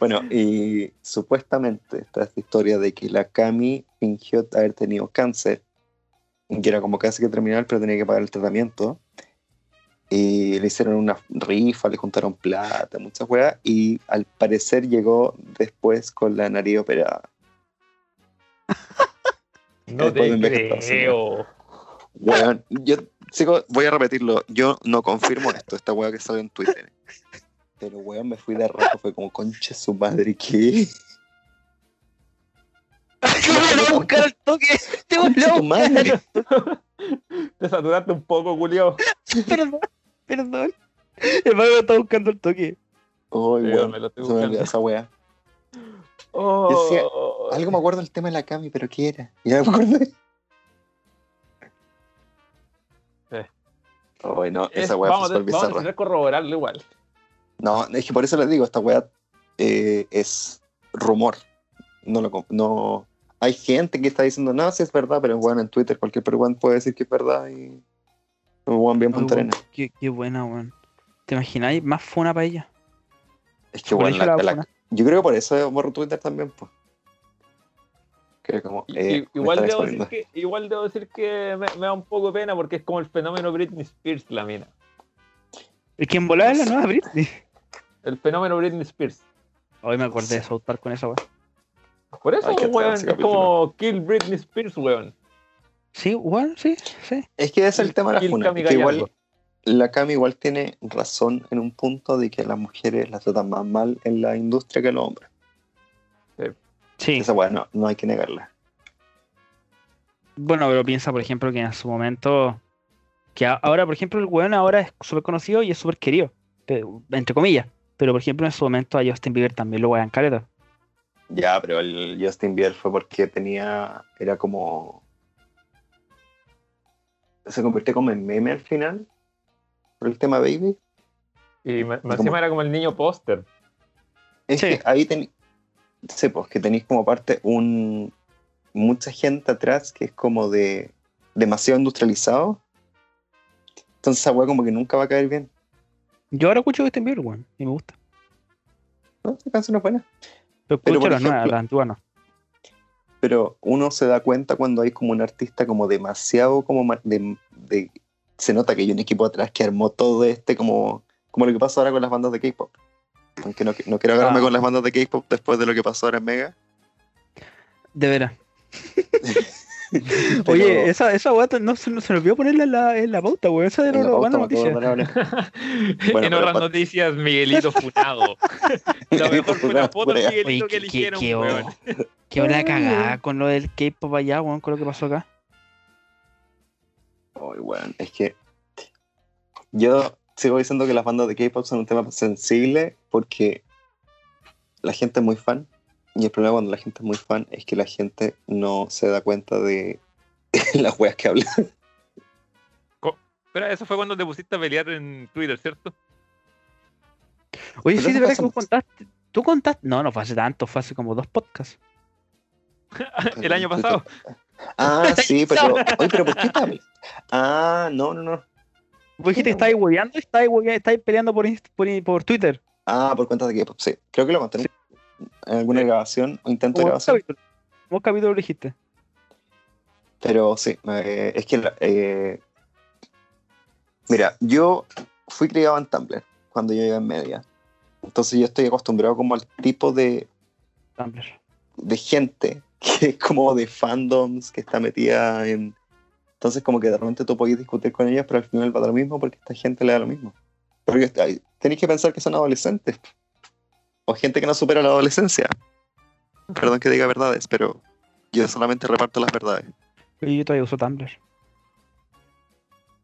S3: Bueno, y supuestamente está esta historia de que la Cami fingió haber tenido cáncer, que era como casi que terminal, pero tenía que pagar el tratamiento. Y le hicieron una rifa, le juntaron plata, muchas weas, y al parecer llegó después con la nariz operada.
S2: No
S3: Después de
S2: te
S3: un viaje a Estados
S2: creo.
S3: Weón, yo sigo, voy a repetirlo, yo no confirmo esto, esta wea que sale en Twitter. Pero weón, me fui de rato, fue como, conche su madre, ¿qué?
S1: lo voy a buscar al toque. Te voy
S3: Conche
S1: a
S3: tu
S1: buscar.
S3: madre.
S2: Te saturaste un poco, Julio.
S1: Perdón, perdón. El mago está buscando el toque.
S3: Ay,
S2: Sí,
S3: weón,
S2: me lo estoy
S3: se me olvidó
S2: buscando.
S3: esa wea.
S2: Oh,
S3: decía, Algo me acuerdo del tema de la Cami, pero ¿qué era? Ya me acuerdo.
S2: Eh.
S3: Ay, no,
S2: es-
S3: esa weá fue
S2: vamos, a- vamos
S3: súper
S2: a
S3: bizarra.
S2: tener que corroborarlo igual.
S3: No, es que por eso les digo, esta weá eh, es rumor. No lo comp- no Hay gente que está diciendo, no, sí es verdad, pero bueno, en Twitter cualquier peruano puede decir que es verdad y. Weón, bien Punta Arena.
S1: Qué, qué buena, weón. ¿Te imagináis? Más funa para ella.
S3: Es que
S1: Por
S3: bueno,
S1: eso la
S3: la- la-
S1: vacuna.
S3: yo creo que por eso borro Twitter también, pues. Creo como.
S2: Y-
S3: eh,
S2: y-
S3: me
S2: igual,
S3: están
S2: debo
S3: exponiendo.
S2: decir que, igual debo decir que me, me da un poco pena porque es como el fenómeno Britney Spears la mina.
S1: El que en volada es la nueva Britney.
S2: El fenómeno Britney Spears.
S1: Hoy me acordé de South Park con esa, weón.
S2: Por eso,
S3: Hay que
S2: weón,
S3: traer
S2: es
S3: ese capítulo.
S2: como Kill Britney Spears, weón.
S1: Sí, weón, sí, sí.
S3: Es que ese es el tema de
S2: Y
S3: la
S2: el
S3: funa.
S2: Cami
S3: que igual,
S2: Gallardo.
S3: la Cami igual tiene razón en un punto de que a las mujeres las tratan más mal en la industria que a los hombres.
S1: Sí.
S3: Esa weá no, no hay que negarla.
S1: Bueno, pero piensa, por ejemplo, que en su momento. Que a- ahora, por ejemplo, el weón ahora es súper conocido y es súper querido. pero- entre comillas. Pero, por ejemplo, en su momento a Justin Bieber también lo wean caleta.
S3: Ya, pero el Justin Bieber fue porque tenía. Era como. Se convirtió como en meme al final. Por el tema Baby.
S2: Y ma- más
S3: ¿Cómo?
S2: encima era como el niño póster.
S3: Es
S1: Sí.
S3: que ahí tenéis. Sí, pues que tenéis como parte un. Mucha gente atrás que es como de. demasiado industrializado. Entonces esa weá como que nunca va a caer bien.
S1: Yo ahora escucho Justin Bieber, weón. Y me gusta.
S3: No, esa canción es buena.
S1: Pero
S3: Pero,
S1: escucho
S3: por
S1: las nuevas,
S3: ejemplo-
S1: las antiguas no.
S3: Pero uno se da cuenta cuando hay como un artista como demasiado como ma- de, de- se nota que hay un equipo atrás que armó todo este como como lo que pasa ahora con las bandas de K-pop. Aunque no, no quiero agarrarme
S1: Ah.
S3: con las bandas de K-pop después de lo que pasó ahora en Mega.
S1: De veras.
S3: Pero-
S1: Oye, esa, esa weá no, se no se nos olvidó ponerla en la, en la pauta, weón. Esa
S3: en
S1: era
S3: la
S1: una buena
S3: pauta me acuerdo
S1: noticia.
S3: de la hora.
S4: en
S3: pero
S4: otras
S3: pa-
S4: noticias, Miguelito Funado. La mejor fue la foto de
S3: Wea.
S4: Miguelito que
S1: qué, qué,
S4: eligieron,
S1: qué,
S4: weón.
S1: oh, qué la cagada con lo del K-pop allá, weón, con lo que pasó acá.
S3: Ay, weón, es que yo sigo diciendo que las bandas de K-pop son un tema sensible porque la gente es muy fan. Y el problema cuando la gente es muy fan es que la gente no se da cuenta de las weas que habla.
S4: Pero eso fue cuando te pusiste a pelear en Twitter, ¿cierto?
S1: Oye, sí,
S3: Pero eso
S1: de verdad que
S3: pasa
S1: tú
S3: mucho.
S1: contaste. Tú contaste. No, no fue hace tanto, fue hace como dos podcasts.
S4: El año pasado.
S3: Ah, sí, pero. Oye, pero ¿por qué te hablas? Ah, no, no, no.
S1: Vos dijiste que estáis hueveando y estáis, huevea- estáis peleando por, Inst- por, por Twitter.
S3: Ah, por cuenta de K-pop, sí. Creo que lo conté en- en alguna grabación o intento de
S1: ¿Cómo
S3: grabación.
S1: capítulo? ¿Cómo capítulo lo dijiste?
S3: Pero sí, eh, es que. la- eh, mira, yo fui criado en Tumblr cuando yo iba en media. Entonces yo estoy acostumbrado como al tipo de,
S1: Tumblr.
S3: de gente que es como de fandoms, que está metida en... Entonces como que de repente tú podías discutir con ellos, pero al final va a dar lo mismo porque esta gente le da lo mismo. Porque ay, tenéis que pensar que son adolescentes. O gente que no supera la adolescencia. Perdón que diga verdades, pero yo solamente reparto las verdades.
S1: Oye, yo todavía uso Tumblr.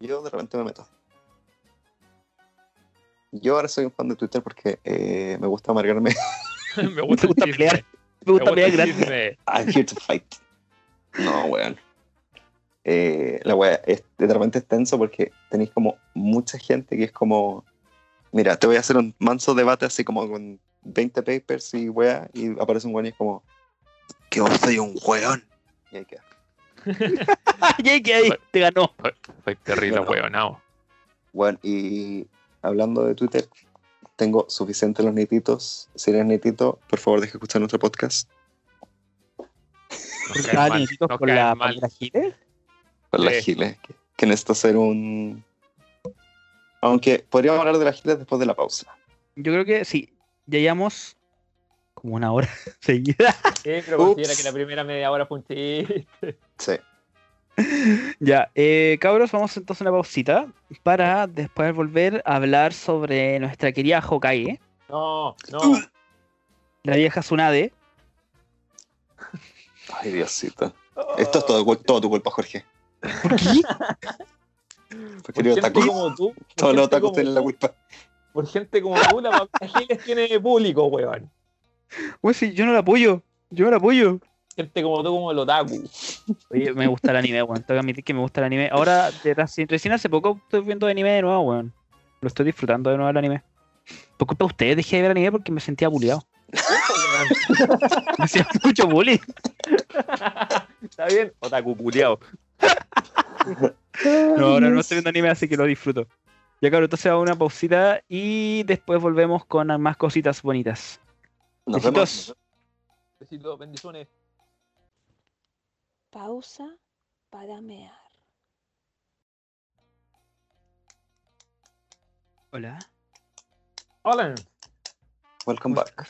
S3: Yo de repente me meto. Yo ahora soy un fan de Twitter porque eh, me gusta amargarme.
S4: Me
S1: Me
S4: gusta, el
S1: gusta
S4: chisme,
S1: pelear. Me
S4: me
S1: gusta
S4: gusta
S1: pelear
S4: el
S1: gratis.
S4: chisme.
S3: I'm here to fight. No, weón. Eh, la weá es, de repente es tenso porque tenéis como mucha gente que es como, mira, te voy a hacer un manso debate así como con 20 papers y weá, y aparece un weón y es como, que vos soy un weón. Y ahí queda.
S1: Ay, que ahí te ganó.
S4: Soy terrible,
S3: Bueno.
S4: weonao.
S3: Bueno, y hablando de Twitter, tengo suficiente los nititos. Si eres nitito, por favor, deja escuchar nuestro podcast.
S4: Nos
S1: Ah,
S4: caen mal,
S1: nietitos
S4: nos
S1: con
S4: caen
S1: la
S4: mal.
S1: Pamela Giles.
S3: Para las
S4: Sí.
S3: giles, que, que necesito hacer un. Aunque podríamos hablar de las giles después de la pausa.
S1: Yo creo que sí. Ya llevamos como una hora seguida.
S2: Sí, pero
S3: Ups.
S2: considera que la primera media hora fue un chiste.
S3: Sí.
S1: Ya, eh, cabros, vamos entonces a una pausita para después volver a hablar sobre nuestra querida Hokage,
S2: No, no.
S1: la vieja Tsunade.
S3: Ay, Diosito. Esto es todo, cul- todo tu culpa, Jorge.
S1: ¿Por qué?
S3: Porque
S2: Por
S3: querido
S2: gente
S3: otaku,
S2: como tú. por
S3: todos los
S2: gente
S3: otakus
S2: como
S3: tienen la
S2: tú,
S3: culpa.
S2: Por gente como tú, la Pamela Giles tiene público, weón.
S1: Güey, si Pues yo no la apoyo. Yo no la apoyo.
S2: Gente como tú, como el otaku.
S1: Oye, me gusta el anime, weón. Tengo que admitir que me gusta el anime. Ahora, de reci- recién hace poco estoy viendo anime de nuevo, weón. Lo estoy disfrutando de nuevo el anime. Por culpa de ustedes dejé de ver anime porque me sentía bulleado. Me hacía mucho bullying.
S2: Está bien, otaku puteado.
S1: No, ahora no estoy viendo anime, así que lo disfruto. Ya claro, entonces hago una pausita y después volvemos con más cositas bonitas.
S3: Nos
S1: Besitos.
S3: vemos.
S2: Besitos, bendiciones.
S5: Pausa para mear.
S1: Hola.
S2: Hola.
S3: Welcome back.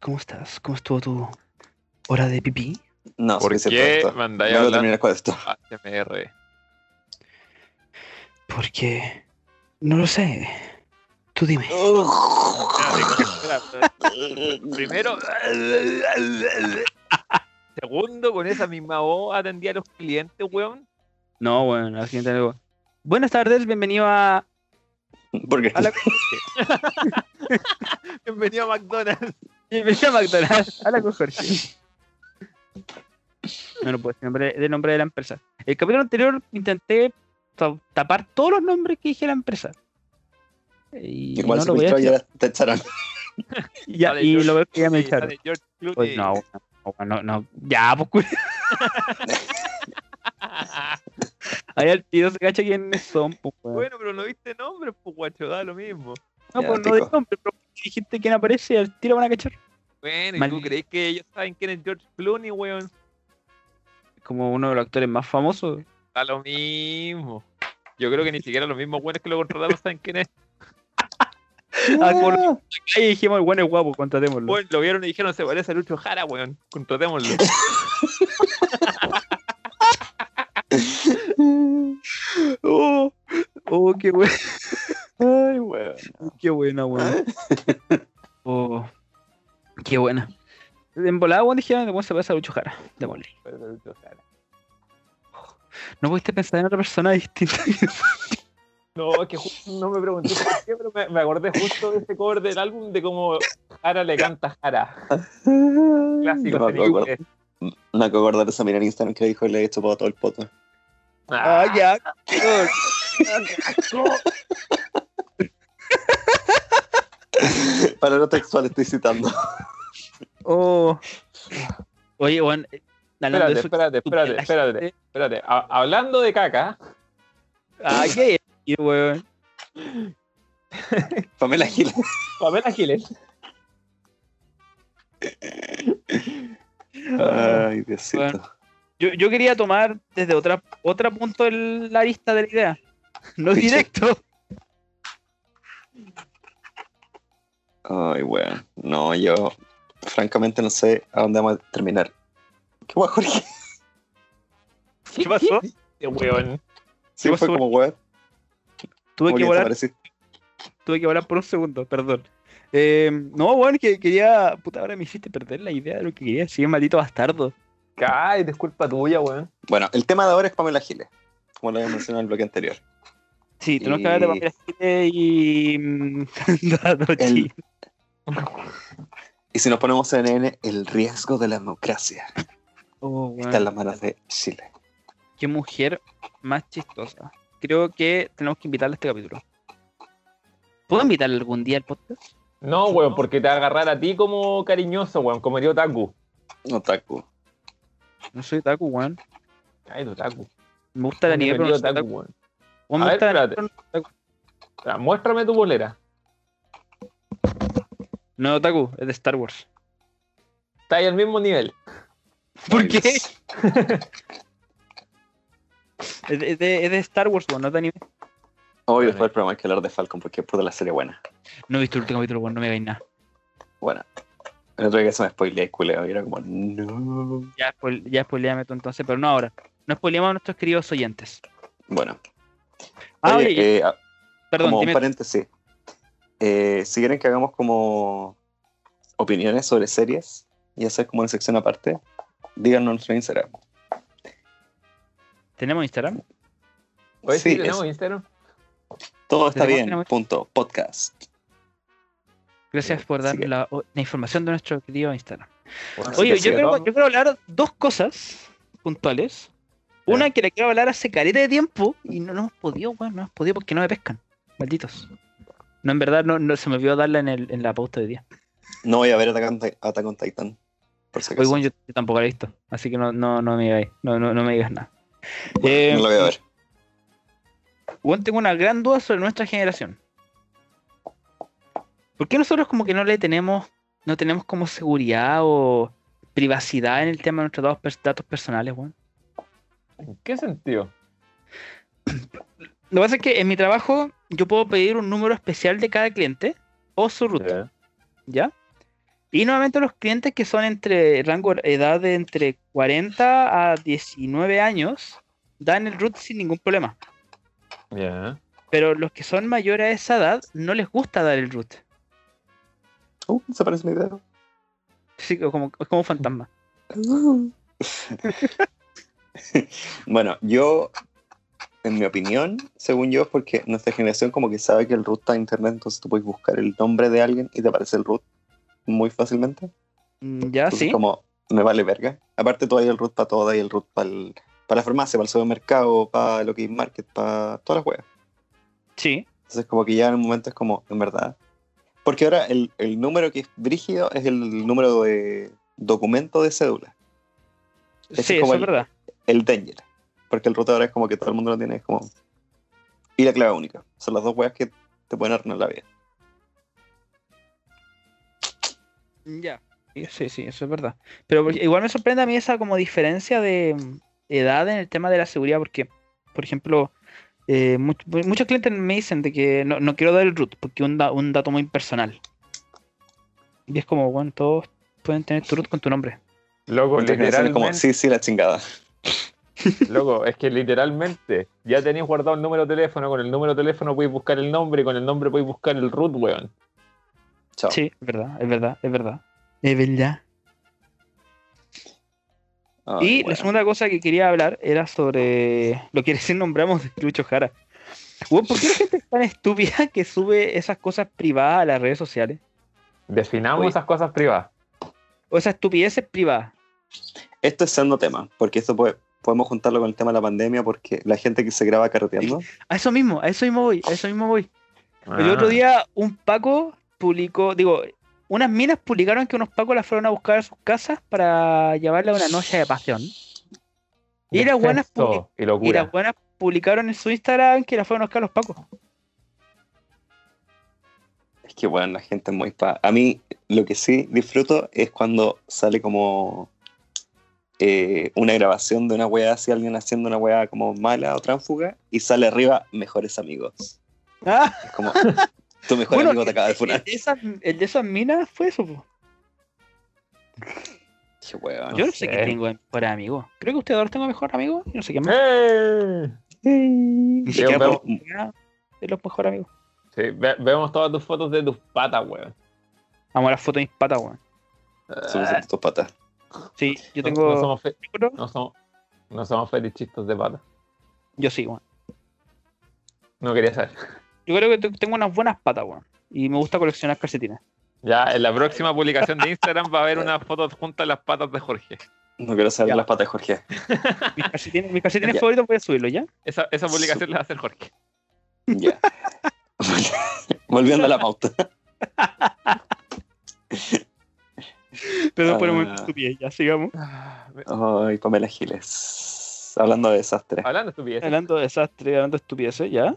S1: ¿Cómo estás? ¿Cómo estuvo tu hora de pipí?
S3: No,
S4: ¿Por
S3: suficiente
S4: qué
S3: esto.
S4: me andáis
S3: No voy a
S4: hablando?
S3: terminar con esto.
S4: HMR.
S1: Porque... No lo sé. Tú dime.
S2: Espérate, espérate. Primero. Segundo, con esa misma voz atendía a los clientes, weón.
S1: No, bueno, la siguiente luego. Buenas tardes, bienvenido a.
S3: Porque
S1: A la-
S2: Bienvenido a McDonald's.
S1: Bienvenido a McDonald's. A la consorcio. No, no puedo decir nombre, el nombre de la empresa. El capítulo anterior intenté ta- tapar todos los nombres que dije de la empresa. Y
S3: igual
S1: no
S3: se
S1: lo voy a
S3: filtró y
S1: hacer.
S3: ya te echaron.
S1: Y ya-
S2: Sale
S1: y
S2: George
S1: lo veo que ya me
S2: Clooney,
S1: echaron.
S2: sale George Clooney.
S1: Pues no, no, no, no. Ya, pues culiao. Ahí el tío se cacha quiénes son, pues weón.
S2: Bueno, pero no viste nombre, pues guacho, da lo mismo.
S1: No,
S3: ya,
S1: pues no
S3: tico.
S1: de nombre, pero dijiste quién aparece, al tiro van a cachar.
S2: Bueno, ¿y
S1: Mal-
S2: tú crees que ellos saben quién es George Clooney, weón?
S1: Como uno de los actores más famosos.
S2: Da lo mismo. Yo creo que ni siquiera los mismos weones que lo contrataron saben quién es.
S1: Ah, por la calle dijimos, el bueno es guapo, contratémoslo.
S2: Bueno, lo vieron y dijeron, se parece a Lucho Jara, weón. Contratémoslo.
S1: Oh, oh, qué bueno,
S3: Ay, weón.
S1: qué buena, weón.
S2: Ah.
S1: Oh, qué buena. En volada, weón, dijeron, bueno, se parece a Lucho Jara, de mole.
S2: Se parece a Lucho Jara.
S1: No pudiste pensar en otra persona distinta.
S2: No, es que justo no me pregunté por qué, pero me, me acordé justo de ese cover del álbum de cómo Jara le canta Jara. Clásico.
S3: No,
S2: en
S3: no,
S2: inglés.
S3: Me acabo de acordar de esa mirada en Instagram que dijo le he hecho para todo el poto.
S2: Ah,
S1: ya.
S3: Para lo textual estoy citando.
S1: Oh. Oye, weón, eh, hablando
S2: espérate,
S1: de eso,
S2: espérate, espérate,
S1: la
S2: espérate,
S1: gente-
S2: espérate. Ha- hablando de caca,
S1: Ah, qué bien, weón.
S3: Pamela Gil.
S2: Pamela Giles.
S3: Ay, Diosito.
S1: Ah, Bueno. Yo, yo quería tomar desde otra, otra punto el- la vista de la idea. No directo.
S3: Ay, weón. No, yo francamente no sé a dónde vamos a terminar. ¿Qué weón, Jorge?
S1: ¿Qué pasó?
S2: Este weón.
S3: Sí,
S1: pasó?
S3: fue como weón.
S1: Tuve
S3: como
S1: que
S3: que
S1: volar
S3: desapareciste.
S1: tuve que hablar por un segundo, perdón. Eh, no, bueno, que quería. Puta, ahora me hiciste perder la idea de lo que quería decir, maldito bastardo.
S2: Ay, disculpa tuya, weón.
S3: Bueno, el tema de ahora es Pamela Giles, como lo había mencionado en el bloque anterior.
S1: Sí, tenemos
S3: Y-
S1: que hablar de Pamela Giles y. mm, Dado
S3: El-
S1: Chi.
S3: Y si nos ponemos en N, el riesgo de la democracia
S1: Oh, weón.
S3: está en las manos de Chile.
S1: Qué mujer más chistosa. Creo que tenemos que invitarla a este capítulo. ¿Puedo invitarla algún día al podcast?
S2: No, weón, porque te va a agarrar a ti como cariñoso, weón, como yo Taku.
S3: Otaku.
S1: No soy Taku, weón.
S2: Ay, tu Taku.
S1: Me gusta la nieve, pero no soy otaku.
S2: weón.
S1: Weón, me
S2: A ver,
S1: gusta el anime,
S2: espérate.
S1: pero no soy otaku.
S2: Ya, Muéstrame tu bolera.
S1: No, Taku, es de Star Wars.
S2: Está ahí al mismo nivel.
S1: ¿Por
S3: Ay,
S1: qué?
S3: Dios.
S1: Es de, es de- es de Star Wars, weón, no es de anime.
S3: Hoy después del programa hay que hablar de Falcon porque es puta la serie buena.
S1: No he visto el último capítulo, weón, no me hagáis nada.
S3: Bueno, el otro día que se me spoileé, culeo, y era como, no.
S1: Ya, spoil- ya spoileame tú entonces, pero no ahora. No spoileamos a nuestros queridos oyentes.
S3: Bueno,
S1: Ah,
S3: oye,
S1: oye, ya-
S3: eh, a-
S1: perdón,
S3: como
S1: dime.
S3: un paréntesis. Eh, si quieren que hagamos como opiniones sobre series y hacer como una sección aparte, díganos en nuestro Instagram.
S1: ¿Tenemos Instagram?
S2: Oye, sí,
S3: Sí,
S2: tenemos
S3: es-
S2: Instagram.
S3: Todo está
S1: Tenemos-
S3: bien,
S1: tenemos-
S3: punto, podcast.
S1: Gracias por
S3: Eh, Sí
S1: darme
S3: que-
S1: la, o- la información de nuestro querido Instagram.
S3: Así
S1: Oye,
S3: que
S1: yo
S3: sigue
S1: quiero,
S2: vamos.
S1: yo quiero hablar dos cosas puntuales.
S2: Ya.
S1: Una que le quiero hablar hace careta de tiempo y no, no hemos podido, weón, no hemos podido porque no me pescan. Malditos. No, en verdad, no, no se me olvidó darla en, el, en la pauta de día.
S3: No voy a ver Attack on, Ti- Attack on Titan. Por si
S1: Hoy,
S3: acaso.
S1: weón, yo, yo tampoco la he visto, así que no, no, no me digas, no, no, no me digas nada. Eh,
S3: no lo voy a ver.
S1: Weón, tengo una gran duda sobre nuestra generación. ¿Por qué nosotros como que no le tenemos, no tenemos como seguridad o privacidad en el tema de nuestros datos, pers- datos personales, weón?
S2: ¿En qué sentido?
S1: Lo que pasa es que en mi trabajo yo puedo pedir un número especial de cada cliente o su ruta, ¿ya? Y nuevamente los clientes que son entre rango de edad de entre 40 a 19 años dan el root sin ningún problema.
S2: Ya.
S1: Pero los que son mayores a esa edad no les gusta dar el root.
S3: Uh, desaparece mi dedo.
S1: Sí, como, es como un fantasma.
S3: Bueno, yo, en mi opinión, según yo, es porque nuestra generación como que sabe que el root está en internet, entonces tú puedes buscar el nombre de alguien y te aparece el root muy fácilmente.
S1: Mm, Ya,
S3: Entonces,
S1: sí.
S3: como, me vale verga. Aparte, tú hay el root para todo, hay el root para la farmacia, para el supermercado, para lo que es market, para todas las weas.
S1: Sí.
S3: Entonces, como que ya en un momento es como, en verdad. Porque ahora el, el número que es brígido es el número de documento de cédula, Ese es
S1: Sí,
S3: como
S1: eso es
S3: el-
S1: verdad.
S3: el danger. Porque el root ahora es como que todo el mundo lo tiene, es como. Y la clave única. Son las dos weas que te pueden arruinar la vida.
S1: Ya. Sí, sí, eso es verdad. Pero porque- igual me sorprende a mí esa como diferencia de mm, edad en el tema de la seguridad, porque, por ejemplo, eh, much- mu- muchos clientes me dicen de que no, no quiero dar el root, porque es un, da- un dato muy personal. Y es como, bueno, todos pueden tener tu root con tu nombre.
S2: Loco,
S3: Muchas generaciones
S2: literalmente,
S3: como, sí, sí, la chingada.
S2: loco, es que literalmente ya tenéis guardado el número de teléfono, con el número de teléfono podéis buscar el nombre, y con el nombre podéis buscar el root, weón.
S3: Chao.
S1: Sí, es verdad, es verdad, es verdad. Es verdad.
S2: Ah,
S3: Ay,
S1: Y la
S3: weón.
S1: segunda cosa que quería hablar era sobre lo que recién nombramos de Lucho Jara. Weón, ¿Por qué la gente es tan estúpida que sube esas cosas privadas a las redes sociales?
S2: Definamos
S3: Oye.
S2: esas cosas privadas.
S1: O esas estupideces privadas.
S3: Esto es siendo tema, porque esto puede- podemos juntarlo con el tema de la pandemia, porque la gente que se graba carreteando.
S1: A eso mismo, a eso mismo voy, a eso mismo voy. El otro
S2: Ah.
S1: día un Paco publicó, digo, unas minas publicaron que unos Pacos las fueron a buscar a sus casas para llevarla a una noche de pasión. Y las buenas,
S2: Descenso
S1: public-
S2: y
S1: y
S2: locura.
S1: las buenas publicaron en su Instagram que las fueron a buscar los Pacos.
S3: Es que, bueno, la gente es muy pa. A mí, lo que sí disfruto es cuando sale como eh, una grabación de una weá, así alguien haciendo una weá como mala o tránfuga, y sale arriba mejores amigos.
S1: Ah.
S3: Es como, tu mejor
S1: Bueno, eh,
S3: amigo te acaba de
S1: El
S3: funar.
S1: de esas, el de esas minas fue eso. po.
S3: Qué weón.
S1: Yo no sé
S2: sé.
S1: qué tengo de mejor amigo. Creo que ustedes ahora tengo mejor amigo. y No sé qué más.
S2: ¡Eh!
S1: Ni
S2: Yo
S1: siquiera
S2: veo-
S1: puedo nada de los mejores amigos.
S2: Sí, ve- vemos todas tus fotos de tus patas, weón. Ah,
S1: Vamos a las fotos de mis patas, weón.
S3: Somos en tus patas.
S1: Sí, yo
S2: No-
S1: tengo.
S2: No, somos, fe-
S1: seguro,
S2: no, somos, no somos fetichistas de patas.
S1: Yo sí, weón.
S2: No quería saber.
S1: Yo creo que te- tengo unas buenas patas, weón. Y me gusta coleccionar calcetines.
S2: Ya, en la próxima publicación de Instagram va a haber una foto junto a las patas de Jorge.
S3: No quiero saber
S1: Ya.
S3: las patas, de Jorge.
S1: Mis calcetines, mis calcetines
S3: Ya.
S1: favoritos voy a subirlos, ¿ya?
S2: Esa, esa publicación la va a hacer Jorge.
S3: Ya. Volviendo a la pauta.
S1: Pero después
S3: Ah.
S1: me estupidez, ya sigamos. Ah,
S3: Ay, Pamela Giles. Hablando de desastres.
S2: Hablando estupidez.
S1: Hablando de desastre, hablando de estupideces, ¿ya?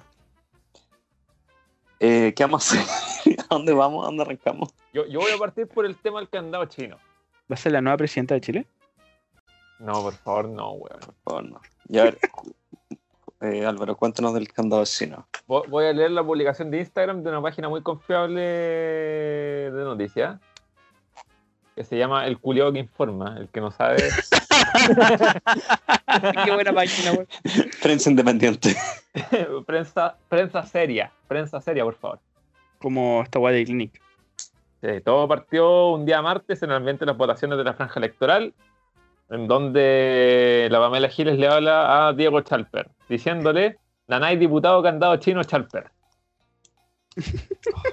S3: Eh, ¿Qué vamos a hacer? ¿A dónde vamos? ¿A dónde arrancamos?
S2: Yo, yo voy a partir por el tema del candado chino.
S1: ¿Va a ser la nueva presidenta de Chile?
S2: No, por favor, no, weón.
S3: Por favor, no. Ya, a ver, eh, Álvaro, cuéntanos del candado chino.
S2: Vo- Voy a leer la publicación de Instagram de una página muy confiable de noticias que se llama El culiao que informa, el que no sabe.
S1: Qué buena página, weón.
S3: Prensa independiente.
S2: prensa, prensa seria, prensa seria, por favor.
S1: Como esta guay de Clinic.
S2: Sí, Eh, todo partió un día martes en el ambiente de las votaciones de la franja electoral, en donde la Pamela Giles le habla a Diego Chalper, diciéndole, Nanay, diputado candado chino Chalper.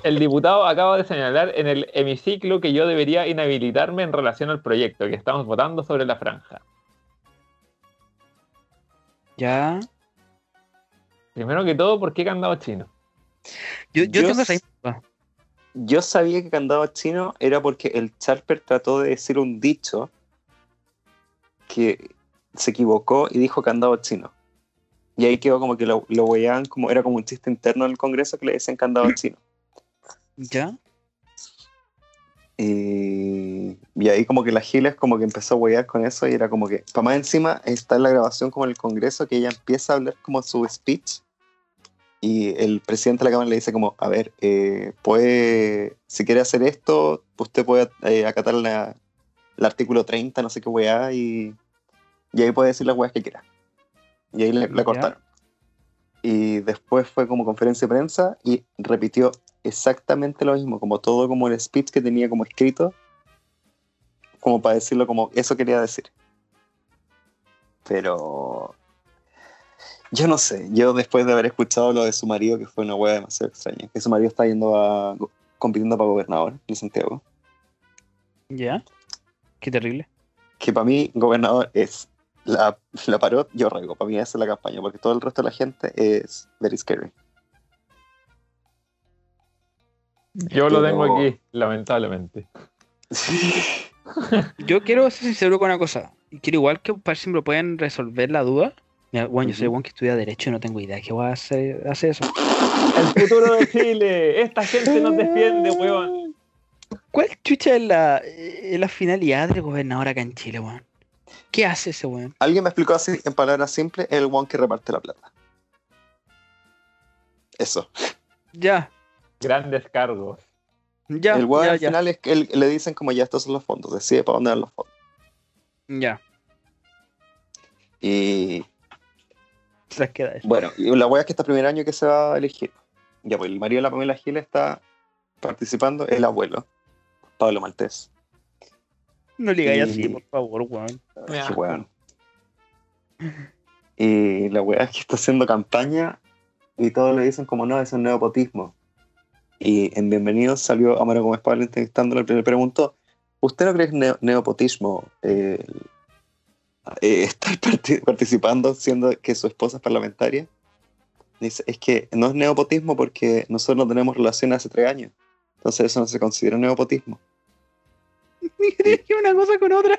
S2: El diputado acaba de señalar en el hemiciclo que yo debería inhabilitarme en relación al proyecto que estamos votando sobre la franja.
S1: Ya.
S2: Primero que todo, ¿por qué candado chino?
S1: Yo, yo
S3: Yo
S1: tengo
S3: s-
S1: esa
S3: Yo sabía que candado chino era porque el Charper trató de decir un dicho que se equivocó y dijo candado chino. Y ahí quedó como que lo, lo huellaban como era como un chiste interno del Congreso que le decían candado chino.
S1: ¿Ya?
S3: Y, y ahí como que la Giles como que empezó a huear con eso y era como que, para más encima está en la grabación como en el Congreso que ella empieza a hablar como su speech y el presidente de la Cámara le dice como, a ver, eh, puede, si quiere hacer esto, usted puede eh, acatar la, el artículo 30, no sé qué weá, y, y ahí puede decir las weas que quiera. Y ahí le- la
S1: Ya.
S3: cortaron. y después fue como conferencia de prensa y repitió exactamente lo mismo, como todo como el speech que tenía como escrito, como para decirlo como eso quería decir. Pero yo no sé, yo después de haber escuchado lo de su marido, que fue una hueá demasiado extraña, que su marido está yendo a go- compitiendo para gobernador de Santiago,
S1: ¿Ya? Qué terrible.
S3: que para mí gobernador es la, la parot, yo rego, para mí esa es la campaña, porque todo el resto de la gente es very scary.
S2: Yo lo
S3: Pero-
S2: tengo aquí, lamentablemente.
S1: Yo quiero ser sincero con una cosa. y Quiero igual que para si me lo pueden resolver la duda. Mira, bueno, yo soy
S3: Ujú.
S1: Juan que estudia Derecho y no tengo idea de qué voy a hacer, hacer eso.
S2: El futuro de Chile. Esta gente nos defiende, weón.
S1: ¿Cuál chucha es la, es la finalidad del gobernador acá en Chile, weón? ¿Qué hace ese weón?
S3: Alguien me explicó así en palabras simples, el one que reparte la plata. Eso.
S1: Ya,
S2: Grandes cargos.
S1: ya,
S3: el one
S1: ya,
S3: al
S1: ya,
S3: final es que él- le dicen como ya estos son los fondos, decide para dónde van los fondos.
S1: ya.
S3: Y
S1: Se las queda eso.
S3: bueno, y la wea es que este primer año que se va a elegir. Ya, pues el marido de la Pamela Gil está participando, el abuelo, Pablo Maltés.
S1: No le digáis
S3: y-
S1: así, por favor, weón.
S2: Me
S3: Qué
S2: da-
S3: weón. Y la weá es que está haciendo campaña y todos le dicen como no, eso es neopotismo. Y en Bienvenidos salió Amaro Gómez Pablo entrevistándolo y le preguntó, ¿usted no cree que es neo- neopotismo eh, eh, estar parti- participando siendo que su esposa es parlamentaria? Dice, es que no es neopotismo porque nosotros no tenemos relación hace tres años. Entonces eso no se considera neopotismo.
S1: Dije una cosa con otra.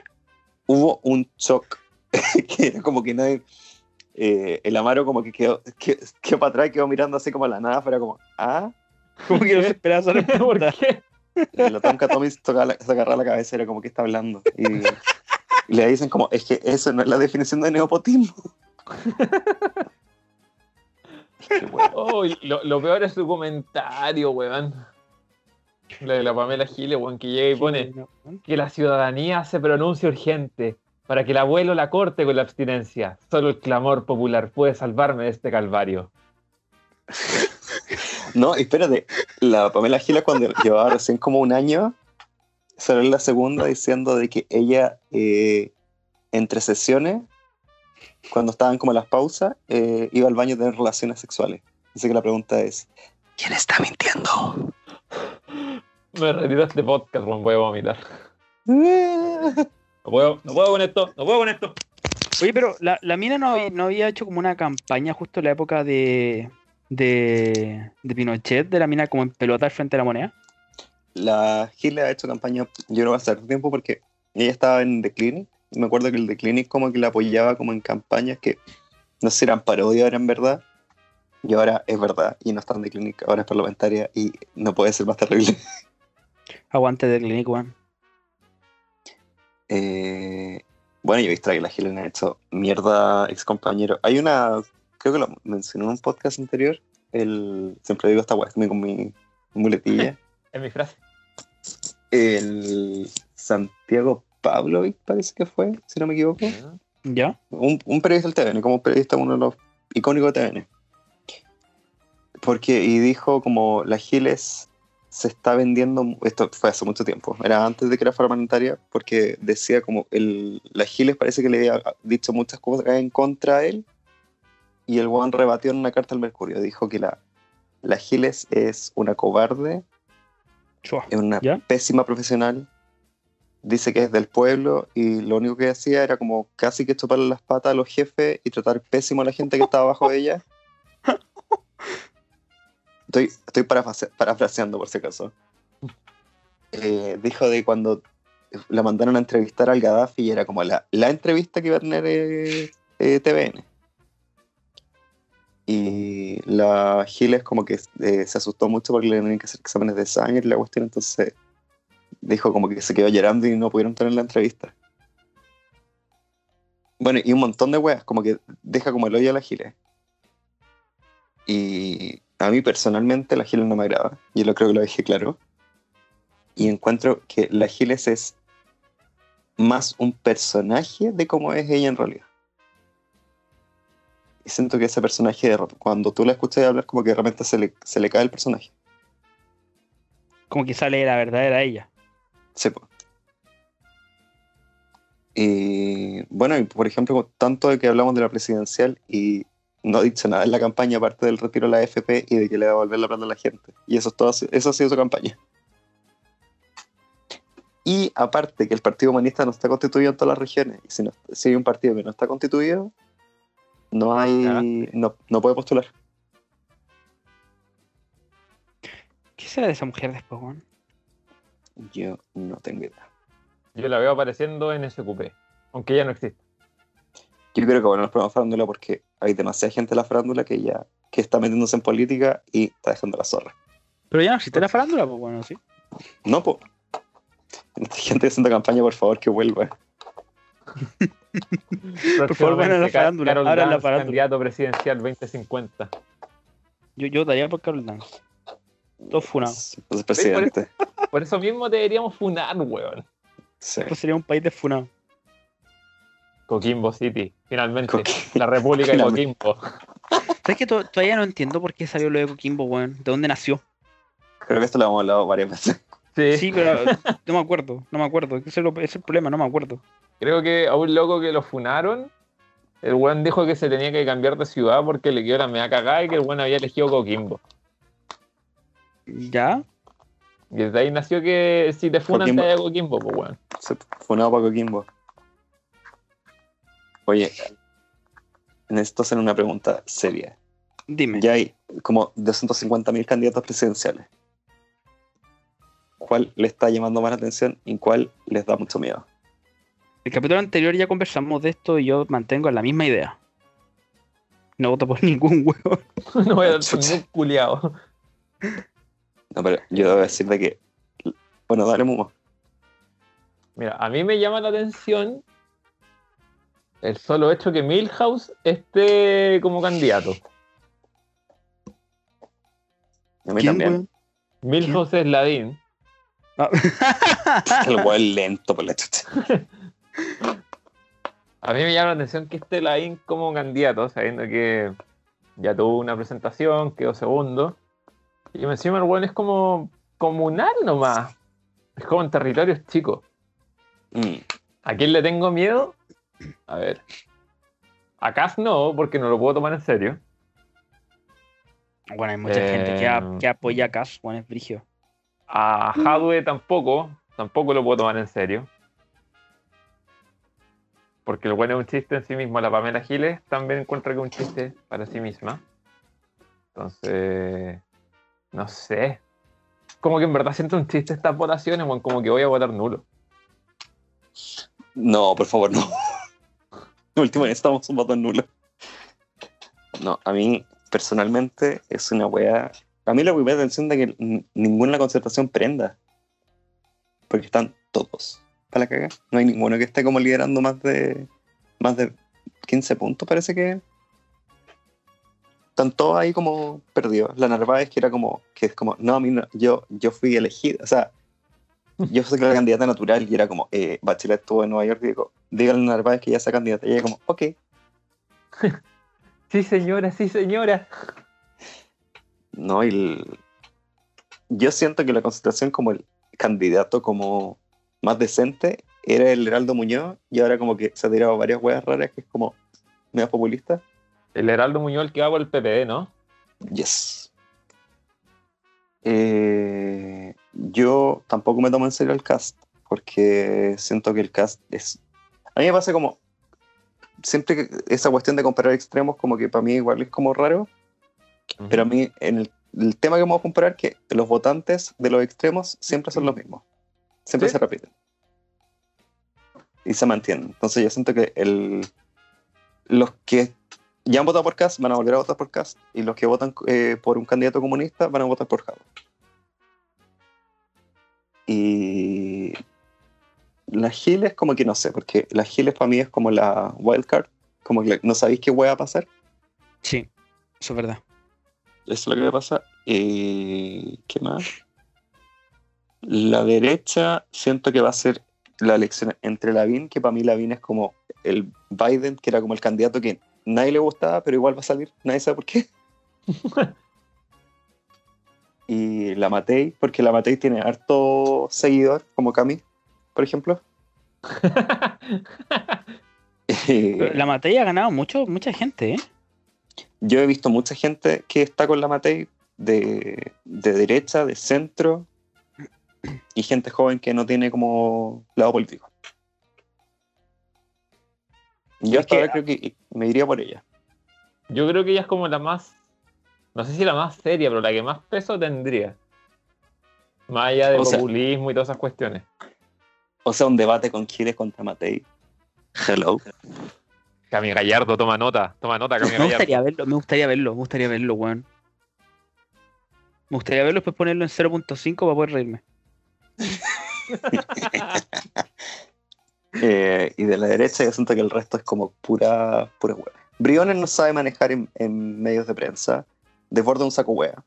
S3: hubo un shock que era como que nadie eh, el Amaro como que quedó, que- quedó para atrás quedó mirando así como a la nada pero como ah
S1: Como que no se esperaba esa
S2: ¿Por
S1: respuesta.
S2: qué?
S3: el Tom Katomi se, tocaba la- se agarraba la cabeza era como que está hablando y, y le dicen como es que eso no es la definición de neopotismo Qué bueno.
S2: Oh, y lo, lo peor es su comentario, weón. La de la Pamela Giles, weón, que llega y pone que la ciudadanía se pronuncie urgente para que el abuelo la corte con la abstinencia. Solo el clamor popular puede salvarme de este calvario.
S3: no espérate la Pamela Gila cuando llevaba recién como un año salió en la segunda diciendo de que ella eh, entre sesiones, cuando estaban como las pausas, eh, iba al baño a tener relaciones sexuales. Así que la pregunta es, ¿quién está mintiendo?
S2: Me retiro de este podcast, weón, voy a vomitar. No puedo, no puedo con esto, no puedo con esto.
S1: Oye, pero la, la mina no, había- no había hecho como una campaña justo en la época de, de, de Pinochet, de la mina como en pelota al frente de la moneda.
S3: La Gila ha hecho campaña, yo no va a hacer tiempo porque ella estaba en The Clinic. y Me acuerdo que el The Clinic como que la apoyaba como en campañas que no sé si eran parodia, eran verdad. Y ahora es verdad, y no está en The Clinic, ahora es parlamentaria y no puede ser más terrible.
S1: Aguante de Clinic One.
S3: Eh, bueno, yo he visto que la Helen ha hecho mierda ex compañero. Hay una, creo que lo mencioné en un podcast anterior. El, siempre digo esta guay con mi muletilla.
S2: Es mi frase.
S3: El Santiago Pavlovich parece que fue, si no me equivoco.
S1: ¿Ya?
S3: Un, un periodista del TVN, como un periodista uno de los icónicos de TVN. Porque, y dijo como la Giles se está vendiendo, esto fue hace mucho tiempo, era antes de que era parlamentaria, porque decía como el, la Giles parece que le había dicho muchas cosas en contra de él, y el Juan rebatió en una carta al Mercurio, dijo que la, la Giles es una cobarde,
S1: Chua.
S3: es una
S1: ¿Ya?
S3: pésima profesional. Dice que es del pueblo y lo único que hacía era como casi que chuparle las patas a los jefes y tratar pésimo a la gente que estaba abajo de ella. Estoy, estoy parafase- parafraseando por si acaso. Eh, dijo de cuando la mandaron a entrevistar al Gaddafi y era como la, la entrevista que iba a tener eh, eh, TVN. Y la Giles como que eh, se asustó mucho porque le tenían que hacer exámenes de sangre y la cuestión, entonces dijo como que se quedó llorando y no pudieron tener la entrevista. Bueno, y un montón de weas, como que deja como el hoyo a la Giles. Y a mí personalmente la Giles no me agrada, yo lo creo que lo dije claro. Y encuentro que la Giles es más un personaje de cómo es ella en realidad. Y siento que ese personaje, de rep- cuando tú la escuchas hablar, como que de repente se le, se le cae el personaje.
S1: Como que sale la verdadera ella.
S3: Sí, po. Y bueno, y por ejemplo, con tanto de que hablamos de la presidencial y no ha dicho nada en la campaña, aparte del retiro de la AFP y de que le va a volver la plata a la gente. Y eso, es todo, eso ha sido su campaña. Y aparte que el Partido Humanista no está constituido en todas las regiones. Y si, no- si hay un partido que no está constituido, no hay no, no puede postular.
S1: ¿Qué será de esa mujer después, weón?
S3: Yo no tengo idea.
S2: Yo la veo apareciendo en ese cupé, aunque ya no existe.
S3: Yo creo que bueno, el programa farándula porque hay demasiada gente en la farándula que ya que está metiéndose en política y está dejando la zorra.
S1: Pero ya no existe la farándula, pues bueno, sí.
S3: No, po. Esta gente haciendo campaña, por favor, que vuelva.
S1: Por favor, vayan a la
S2: Próximamente, Ca-
S1: farándula,
S2: Carol
S1: abran la
S2: Dance,
S1: farándula.
S2: candidato presidencial 2050.
S1: Yo, yo daría por Carol Dance. Todo funado.
S3: Entonces, presidente.
S2: Por eso mismo deberíamos funar, weón.
S3: Sí.
S1: Esto sería un país de funado.
S2: Coquimbo City, finalmente.
S3: Coqui-
S2: La República de
S3: Finalmente.
S2: Coquimbo.
S1: ¿Sabes que to- todavía no entiendo por qué salió lo de Coquimbo, weón? ¿De dónde nació?
S3: Creo que esto lo hemos hablado varias veces.
S2: Sí.
S1: Sí, pero no me acuerdo, no me acuerdo. Ese es, lo- ese es el problema, no me acuerdo.
S2: Creo que a un loco que lo funaron, el weón dijo que se tenía que cambiar de ciudad porque le quedó la media cagada y que el weón había elegido Coquimbo.
S1: ¿Ya?
S2: Y desde ahí nació que si te funan
S3: Coquimbo.
S2: te vayas a Coquimbo, pues weón.
S3: Sí, Funado para Coquimbo. Oye, necesito hacer una pregunta seria.
S1: Dime.
S3: Ya hay como 250.000 candidatos presidenciales. ¿Cuál le está llamando más la atención y cuál les da mucho miedo?
S1: El capítulo anterior ya conversamos de esto y yo mantengo la misma idea. No voto por ningún huevo.
S2: No voy a dar
S3: Chucha.
S2: ningún culiao.
S3: No, pero yo debo decir de que. Bueno, dale, Mumo.
S2: Mira, a mí me llama la atención el solo hecho que Milhouse esté como candidato.
S3: A mí también.
S2: Milhouse es Ladín.
S3: El hueón lento por la chucha.
S2: A mí me llama la atención que esté Laín como candidato, sabiendo que ya tuvo una presentación, quedó segundo. Y encima el weón es como comunal nomás. Es como en territorios chicos.
S3: Mm.
S2: ¿A quién le tengo miedo? A ver. A Kaz no, porque no lo puedo tomar en serio.
S1: Bueno, hay mucha gente que, a-
S2: Eh.
S1: que apoya a Cash, Juan es brigio.
S2: A Hadwe tampoco, tampoco lo puedo tomar en serio. Porque el bueno es un chiste en sí mismo. La Pamela Giles también encuentra que es un chiste para sí misma. Entonces, no sé. Como que en verdad siento un chiste estas votaciones, weón, como que voy a votar nulo.
S3: No, por favor, no. El último día estamos un botón nulo. No, a mí personalmente es una wea. A mí la primera atención de que n- ninguna la concertación prenda. Porque están todos para la caga. No hay ninguno que esté como liderando más de más de 15 puntos, parece que. Están todos ahí como perdidos. La Narváez que era como, que es como, no, a mí no, yo, yo fui elegida. O sea, yo soy la candidata natural y era como, eh, Bachelet estuvo en Nueva York y digo, díganle a Narváez que ya sea candidata. Y ella como, ok.
S2: Sí, señora, sí, señora.
S3: No, y el- yo siento que la concentración como el candidato como más decente era el Heraldo Muñoz y ahora como que se ha tirado varias huevas raras que es como medio populista.
S2: El Heraldo Muñoz el que va por el PPD, ¿no?
S3: Yes. Eh, yo tampoco me tomo en serio el cast, porque siento que el cast es... A mí me pasa como... Siempre que esa cuestión de comparar extremos, como que para mí igual es como raro, pero a mí en el, el tema que vamos a comparar que los votantes de los extremos siempre son los mismos, siempre
S2: Sí.
S3: se repiten. Y se mantienen. Entonces yo siento que el, los que ya han votado por Cast van a volver a votar por Cast y los que votan eh, por un candidato comunista van a votar por Javo. Y la Giles como que no sé, porque la Giles para mí es como la wildcard, como que no sabéis qué hueá va a pasar.
S1: Sí, eso es verdad.
S3: Eso es lo que me pasa. Eh, ¿Qué más? La derecha siento que va a ser la elección entre Lavín, que para mí Lavín es como el Biden, que era como el candidato que nadie le gustaba, pero igual va a salir, nadie sabe por qué. y la Matei, porque la Matei tiene harto seguidor, como Cami, por ejemplo. Y
S1: La Matei ha ganado mucho, mucha gente, ¿eh?
S3: yo he visto mucha gente que está con la Matei de, de derecha, de centro, y gente joven que no tiene como lado político. Yo
S1: Es
S3: hasta
S1: que-
S3: ahora creo que me iría por ella.
S2: Yo creo que ella es como la más. No sé si la más seria, pero la que más peso tendría. Más allá de
S3: O sea-
S2: populismo y todas esas cuestiones.
S3: O sea, un debate con Chile contra Matei. Hello.
S4: Cami Gallardo, toma nota, toma nota, Cami
S1: Me
S4: Gallardo.
S1: gustaría verlo, me gustaría verlo, me gustaría verlo, weón. Me gustaría verlo, después ponerlo en 0.5 para poder reírme.
S3: Eh, y de la derecha yo siento que el resto es como pura, pura hueá. Briones no sabe manejar en, en medios de prensa. Desborda un saco hueá.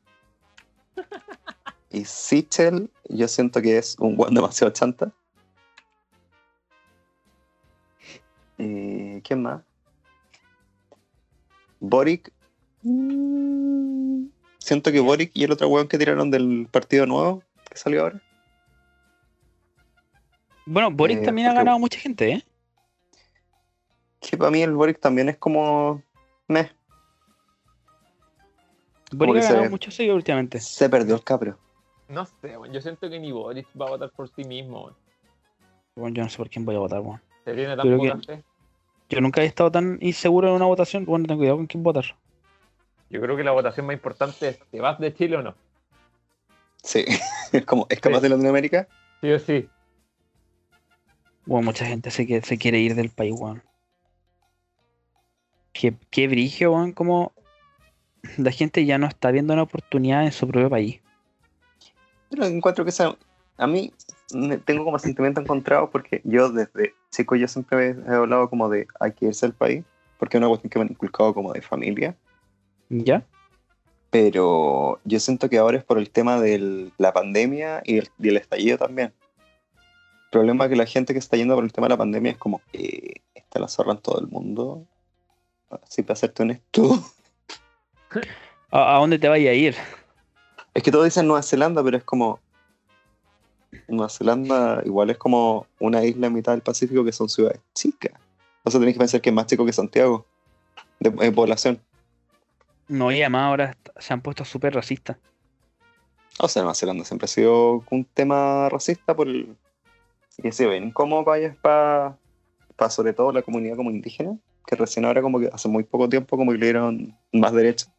S3: Y Sichel, yo siento que es un buen demasiado chanta. Eh, ¿Quién más? Boric. Mm, Siento que Boric y el otro weón que tiraron del partido nuevo que salió ahora.
S1: Bueno, Boris
S3: Eh,
S1: también ha
S3: porque-
S1: ganado mucha gente, ¿eh?
S3: Que para mí el Boric también es como. Meh.
S1: Boris
S3: que
S1: ha
S3: se
S1: ganado
S3: ve.
S1: mucho seguidores últimamente.
S3: Se perdió el capro.
S2: No sé, weón, yo siento que ni Boris va a votar por sí mismo. weón.
S1: Bueno, yo no sé por quién voy a votar, weón.
S2: Se tiene tan
S1: Creo
S2: poca
S1: que-
S2: fe.
S1: Yo nunca he estado tan inseguro en una votación. Bueno, ten cuidado con quién votar.
S2: Yo creo que la votación más importante es: ¿te vas de Chile o no?
S3: Sí. Es como, ¿es capaz
S2: Sí.
S3: de Latinoamérica?
S2: Sí o sí.
S1: Bueno, mucha gente se, que- se quiere ir del país, weón. Qué, qué brigio, weón, como la gente ya no está viendo una oportunidad en su propio país.
S3: Pero encuentro que esa- a mí me- tengo como sentimiento encontrado porque yo desde chico yo siempre he hablado como de hay que irse al país porque es una cuestión que me han inculcado como de familia.
S1: ¿Ya?
S3: Pero yo siento que ahora es por el tema de la pandemia y el, y el estallido también. El problema es que la gente que está yendo por el tema de la pandemia es como, eh, está la zorra en todo el mundo. Así para serte honesto.
S1: ¿A, a dónde te vaya a ir?
S3: Es que todos dicen Nueva Zelanda, pero es como. Nueva Zelanda igual es como una isla en mitad del Pacífico que son ciudades chicas. O sea, tenés que pensar que es más chico que Santiago, de, en población.
S1: No, y además ahora est- se han puesto súper racistas.
S3: O sea, Nueva Zelanda siempre ha sido un tema racista por el. Y que se ven como vayas para. Pa, sobre todo la comunidad como indígena, que recién ahora, como que hace muy poco tiempo, como que le dieron más derechos,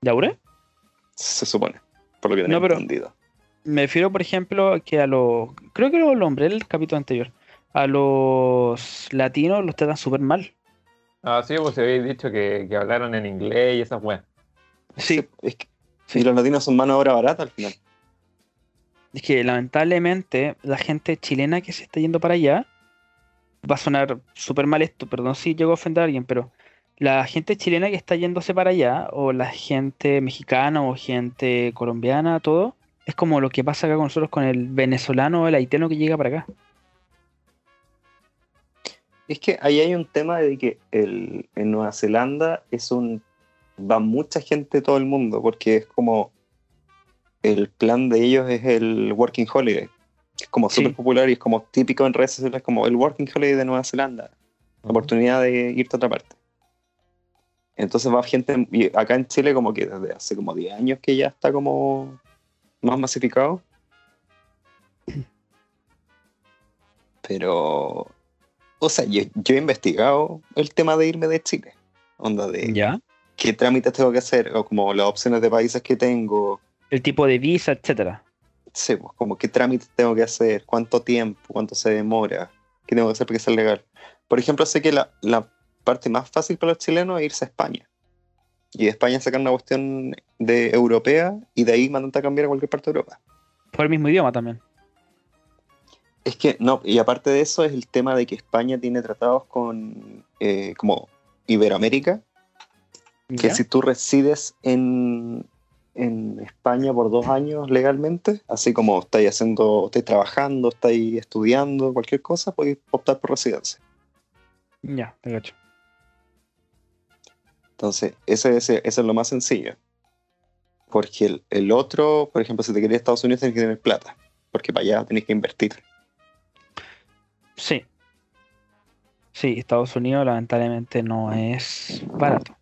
S1: ¿Yaure?
S3: se supone, por lo que tengo
S1: No, pero-
S3: entendido.
S1: Me refiero, por ejemplo, que a los. Creo que lo nombré en el capítulo anterior. A los latinos los tratan súper mal.
S2: Ah, sí, pues se habéis dicho que, que hablaron en inglés y esas weas.
S1: Sí.
S3: Es que,
S1: Sí.
S3: Y los latinos son mano de obra barata al final.
S1: Es que lamentablemente la gente chilena que se está yendo para allá. Va a sonar súper mal esto, perdón si llego a ofender a alguien, pero la gente chilena que está yéndose para allá, o la gente mexicana, o gente colombiana, todo, es como lo que pasa acá con nosotros con el venezolano o el haitiano que llega para acá.
S3: Es que ahí hay un tema de que el, en Nueva Zelanda es un. va mucha gente de todo el mundo, porque es como. El plan de ellos es el Working Holiday. Es como
S1: Sí.
S3: súper popular y es como típico en redes sociales, como el Working Holiday de Nueva Zelanda. La oportunidad de irte a otra parte. Entonces va gente. y acá en Chile, como que desde hace como 10 años que ya está como. más masificado. Pero o sea, yo, yo he investigado el tema de irme de Chile. Onda de
S1: ¿Ya?
S3: qué trámites tengo que hacer, o como las opciones de países que tengo,
S1: El tipo de visa, etcétera.
S3: sé, pues, como qué trámites tengo que hacer, cuánto tiempo, cuánto se demora, qué tengo que hacer para que sea legal. Por ejemplo, sé que la, la parte más fácil para los chilenos es irse a España. Y de España sacar una cuestión de europea y de ahí mandarte a cambiar a cualquier parte de Europa.
S1: Por el mismo idioma también.
S3: Es que, no, y aparte de eso es el tema de que España tiene tratados con, eh, como, Iberoamérica, que
S1: ¿Ya?
S3: si tú resides en, en España por dos años legalmente, así como estáis haciendo, estáis trabajando, estáis estudiando, cualquier cosa, podéis optar por residencia.
S1: Ya, te cacho.
S3: Entonces, ese, ese- eso es lo más sencillo. Porque el, el otro, por ejemplo, si te querés ir a Estados Unidos, tenés que tener plata. Porque para allá tenés que invertir.
S1: Sí. Sí, Estados Unidos lamentablemente no es barato.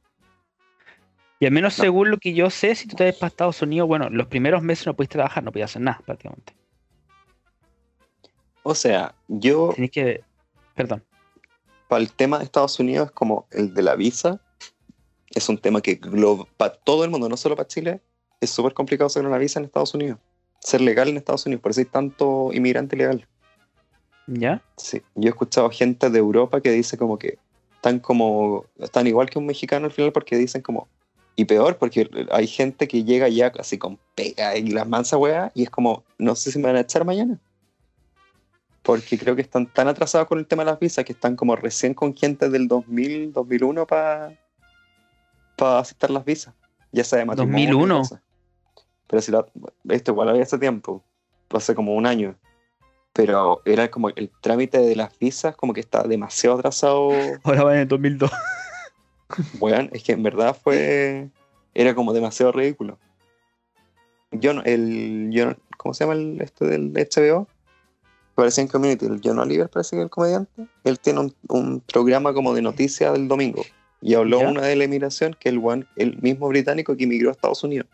S1: Y al menos
S3: No.
S1: según lo que yo sé, si tú te vas para Estados Unidos, bueno, los primeros meses no pudiste trabajar, no podías hacer nada prácticamente.
S3: O sea, yo,
S1: Tienes que... Perdón.
S3: para el tema de Estados Unidos, es como el de la visa, es un tema que para todo el mundo, no solo para Chile, es súper complicado sacar una visa en Estados Unidos. Ser legal en Estados Unidos, por eso hay tanto inmigrante ilegal.
S1: ¿Ya?
S3: Sí, yo he escuchado gente de Europa que dice como que están como están igual que un mexicano al final porque dicen como y peor porque hay gente que llega ya así con pega y las mansa weá y es como no sé si me van a echar mañana porque creo que están tan atrasados con el tema de las visas que están como recién con gente del 2000 2001 para para aceptar las visas ya sea de matrimonio
S1: 2001.
S3: y cosas. pero si la, esto igual había hace tiempo hace como un año pero era como el trámite de las visas como que está demasiado atrasado
S1: Ahora va en el 2002.
S3: Weón, es que en verdad fue. Era como demasiado ridículo. Yo no, el. Yo no- ¿Cómo se llama el este del HBO? Parecía en Community. El John Oliver parece que es el comediante. Él tiene un, un programa como de noticias del domingo. Y habló
S1: ¿Ya?
S3: una de la emigración que el weón- el mismo británico que emigró a Estados Unidos.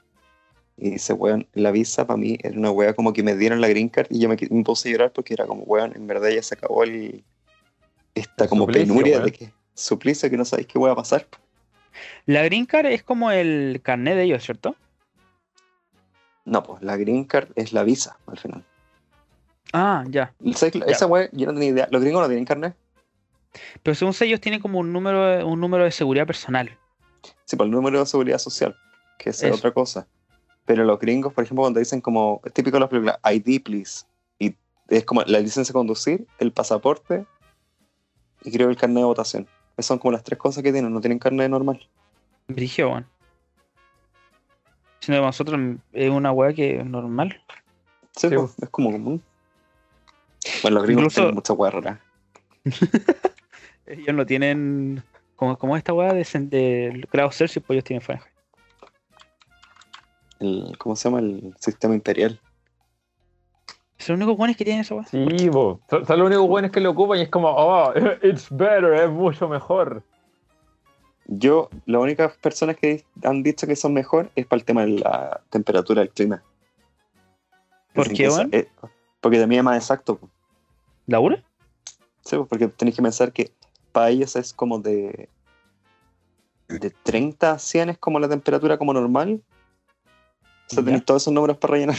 S3: Y dice, weón, la visa para mí era una wea como que me dieron la green card y yo me, qui- me puse a llorar porque era como, weón, en verdad ya se acabó el. Esta
S2: El
S3: como
S2: suplicio,
S3: penuria
S2: weón.
S3: de que. Suplicio que no sabéis qué va a pasar.
S1: La Green Card es como el carnet de ellos, ¿cierto?
S3: No, pues la green card es la visa al final.
S1: Ah, ya.
S3: ¿Sabes que la-
S1: Ya.
S3: Esa wea, yo no tenía idea. Los gringos no tienen carnet.
S1: Pero según sé, ellos tienen como un número, un número de seguridad personal.
S3: Sí, por el número de seguridad social, que esa es
S1: Eso.
S3: otra cosa. Pero los gringos, por ejemplo, cuando dicen como, es típico de las películas, ID, please. Y es como la licencia de conducir, el pasaporte y creo el carnet de votación. Esas son como las tres cosas que tienen, no tienen carnet normal.
S1: Brigio, weón. Sino que nosotros es una weá que es normal.
S3: Sí,
S2: Sí,
S3: pues, es como común. Bueno, los gringos
S1: Incluso-
S3: tienen mucha wea rara.
S1: Ellos no tienen. Como, como esta weá de, cen- de grados Celsius, pues ellos tienen Fahrenheit.
S3: El, ¿Cómo se llama? El sistema imperial.
S1: Es los únicos buenos que tienen esa weá.
S2: Sí, po. Son, son los únicos buenos que lo ocupan y es como, oh, it's better, es mucho mejor.
S3: Yo, las únicas personas que han dicho que son mejor es para el tema de la temperatura, el clima.
S1: ¿Por
S3: Dicen
S1: qué,
S3: que esa-
S1: weón?
S3: eh, Porque también es más exacto. po.
S1: ¿La URA?
S3: Sí, po, porque tenéis que pensar que para ellos es como de, de 30 a 100 es como la temperatura como normal. O sea,
S1: Ya.
S3: tenéis todos esos números para rellenar.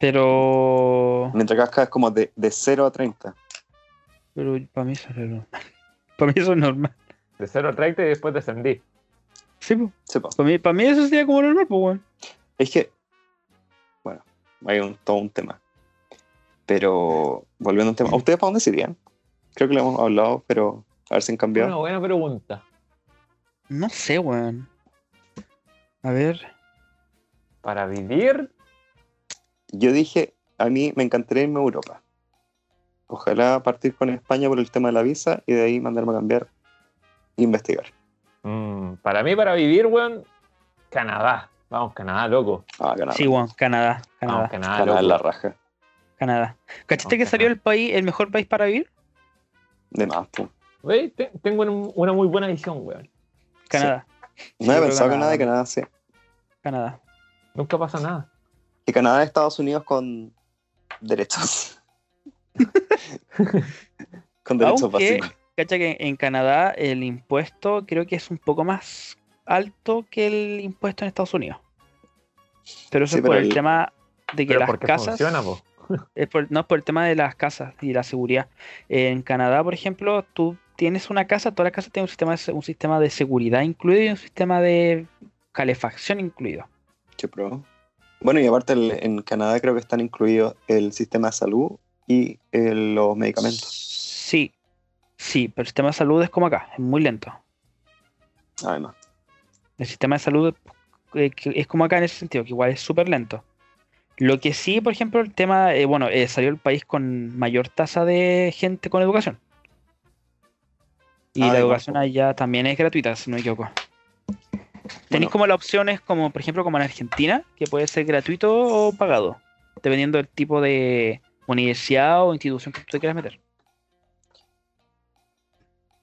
S1: Pero.
S3: Mientras que acá es como de, de 0 a 30.
S1: Pero para mí eso es normal. Para mí eso es normal.
S2: De 0 a 30 y después descendí.
S1: Sí, pues.
S3: Sí, po.
S1: Para mí, pa' mí eso sería como normal, pues, weón.
S3: Es que, bueno, hay un, todo un tema. Pero, volviendo a un tema, ¿a ustedes para dónde se irían? Creo que lo hemos hablado, pero a ver si han
S2: Una
S3: cambiado.
S2: buena pregunta.
S1: No sé, weón. A ver.
S2: ¿Para vivir?
S3: Yo dije, a mí me encantaría irme a Europa. Ojalá partir con España por el tema de la visa y de ahí mandarme a cambiar e investigar.
S2: Mm, para mí, para vivir, weón, Canadá. Vamos, Canadá, loco.
S3: Ah, Canadá.
S1: Sí, weón. Canadá.
S3: Ah,
S1: Canadá.
S2: Vamos, Canadá,
S3: Canadá es la
S2: loco.
S3: raja.
S1: Canadá. ¿Cachaste
S2: No,
S3: Ah,
S1: que salió
S2: Canadá.
S1: el país, el mejor país para vivir?
S3: De más, po.
S2: Wey, te- tengo un- una muy buena visión, weón.
S1: Canadá.
S3: No había
S1: creo
S3: pensado
S1: Canadá.
S3: en Canadá y Canadá sí.
S1: Canadá.
S2: Nunca pasa nada.
S3: Que Canadá es Estados Unidos con derechos. con derechos
S1: Aunque-
S3: básicos.
S1: Cacha que en Canadá el impuesto creo que es un poco más alto que el impuesto en Estados Unidos. Pero eso
S3: Sí,
S1: es por
S3: pero
S1: el
S3: el-
S1: tema de que
S2: Pero
S1: las
S2: porque
S1: casas.
S2: funciona, po.
S1: es por- no, es por el tema de las casas y la seguridad. En Canadá, por ejemplo, tú tienes una casa, toda la casa tiene un sistema, de se- un sistema de seguridad incluido y un sistema de calefacción incluido.
S3: Che, pro. Bueno, y aparte el- en Canadá creo que están incluidos el sistema de salud y eh, los medicamentos.
S1: Sí, sí, pero el sistema de salud es como acá, es muy lento.
S3: Además.
S1: El sistema de salud eh, que es como acá en ese sentido, que igual es súper lento. Lo que sí, por ejemplo, el tema, eh, bueno, eh, salió el país con mayor tasa de gente con educación. Y
S3: Ah,
S1: la
S3: de
S1: educación
S3: Marco.
S1: allá también es gratuita, si no me equivoco. Tenéis
S3: Bueno.
S1: como las opciones, como por ejemplo como en Argentina, que puede ser gratuito o pagado, dependiendo del tipo de universidad o institución que tú te quieras meter.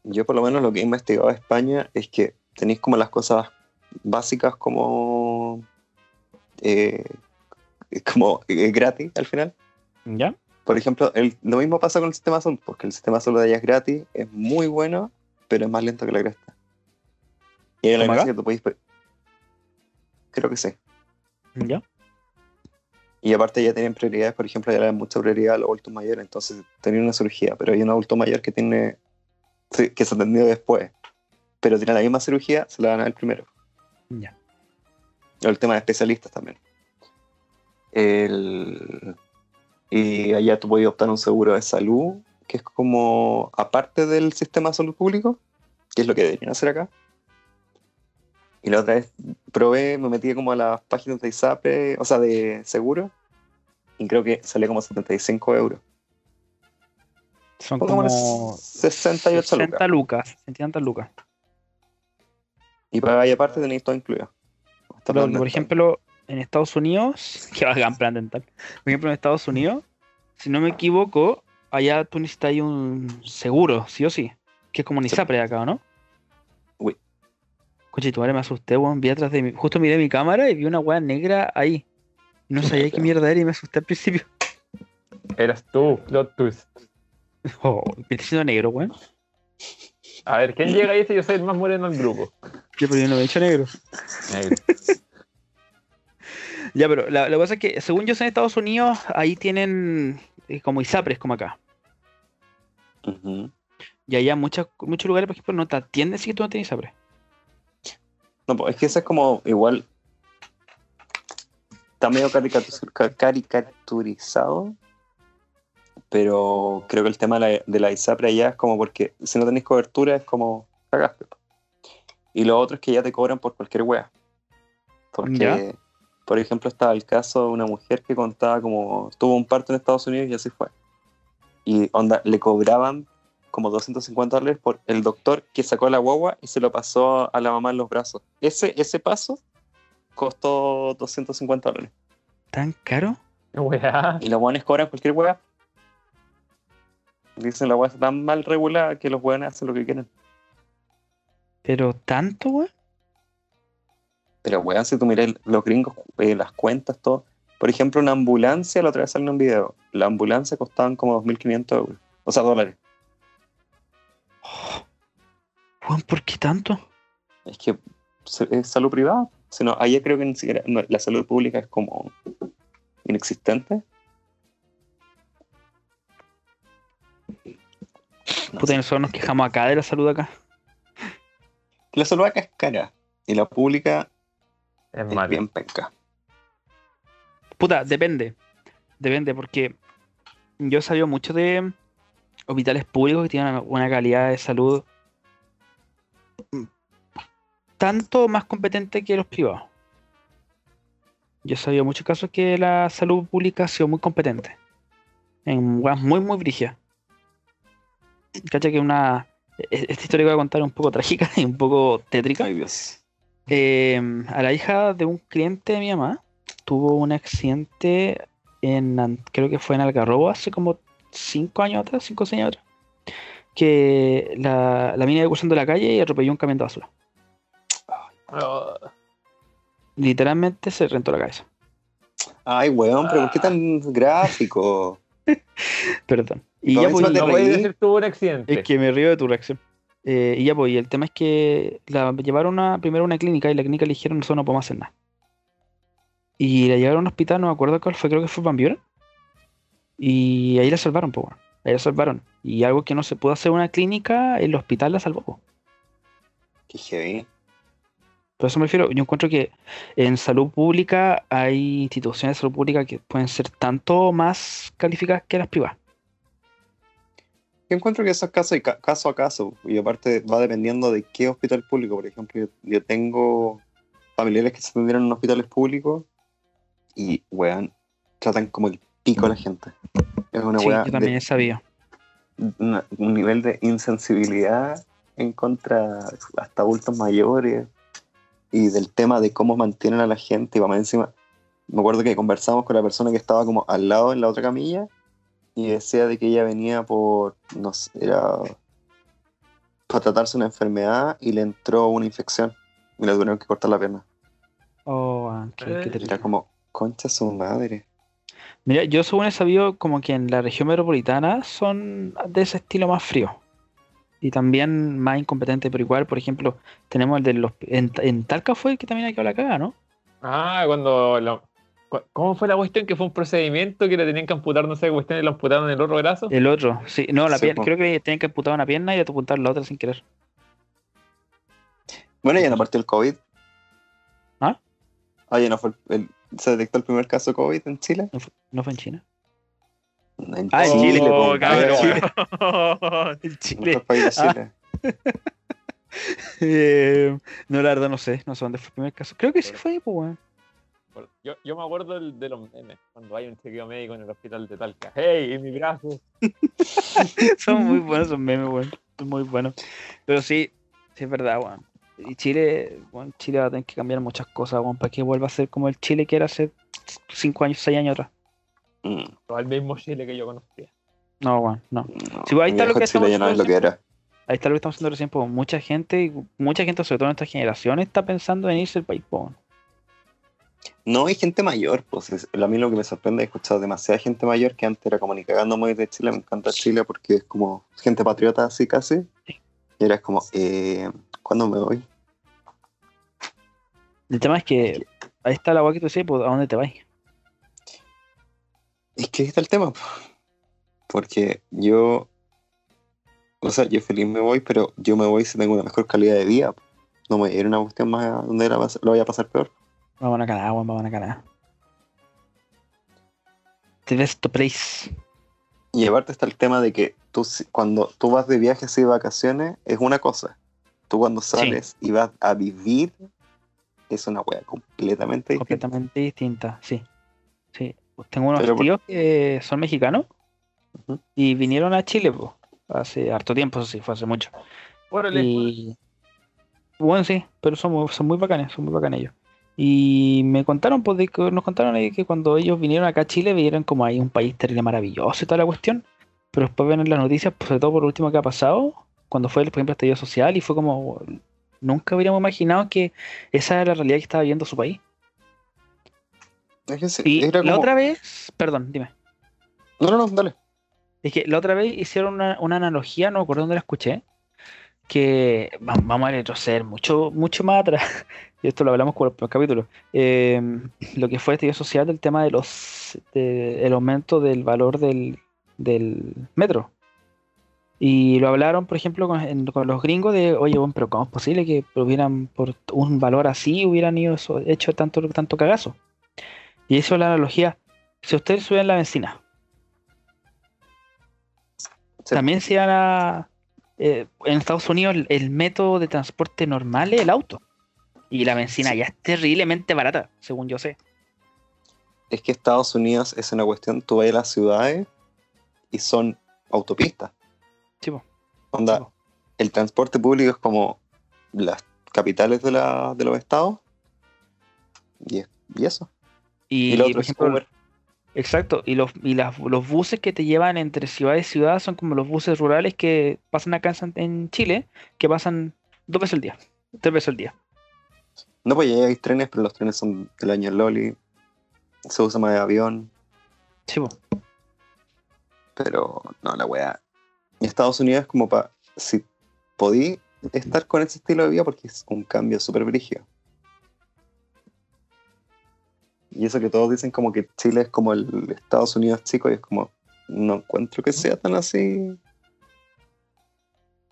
S3: Yo por lo menos lo que he investigado de España es que tenéis como las cosas básicas como... eh, como eh, gratis al final.
S1: ¿Ya?
S3: Por ejemplo, el- lo mismo pasa con el sistema azul, porque el sistema azul de allá es gratis, es muy bueno, pero es más lento que la cresta. Y en la
S1: ¿Cómo acá?
S3: gracia tú podéis... pre- Creo que sí.
S1: ¿Ya?
S3: Y aparte ya tienen prioridades, por ejemplo, ya le dan mucha prioridad a los adultos mayores, entonces tenían una cirugía, pero hay un adulto mayor que tiene sí, que se atendió después, pero tiene la misma cirugía, se la dan al primero.
S1: Ya.
S3: El tema de especialistas también. El... Y allá tú podías optar un seguro de salud, que es como aparte del sistema de salud público, que es lo que deberían hacer acá. Y la otra vez probé, me metí como a las páginas de ISAPRE, o sea, de seguro, y creo que sale como 75 euros.
S1: Son
S3: Pongámosle
S1: como
S3: 68 lucas.
S1: lucas. 60 lucas.
S3: Y pagáis aparte tenéis todo incluido.
S1: Pero,
S3: Hasta plan
S1: por
S3: dental.
S1: ejemplo, en Estados Unidos, que hagan plan dental. Por ejemplo, en Estados Unidos, si no me equivoco, allá tú necesitas ahí un seguro, sí o sí. Que es como un
S3: Sí.
S1: ISAPRE acá, ¿o ¿no?
S3: Uy.
S1: Coche, tu madre me asusté, weón. Vi atrás de mí. Justo miré mi cámara y vi una weá negra ahí. No sabía qué mierda era y me asusté al principio.
S2: Eras tú, plot twist.
S1: Oh, estoy siendo negro, weón.
S2: A ver, ¿quién llega y dice yo soy el más moreno del grupo?
S1: Yo, pero yo no me he hecho negro.
S2: Negro.
S1: Ya, pero la, la cosa es que, según yo sé, en Estados Unidos, ahí tienen eh, como ISAPRES, como acá.
S3: Ujú.
S1: Y allá muchas, muchos lugares, por ejemplo, no te atienden si tú no tienes hambre.
S3: No, pues, es que eso es como igual. Está medio caricatu- ca- caricaturizado. Pero creo que el tema de la, de la ISAPRE allá es como porque si no tenéis cobertura es como cagaste. po. Y lo otro es que ya te cobran por cualquier wea. Porque,
S1: Ya.
S3: por ejemplo, estaba el caso de una mujer que contaba como tuvo un parto en Estados Unidos y así fue. Y onda, le cobraban como 250 dólares por el doctor que sacó a la guagua y se lo pasó a la mamá en los brazos. Ese, ese paso costó 250 dólares.
S1: ¿Tan caro?
S2: Eh, Weá.
S3: Y los hueones cobran cualquier hueá. Dicen la hueá está tan mal regulada que los hueones hacen lo que quieren.
S1: ¿Pero tanto, weón?
S3: Pero hueón, si tú miras los gringos, eh, las cuentas, todo. Por ejemplo, una ambulancia, la otra vez salió un video. La ambulancia costaban como 2.500 euros. O sea, dólares.
S1: Weón, ¿por qué tanto?
S3: Es que se- es salud privada. Si no, allá creo que ni siquiera no, la salud pública es como inexistente. No
S1: Puta,
S3: sé.
S1: nosotros nos quejamos acá de la salud acá.
S3: La salud acá es cara y la pública
S2: Es
S3: es
S2: malo.
S3: bien penca.
S1: Puta, depende. Depende, porque yo he sabido mucho de hospitales públicos que tienen una calidad de salud tanto más competente que los privados. Yo he sabido muchos casos que la salud pública ha sido muy competente. En weas muy, muy brigia. Cacha que una. e- Esta historia que voy a contar es un poco trágica y un poco tétrica.
S3: Ay, Dios.
S1: Eh, a la hija de un cliente de mi mamá tuvo un accidente en, An- creo que fue en Algarrobo hace como 5 años atrás, 5 o 6 años atrás, que la, la mina iba cruzando la calle y atropelló un camión de basura.
S2: Oh,
S1: Literalmente se rentó la cabeza.
S3: Ay, weón, pero ¿por qué tan gráfico?
S1: Perdón. Y
S3: No,
S1: ya
S3: encima
S1: pues,
S3: te
S2: no
S1: y-
S3: reí.
S2: podéis decir tuvo un accidente.
S1: es que me río de tu reacción. Eh, y ya pues, y el tema es que la llevaron a, primero a una clínica y la clínica le dijeron, nosotros no podemos hacer nada. Y la llevaron a un hospital, no me acuerdo cuál fue, creo que fue Van Buren. Y ahí la salvaron, pues, weón. Ahí la salvaron. Y algo que no se pudo hacer en una clínica, el hospital la salvó, pues. po.
S3: Qué heavy.
S1: Por eso me refiero, yo encuentro que en salud pública hay instituciones de salud pública que pueden ser tanto más calificadas que las privadas.
S3: Yo encuentro que eso es caso, y ca- caso a caso. Y aparte va dependiendo de qué hospital público. Por ejemplo, yo, yo tengo familiares que se atendieron en hospitales públicos y, weón, tratan como el pico a la gente. Es una
S1: Mm. sí,
S3: weá
S1: yo
S3: de-
S1: también he sabido.
S3: una- un nivel de insensibilidad en contra hasta adultos mayores y del tema de cómo mantienen a la gente y vamos encima. Me acuerdo que conversamos con la persona que estaba como al lado en la otra camilla y decía de que ella venía por, no sé, era para tratarse una enfermedad y le entró una infección y le tuvieron que cortar la pierna.
S1: Oh, ah, qué- qué
S4: Eh,
S1: terrible.
S3: Era como, concha su madre.
S1: Mira, yo según he sabido, como que en la región metropolitana son de ese estilo más frío y también más incompetente, pero igual, por ejemplo, tenemos el de los. En, en Talca fue el que también hay que hablar cagada, ¿no?
S2: Ah, cuando. la- cu- ¿Cómo fue la cuestión? Que fue un procedimiento que le tenían que amputar, no sé qué cuestión, y lo amputaron en el otro brazo.
S1: El otro, sí, no, la
S3: Sí,
S1: pierna,
S3: po.
S1: creo que tenían que amputar una pierna y apuntar la otra sin querer.
S3: Bueno, ya no partió el COVID.
S1: ¿Ah?
S3: Ah, ya no fue el- el- se detectó el primer caso COVID en Chile.
S1: ¿No fue en China?
S3: En
S1: Ah, en Chile, Ah,
S3: po.
S4: Oh, cabrón.
S3: Chile,
S1: En
S3: mejor país de Chile.
S1: Eh, no, la verdad no sé, no sé dónde fue el primer caso. Creo que sí fue, pues, weón.
S2: Por- Yo, yo me acuerdo del- de los memes, cuando hay un chequeo médico en el hospital de Talca. ¡Hey! En mi brazo.
S1: Son muy buenos esos memes, weón. Son muy buenos. Pero sí, sí es verdad, weón. Y Chile, weón, Chile va a tener que cambiar muchas cosas, weón, para que vuelva a ser como el Chile que era hace 5 años, 6 años atrás.
S3: Mm,
S2: Todo el mismo Chile que yo conocía.
S1: No, weón, no.
S3: no,
S1: Sí, pues ahí está
S3: mi
S1: lo
S3: viejo
S1: que
S3: Chile ya
S1: estamos
S3: no es lo que era.
S1: Ahí está lo que estamos haciendo recién, pues mucha gente, mucha gente, sobre todo en esta generación, está pensando en irse al país, po, weón.
S3: No, hay gente mayor, pues es- a mí lo que me sorprende es escuchar demasiada gente mayor que antes era como ni cagando muy de Chile, me encanta Chile porque es como gente patriota así casi. Y eras como, eh, ¿cuándo me voy?
S1: El tema es que ahí está la weá que tú decías, pues, ¿a dónde te vas?
S3: Es que ahí está el tema, po. porque yo, o sea, yo feliz me voy, pero yo me voy si tengo una mejor calidad de vida. po. No me voy a ir a una cuestión más a donde la vas- lo vaya a pasar peor.
S1: Vamos a Canadá, weón, vamos a Canadá. The best place.
S3: Y aparte está el tema de que tú, si- cuando tú vas de viajes y de vacaciones es una cosa. Tú cuando sales y vas a vivir es una wea completamente distinta.
S1: completamente distinta, sí. Sí. Pues Tengo unos
S3: Pero por-
S1: tíos que son mexicanos
S3: Ujú.
S1: y vinieron a Chile po, hace harto tiempo, eso sí, fue hace mucho.
S2: Órale.
S1: Y bueno, sí, pero son muy, son muy bacanes, son muy bacanes ellos. Y me contaron, pues, de que- nos contaron ahí que cuando ellos vinieron acá a Chile, vieron como hay un país terrible maravilloso y toda la cuestión. Pero después ven en las noticias, pues, sobre todo por lo último que ha pasado, cuando fue, el, por ejemplo, el estallido social, y fue como, nunca hubiéramos imaginado que esa era la realidad que estaba viviendo su país.
S3: Es que sí,
S1: Y
S3: era
S1: la
S3: como-
S1: otra vez, perdón, dime.
S3: No, no, no, dale.
S1: Es que la otra vez hicieron una, una analogía, no me acuerdo dónde la escuché, que va- vamos a retroceder mucho, mucho más atrás, y esto lo hablamos con el primer capítulo, eh, lo que fue el estallido social del tema de los de- el aumento del valor del, del metro. Y lo hablaron, por ejemplo, con, en- con los gringos de, oye, bueno, pero ¿cómo es posible que hubieran, por un valor así, hubieran ido, eso- hecho tanto, tanto cagazo? Y eso es la analogía. Si ustedes suben la benzina,
S3: Sí.
S1: también se iban a. eh, en Estados Unidos, el, el método de transporte normal es el auto. Y la benzina ya es terriblemente barata, según yo sé.
S3: Es que Estados Unidos es una cuestión, tú vas a las ciudades y son autopistas.
S1: Sí, po.
S3: Onda,
S1: Sí, po.
S3: el transporte público es como las capitales de, la, de los estados. Y, es- y eso.
S1: Y,
S3: Y, lo
S1: por
S3: otro es
S1: ejemplo,
S3: Uber.
S1: exacto. Y, los, y las- los buses que te llevan entre ciudad y ciudad son como los buses rurales que pasan acá en, San- en Chile, que pasan dos veces al día, tres veces al día.
S3: No, pues ya hay trenes, pero los trenes son del año Loli. Se usa más de avión,
S1: Sí, po.
S3: pero no, la weá. Y Estados Unidos es como para. Si podí estar con ese estilo de vida, porque es un cambio súper brígido. Y eso que todos dicen como que Chile es como el Estados Unidos chico, y es como. No encuentro que sea tan así.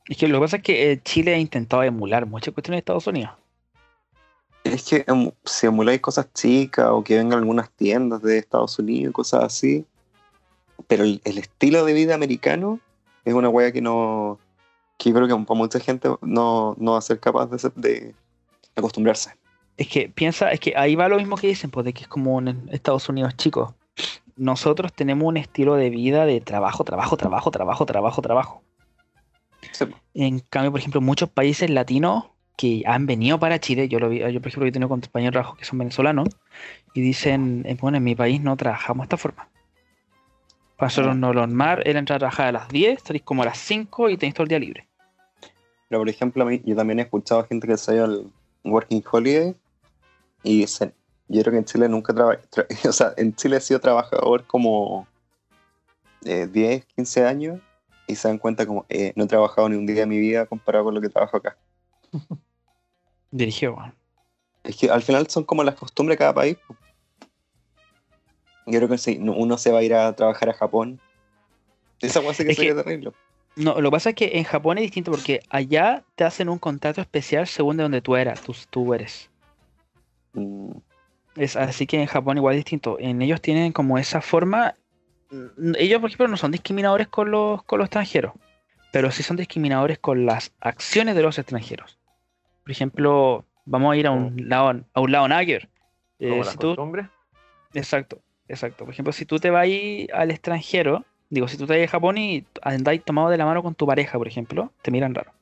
S1: Es que lo que pasa es que eh, Chile ha intentado emular muchas cuestiones de Estados Unidos.
S3: Es que em, si emuláis cosas chicas o que vengan algunas tiendas de Estados Unidos, cosas así. Pero el, el estilo de vida americano es una wea que no. que yo creo que para mucha gente no, no va a ser capaz de, ser- de acostumbrarse.
S1: Es que piensa, es que ahí va lo mismo que dicen, pues de que es como un Estados Unidos chico. Nosotros tenemos un estilo de vida de trabajo, trabajo, trabajo, trabajo, trabajo, trabajo.
S3: Sí, po.
S1: En cambio, por ejemplo, muchos países latinos que han venido para Chile, yo lo vi, yo por ejemplo he tenido compañeros de trabajo que son venezolanos y dicen, eh, bueno, en mi país no trabajamos de esta forma. Para nosotros no lo normal era entrar a trabajar a las 10, salís como a las 5 y tenéis todo el día libre.
S3: Pero por ejemplo, a mí- yo también he escuchado gente que se ha ido al Working Holiday y dicen, yo creo que en Chile nunca trabajé, o sea, en Chile he sido trabajador como eh, 10, 15 años y se dan cuenta como, eh, no he trabajado ni un día de mi vida comparado con lo que trabajo acá.
S1: Dirigió, bueno.
S3: Es que al final son como las costumbres de cada país. po. Yo creo que sí, no- uno se va a ir a trabajar a Japón. Esa cosa que
S1: Es
S3: sería terrible.
S1: No, lo que pasa es que en Japón es distinto porque allá te hacen un contrato especial según de donde tú eras, tú, tú eres.
S3: Mm,
S1: Es así que en Japón igual es distinto. En ellos tienen como esa forma. n- Ellos, por ejemplo, no son discriminadores con los, con los extranjeros, pero sí son discriminadores con las acciones de los extranjeros. Por ejemplo, vamos a ir a un lado, a un lado nada que ver. Eh,
S4: Como
S1: si
S4: las
S1: tú-
S4: costumbres.
S1: Exacto, exacto. Por ejemplo, si tú te vas ahí al extranjero, digo, si tú te vas a Japón y andáis tomado de la mano con tu pareja, por ejemplo, te miran raro.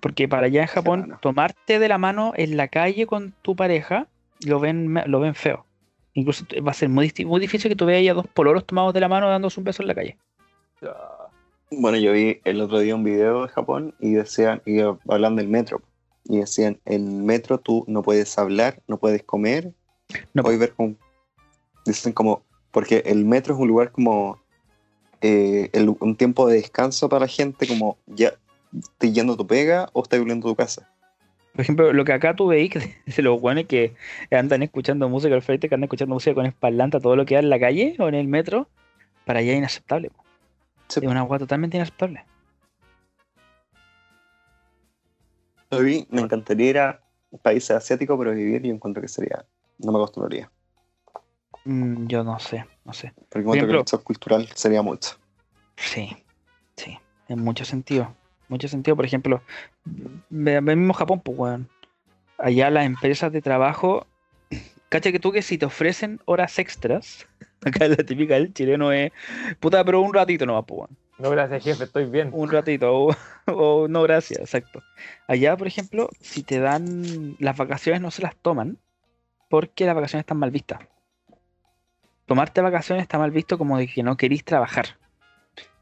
S1: Porque para allá en Japón,
S3: raro.
S1: tomarte de la mano en la calle con tu pareja, lo ven, me- lo ven feo. Incluso t- va a ser muy, disti- muy difícil que tú veas ahí a dos pololos tomados de la mano dándose un beso en la calle.
S4: Ah,
S3: Bueno, yo vi el otro día un video de Japón y decían, y hablan del metro. Y decían, en metro tú no puedes hablar, no puedes comer,
S1: No,
S3: no puedes ver con... Dicen como, porque el metro es un lugar como eh, el- un tiempo de descanso para la gente, como ya te yendo a tu pega o estás volviendo a tu casa.
S1: Por ejemplo, lo que acá tú veis, que se los guanes que andan escuchando música al frente, que andan escuchando música con espalanta, todo lo que da en la calle o en el metro, para allá es inaceptable. po.
S3: Sí.
S1: Es una agua totalmente inaceptable.
S3: Lo vi, me encantaría ir a países asiáticos, pero vivir yo encuentro que sería, no me acostumbraría.
S1: Mm, yo no sé, no sé.
S3: Porque encuentro que
S1: ejemplo-
S3: el shock cultural sería mucho.
S1: Sí, sí, en muchos sentidos. Mucho sentido, por ejemplo, ve- ve mismo Japón, pues, weón. Allá las empresas de trabajo, cacha que tú que si te ofrecen horas extras, acá la típica del chileno es, puta, pero un ratito nomás, pues, weón.
S2: No, gracias, jefe, estoy bien.
S1: un ratito o, o no gracias, exacto. Allá, por ejemplo, si te dan las vacaciones no se las toman porque las vacaciones están mal vistas. Tomarte vacaciones está mal visto como de que no querís trabajar.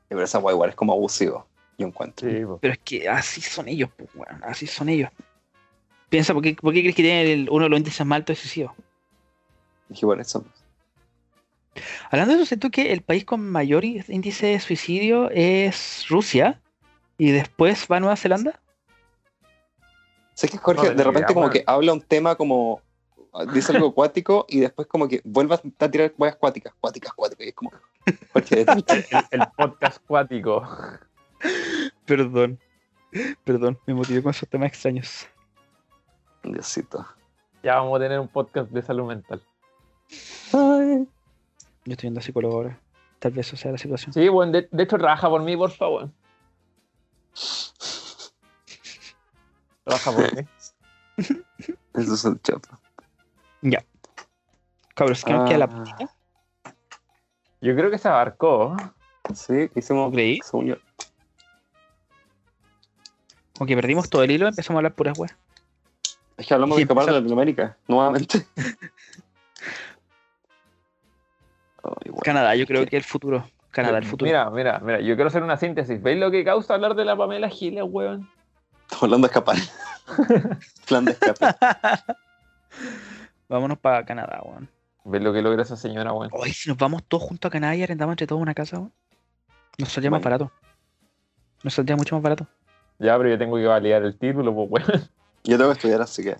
S3: Pero esa guay igual es como abusivo, yo encuentro.
S2: Sí, po.
S1: Pero es que así son ellos, pues, weón, así son ellos. Piensa, ¿por qué, por qué crees que tienen el- uno de los índices más altos de suicidio?
S3: Dije, bueno, eso.
S1: Hablando de eso, siento que el país con mayor í- índice de suicidio es Rusia y después va Nueva Zelanda.
S3: Sé que Jorge
S2: No,
S3: de
S2: ni
S3: repente
S2: idea,
S3: como
S2: weón.
S3: que habla un tema como dice algo acuático y después como que vuelve a tirar weas acuáticas, acuáticas, acuáticas. Y es como, Jorge, de tanto-
S2: El podcast cuático.
S1: Perdón, perdón, me motivé con esos temas extraños.
S3: Diosito.
S2: Ya vamos a tener un podcast de salud mental.
S3: Ay.
S1: Yo estoy yendo a psicólogo ahora. Tal vez eso sea la situación.
S2: Sí, bueno, de, de hecho, trabaja por mí, por favor. Trabaja por mí.
S3: Eso es el chato.
S1: Cabros, ¿qué nos queda la
S3: Ah,
S1: patita?
S2: Yo creo que se abarcó.
S3: Sí, hicimos...
S1: ¿No creí?
S3: según yo-
S1: Como que perdimos todo el hilo, empezamos a hablar puras weas.
S3: Es que hablamos
S1: Sí,
S3: de escapar de
S1: empezó-
S3: Latinoamérica, nuevamente. Ay, bueno.
S1: Canadá, yo creo que el futuro. Canadá, el futuro.
S2: Mira, mira, mira, yo quiero hacer una síntesis. ¿Veis lo que causa hablar de la Pamela Giles, weón?
S3: Estamos hablando de escapar. Plan de escape.
S1: Vámonos para Canadá, weón.
S2: ¿Veis lo que logra esa señora, weón?
S1: Hoy, si nos vamos todos juntos a Canadá y arrendamos entre todos una casa, weón. Nos saldría más
S3: Bueno.
S1: barato. Nos saldría mucho más barato.
S2: Ya, pero yo tengo que validar el título, pues, weón.
S3: Yo tengo que estudiar, así que...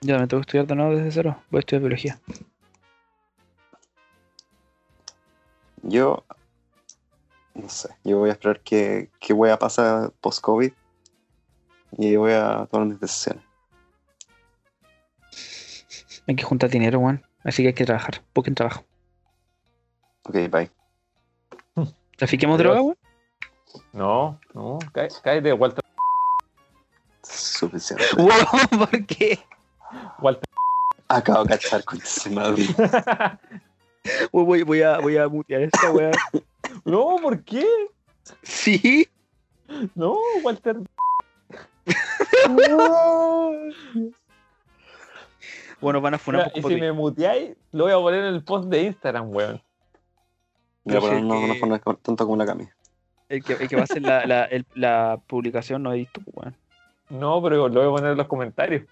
S1: Yo también tengo que estudiar de nuevo desde cero. Voy a estudiar biología.
S3: Yo no sé, yo voy a esperar que, que wea pasa post-COVID y ahí voy a tomar mis decisiones.
S1: Hay que juntar dinero, weón. Así que hay que trabajar. Busquen trabajo.
S3: Ok, bye.
S1: ¿Trafiquemos
S2: Adiós.
S1: droga, weón?
S2: No, no, cae, cállate, Walter.
S3: Suficiente.
S1: Weón, ¿por qué?
S2: Walter.
S3: Acabo de cachar con ese madre.
S1: Voy, voy, voy a, voy a mutear esta weá.
S2: no, ¿por qué?
S1: Sí,
S2: No, Walter.
S1: Bueno, van a funar
S2: Mira,
S1: por
S2: y si
S1: Cotoí.
S2: me muteáis, lo voy a poner en el post de Instagram, weón.
S3: Mira, pero
S1: Pero si es
S3: no
S1: que-
S3: conozco nada tanto como la Cami.
S1: El que, el que va a hacer la, la- el- la publicación no es tú, weón.
S2: No, pero lo voy a poner en los comentarios.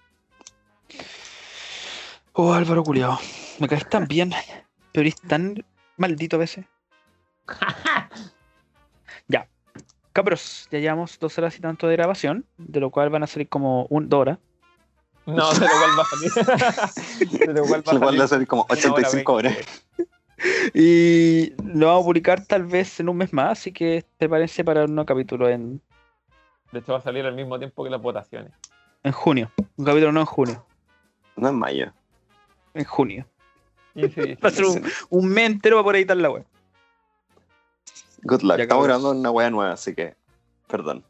S1: Oh, Álvaro Culeado. Me caes tan bien, pero eres tan maldito a veces. ya. Cabros, ya llevamos dos horas y tanto de grabación, de lo cual van a salir como un, dos horas.
S2: No, de lo cual va a salir. De lo cual va a
S3: Lo cual va
S2: salir.
S3: a salir como
S2: una hora
S3: 85 horas.
S2: veinte.
S1: Y lo vamos a publicar tal vez en un mes más, así que prepárense para un nuevo capítulo en,
S2: De hecho, va a salir al mismo tiempo que las votaciones.
S1: en junio. Un capítulo no en junio,
S3: No es mayo.
S1: en junio.
S2: Y sí,
S1: Va a ser un, un mes entero para poder editar la web.
S3: Good luck.
S1: Ya,
S3: Estamos
S1: cabros.
S3: grabando una wea nueva, así que. Perdón.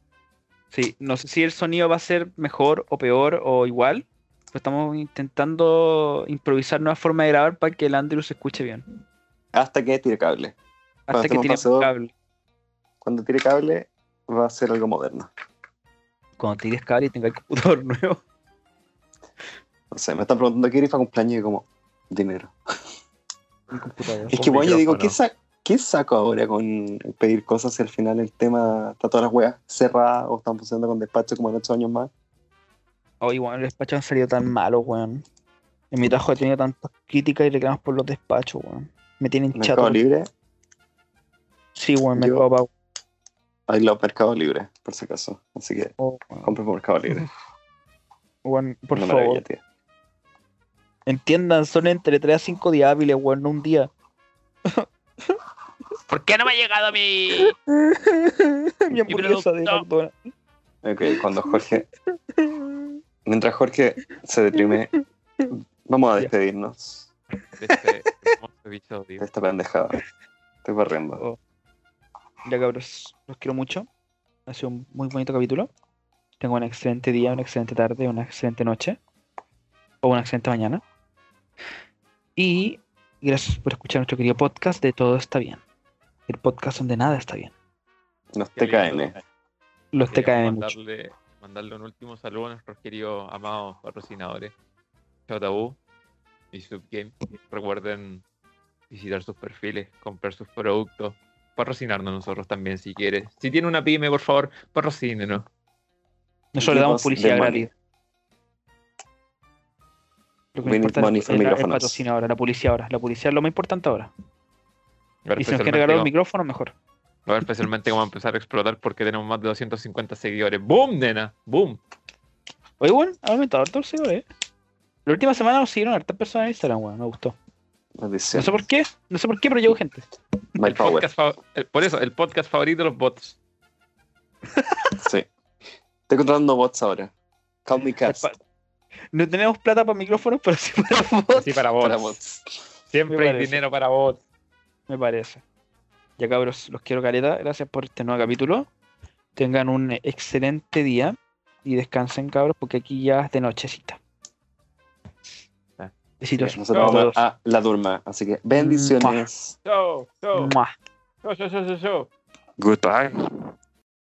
S1: Sí, no sé si el sonido va a ser mejor o peor o igual. Pero estamos intentando improvisar nueva forma de grabar para que el Andrew se escuche bien.
S3: Hasta que tire cable.
S1: Hasta
S3: Cuando
S1: que
S3: hacemos
S1: tiene
S3: paseo-
S1: cable.
S3: Cuando tire cable, va a ser algo moderno.
S1: Cuando tires cable y tenga el computador nuevo.
S3: No sé, me están preguntando qué rifa cumpleaños y como. Dinero.
S1: Un computador.
S3: Es que, bueno, yo digo, ¿qué,
S2: micrófono.
S3: sa- ¿qué saco ahora con pedir cosas si al final el tema está todas las weas cerradas o están funcionando con despacho como en 8 años más?
S1: Oh, igual los despachos han salido tan malos, weón. En mi trabajo he tenido tantas críticas y reclamos por los despachos, weón. Me tienen chato.
S3: Mercado Libre.
S1: Sí, weón, me
S3: Yo-
S1: acabo pago.
S3: I love Mercado Libre, por si acaso. Así que
S1: Oh, weón.
S3: compren por Mercado Libre.
S1: Weón, por
S3: Una maravilla,
S1: favor.
S3: tío.
S1: Entiendan, son entre 3 a 5 días hábiles, weón, no un día.
S4: ¿Por qué no me ha llegado mi.?
S1: mi hamburguesa de
S4: producto.
S1: McDonald's.
S3: Ok, cuando Jorge. Mientras Jorge se deprime, vamos a
S1: Ya.
S3: despedirnos
S4: de este hermoso episodio?
S3: de esta pendejada. Estoy barriendo.
S1: Ya cabros, los quiero mucho. Ha sido un muy bonito capítulo. Tengo un excelente día, una excelente tarde, una excelente noche. O una excelente mañana. Y gracias por escuchar nuestro querido podcast de Todo está bien. El podcast donde nada está bien.
S3: Los
S4: Qué
S3: TKM.
S4: lindo.
S1: Los
S4: Queríamos
S1: TKM mucho.
S4: mandarle, mandarle un último saludo a nuestros queridos amados patrocinadores. Chao Tabú y Subgame. Recuerden visitar sus perfiles, comprar sus productos, patrocinarnos nosotros también si quieres. Si tiene una pyme, por favor, patrocínenos.
S1: Nosotros le damos
S3: Equipos de
S1: publicidad
S3: money.
S1: gratis. Lo que
S3: We
S1: nos
S3: need
S1: importa
S3: money
S1: es
S3: from
S1: el, el
S3: micrófonos.
S1: patrocinio ahora, la publicidad ahora. La publicidad es lo más importante ahora.
S4: Ahora
S1: Y si nos quieren
S4: especialmente
S1: regalar un
S4: como-
S1: micrófono, mejor.
S4: ahora especialmente vamos a empezar a explotar porque tenemos más de 250 seguidores. ¡Boom, nena! ¡Boom!
S1: Oye, weón, ha aumentado harto el seguidor, eh. La última semana nos siguieron hartas personas en Instagram, weón. Me gustó. No sé por qué, no sé por qué, pero llegó gente.
S3: My
S4: El
S3: power.
S4: podcast fa- el- por eso, el podcast favorito de los bots.
S3: Sí. Estoy contratando bots ahora. Call me cats.
S1: Pa- No tenemos plata para micrófonos, pero sí para voz,
S4: Así para bots.
S3: Para bots.
S1: Me
S4: Siempre hay
S1: parece.
S4: dinero para bots.
S1: me parece. Ya cabros, los quiero caleta. Gracias por este nuevo capítulo. Tengan un excelente día y descansen, cabros, porque aquí ya es de nochecita.
S4: Ah.
S1: Besitos.
S3: Nosotros
S1: a
S3: vamos a la Durma. Así que bendiciones.
S2: Chao, chao.
S1: todos. Mua.
S2: Chao, chao, chao, chao, chao.
S3: Goodbye.